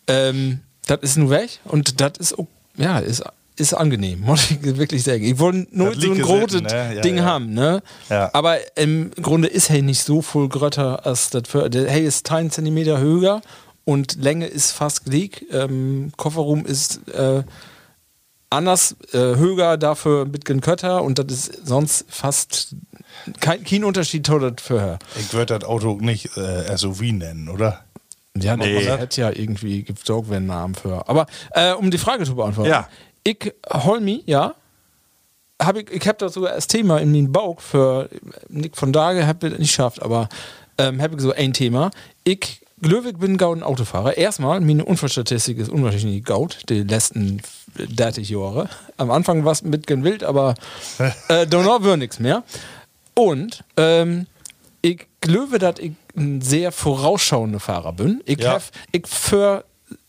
D: Ähm, das ist nun weg und das ist, o- ja, ist, ist angenehm, muss ich wirklich sagen. Ich wollte nur
C: Das
D: so ein
C: liegt
D: großes
C: gesitten, ne? Ja,
D: Ding
C: ja.
D: haben, ne?
C: Ja.
D: Aber im Grunde ist Hey nicht so voll Grötter, als das für. Der Hey ist 10 Zentimeter höher und Länge ist fast gleich. Ähm, Kofferraum ist äh, anders, äh, höher, dafür ein bisschen Kötter und das ist sonst fast kein, kein Unterschied zu das für.
C: Ich würde das Auto nicht äh, SUV nennen, oder?
D: Ja, nee.
B: Nee.
D: man hätte ja irgendwie, gibt's auch einen Namen für. Aber äh, um die Frage zu beantworten.
B: Ja.
D: Ich hol mi, ja. Hab ich ich habe das sogar als Thema in meinem Bauch für äh, Nick von Dage, hab ich das nicht geschafft, aber ähm, habe ich so ein Thema. Ich, Glöwig bin gauden Autofahrer. Erstmal, meine Unfallstatistik ist unwahrscheinlich gaut, die letzten 30 Jahre. Am Anfang war es ein bisschen wild, aber äh, Donau wird nichts mehr. Und ähm, ich glaube, dass ich ein sehr vorausschauender Fahrer bin. Ich
C: Ja.
D: hab, ich für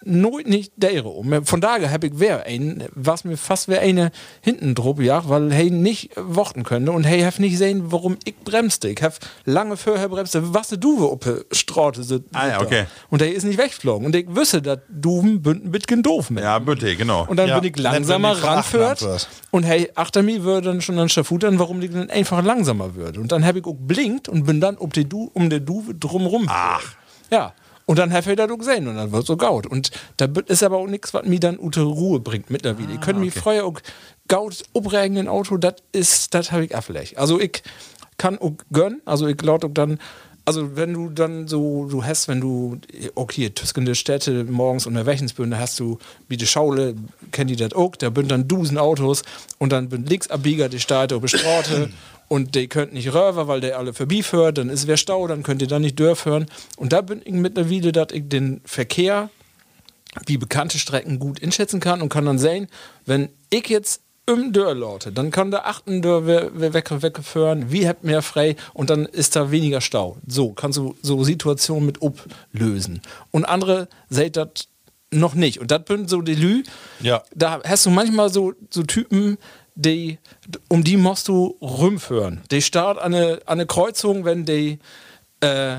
D: nooit nicht dere um. Von daher habe ich wer ein, was mir fast wer eine hinten drüber jagt, weil hey nicht worten könnte und hey hab nicht sehen, warum ich bremste. Ich hab lange vorher bremste, was ne Duwe uppe Straute so.
B: Ah ja,
D: so da.
B: okay.
D: Und der ist nicht weggeflogen. Und ich wüsste, dass Duven bünden bitgen doof mit.
B: Ja, bitte, genau.
D: Und dann
C: Ja,
D: bin ich
C: wenn du
D: langsamer
C: nicht von acht
D: ranführt
C: ranfährst.
D: und hey, achter mir würde dann schon dann schafutern, warum die dann einfach langsamer würde. Und dann habe ich auch blinkt und bin dann um die du um der Duve drumrum. Ach. Ja. Und dann habe ich das auch gesehen und dann wird so gaut. Und da bi- ist aber auch nichts, was mir dann unter Ruhe bringt mittlerweile. ich könnte mich vorher auch gaut obregen in Auto, das ist, das habe ich abgelegt. Also ich kann auch gönnen, also ich glaube dann, also wenn du dann so, du hast, wenn du, okay, tüskende Städte morgens unter Wächensbühne, da hast du wie die Schaule, kennt die das auch, da bünd dann Dusen Autos und dann bünd links Abbieger die Stadt bis Straße und die könnt nicht röver, weil der alle vorbeifährt, dann ist wer Stau, dann könnt ihr da nicht dörfern und da bin ich mittlerweile, dass ich den Verkehr wie bekannte Strecken gut einschätzen kann und kann dann sehen, wenn ich jetzt im Dörr laute, dann kann der achten Dörr we- we- weg, wegfahren, wie habt mehr frei und dann ist da weniger Stau. So kannst du so Situationen mit up lösen. Und andere seht das noch nicht. Und das sind so Delü.
C: Ja.
D: Da hast du manchmal so, so Typen, die, um die musst du rümführen. Die start an eine, an eine Kreuzung, wenn die äh,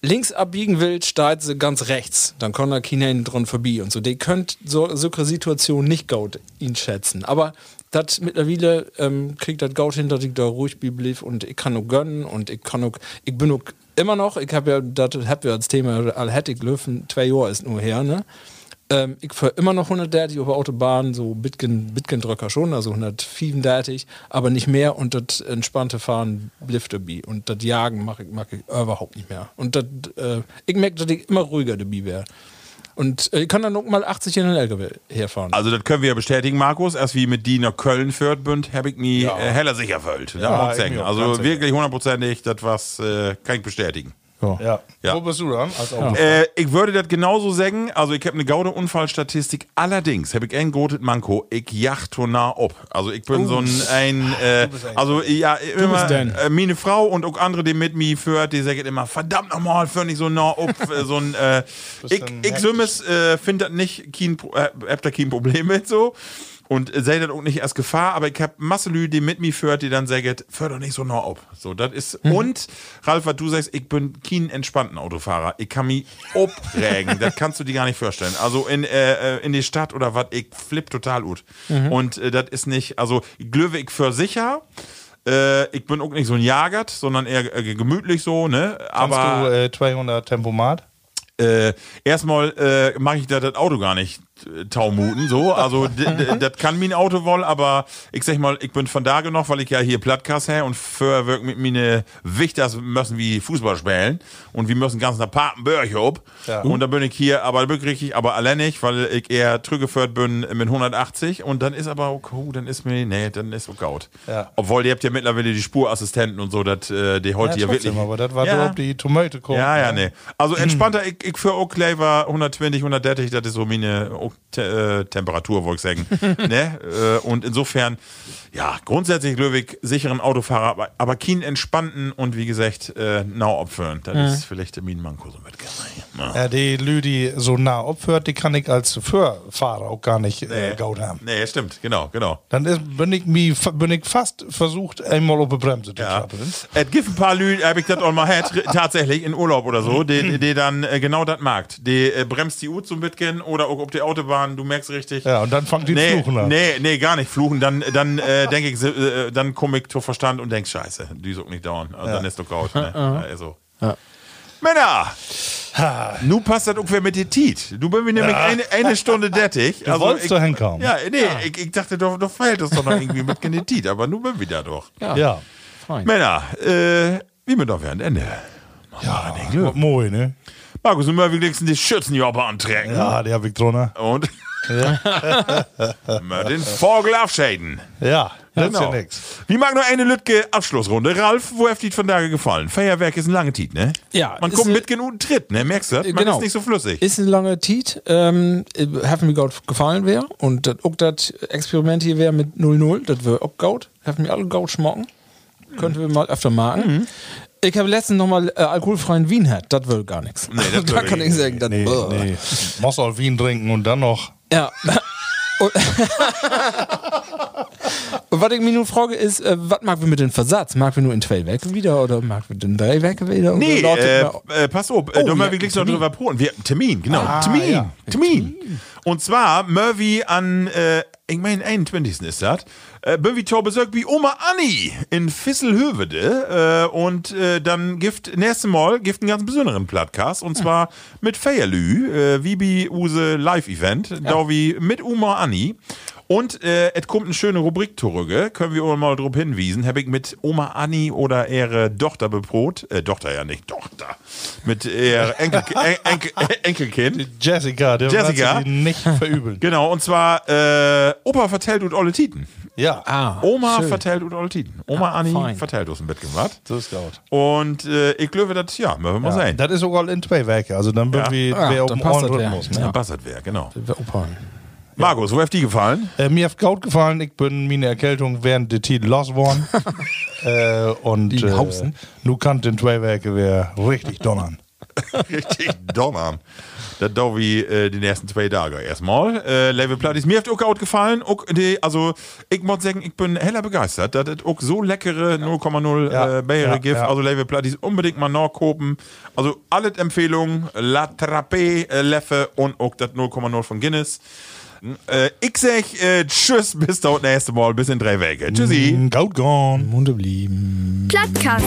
D: links abbiegen will, steigt sie ganz rechts. Dann kann da China dran vorbei und so. Die könnt so solche Situation nicht gut ihn schätzen. Aber das mittlerweile ähm, kriegt das Gaut hin, dass ich da ruhig blieb und ich kann nur gönnen und ich kann auch, ich bin auch immer noch, ich habe ja, das hab ja als Thema Allhattig Löwen, zwei Jahre ist nur her, ne? Ähm, ich fahre immer noch 130 über Autobahn, so Bitgen, Bitgen-Dröcker schon, also 135, aber nicht mehr und das entspannte Fahren blifft bi und das Jagen mache ich, mag ich überhaupt nicht mehr. Und das, äh, ich merke, dass ich immer ruhiger dabei wäre. Und äh, ich kann dann auch mal 80 in den LKW herfahren.
B: Also das können wir ja bestätigen, Markus. Erst wie mit die nach Köln führt bünd, hab ich nie äh, heller sicher verhüllt. Da muss ich sagen.
C: irgendwie auch ganz
B: Also
C: sicher.
B: wirklich hundertprozentig, das was äh, kann ich bestätigen.
C: Ja.
B: Ja.
C: Wo bist du dann? Als Auto?
B: Äh, ich würde das genauso sagen. Also ich habe eine gaude Unfallstatistik. Allerdings habe ich ein gotet Manko. Ich jacht nah ob. Also ich bin so ein, ein äh, also ja immer
D: bist denn.
B: äh, meine Frau und auch andere, die mit mir führt, die sagen immer verdammt nochmal, führ nicht so nah ob. äh, so ein äh, ich
C: ein
B: ich sümmes äh, finde das nicht, kein, Pro- äh, hab da kein Problem mit so. Und äh, sehe das auch nicht als Gefahr, aber ich habe Masse Lü, die mit mir führt, die dann sagt, föhr doch nicht so nah ob. So, das ist.
C: Mhm.
B: Und, Ralf, was du sagst, ich bin kein entspannten Autofahrer. Ich kann mich obregen. das kannst du dir gar nicht vorstellen. Also in, äh, äh, in die Stadt oder was, ich flipp total gut.
C: Mhm.
B: Und äh, das ist nicht, also Glöwe ich für sicher. Äh, ich bin auch nicht so ein Jagert, sondern eher äh, gemütlich so, ne?
C: Kannst
B: Aber
C: du äh, 200 Tempomat?
B: äh, erstmal äh, mache ich da das Auto gar nicht äh, taumuten, so. Also d- d- das kann mir ein Auto wohl, aber ich sag mal, ich bin von da noch, weil ich ja hier Plattkass her und für wirken mit mir eine Wicht, das müssen wie Fußball spielen und wir müssen ganz nach Papenbörch ob.
C: Ja.
B: Und da bin ich hier, aber wirklich richtig, aber allein nicht, weil ich eher zurückgeführt bin mit 180 und dann ist aber okay, oh, dann ist mir, nee, dann ist so gaut.
C: Ja.
B: Obwohl, ihr habt ja mittlerweile die Spurassistenten und so, dat, äh, die heute ja,
C: trotzdem,
B: wirklich.
C: aber das war
B: Ja.
C: überhaupt die Tomate ne? kommt.
B: Ja, ja, nee. Also entspannter, ich, ich für Oakley war 120, 130, das ist so meine oh, te, äh, Temperatur, wollte ich sagen. ne? äh, und insofern, ja, grundsätzlich Löwig, sicheren Autofahrer, aber, aber keinen entspannten und wie gesagt, äh, now opfern. Das ist vielleicht der Minenmanko so mit gemein.
C: Ja, die Lü, die so nah opfört, die kann ich als Führfahrer auch gar nicht äh, gaut haben.
B: Nee, stimmt, genau, genau.
C: Dann ist, bin, ich mi, bin ich fast versucht, einmal auf die Bremse zu
B: Ja.
C: klappeln.
B: Et gibt ein paar Lü, äh, hab ich das auch mal hat, tatsächlich in Urlaub oder so, die, die dann äh, genau das magt. Die äh, bremst die U zum Mitgehen oder auch auf die Autobahn, du merkst richtig.
C: Ja, und dann fangen die
B: nee,
C: Fluchen halt. an.
B: Nee, nee, gar nicht fluchen. Dann, dann äh, denke ich, äh, dann komme ich zu Verstand und denk, scheiße, die ist auch nicht down. Also Dann ist doch out. Ne? Also. Männer! Nu passt das ungefähr mit der Tiet. Du bist mir nämlich eine, eine Stunde dettig. Du
C: wolltest
B: ich,
C: doch hinkommen.
B: Ja, nee, Ich, ich dachte, du, du verhält das doch noch irgendwie mit der Tiet, aber nu bin wir da doch.
C: Ja.
B: Männer, äh, wie mit auf ein Ende.
C: Ja, ja moin, ne?
B: Markus, nun mal wenigstens die Schützenjobber anträgen.
C: Ja, die hab ich drunter.
B: Und. Mal den Vogel abschäden.
C: Ja, das
B: Genau.
C: ist ja nix.
B: Wir machen noch eine Lütke Abschlussrunde. Ralf, wo hat die von da gefallen? Feuerwerk ist ein langer Tiet, ne?
D: Ja,
B: Man
D: ist
B: kommt
D: ne-
B: mit genug Tritt, ne? Merkst du das? Man
D: Genau.
B: ist nicht so flüssig.
D: Ist ein langer Tiet. Ähm, Have mir Gout gefallen wäre. Und das auch das Experiment hier wäre mit 0-0. Das wäre auch Gout. Have mir alle Gout schmocken. Könnten wir mal öfter machen.
B: Mhm.
D: Ich habe letztens nochmal äh, alkoholfreien Wien gehabt. Das will gar nichts.
B: Nee, das
D: da
B: will
D: kann
B: ich-
D: ich sagen, das
C: Nee,
D: will.
C: nee. Muss auch Wien trinken und dann noch.
D: Ja. Und, und was ich mich nur frage, ist, äh, was mag wir mit dem Versatz? Mag wir nur in zwei Werke wieder oder mag wir in drei Werke wieder? Und
B: Nee,
D: dann lautet
B: äh,
D: mir-
B: äh, pass auf, äh,
D: Oh, Ah,
B: da
D: wir
B: müssen wir
D: hatten
B: gleich noch drüber proben. Wir hatten Termin, genau. Termin, Termin. Und zwar Murphy an äh, ich mein, 21. ist das. Äh, bin wie Tor besögt wie Oma Anni in Fisselhövede. Äh, und äh, dann gibt nächstes Mal gibt einen ganz besonderen Podcast. Und zwar mit Feierlü, äh, wie bei Use Live-Event. Da wie mit Oma Anni. Und äh, es kommt eine schöne Rubrik zurück, äh, können wir auch mal drauf hinwiesen. Habe ich mit Oma Anni oder ihre Tochter beprot, äh, Tochter ja nicht, Tochter, mit ihr Enkel, En- Enkel, Enkelkind.
C: Jessica, der
B: Jessica?
C: wird sie nicht verübeln.
B: Genau, und zwar äh, Opa vertellt und alle Titen.
C: ja.
D: Ah,
B: Oma vertellt und alle Titen. Oma Anni vertellt aus dem Bett gemacht.
C: So ist gut.
B: Und äh, ich glaube, das, ja, müssen wir mal sein.
C: Das ist sogar in zwei Werke. Also dann würden wir
D: Ah,
C: wer auf
D: dann
C: dem
D: passt
C: Ohren
D: das
C: drücken
D: ja.
C: muss.
B: Ja,
C: Ne?
B: Buzzard wäre, genau.
D: Wir opern.
B: Markus, wo hat die gefallen?
C: Äh, mir hat gut gefallen. Ich bin meine Erkältung während der Titel los worden. äh, und
E: Die
C: äh,
E: Hausen.
C: nu kann den zwei Werke wer richtig donnern.
B: Richtig donnern. Das dauert wie äh, die nächsten zwei Tage erstmal. Äh, Level Platt ist mir hat auch gut gefallen. Auch die, also, ich muss sagen, ich bin heller begeistert. Das ist auch so leckere 0,0
C: Ja,
B: äh, Bayere
C: ja,
B: gibt.
C: ja.
B: Also, Level Platt ist unbedingt mal nachkopen. Also, alle Empfehlungen. La Trappe, äh, Leffe und auch das 0,0 von Guinness. Äh, ich sag äh, Tschüss, bis dort nächste Mal. Bis in drei Wege. Tschüssi.
C: Gaut gone.
E: Munde blieben.
A: Plattkast.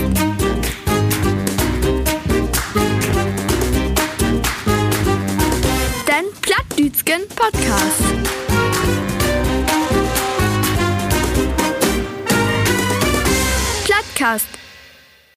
A: Den Plattdütschen Podcast. Plattkast.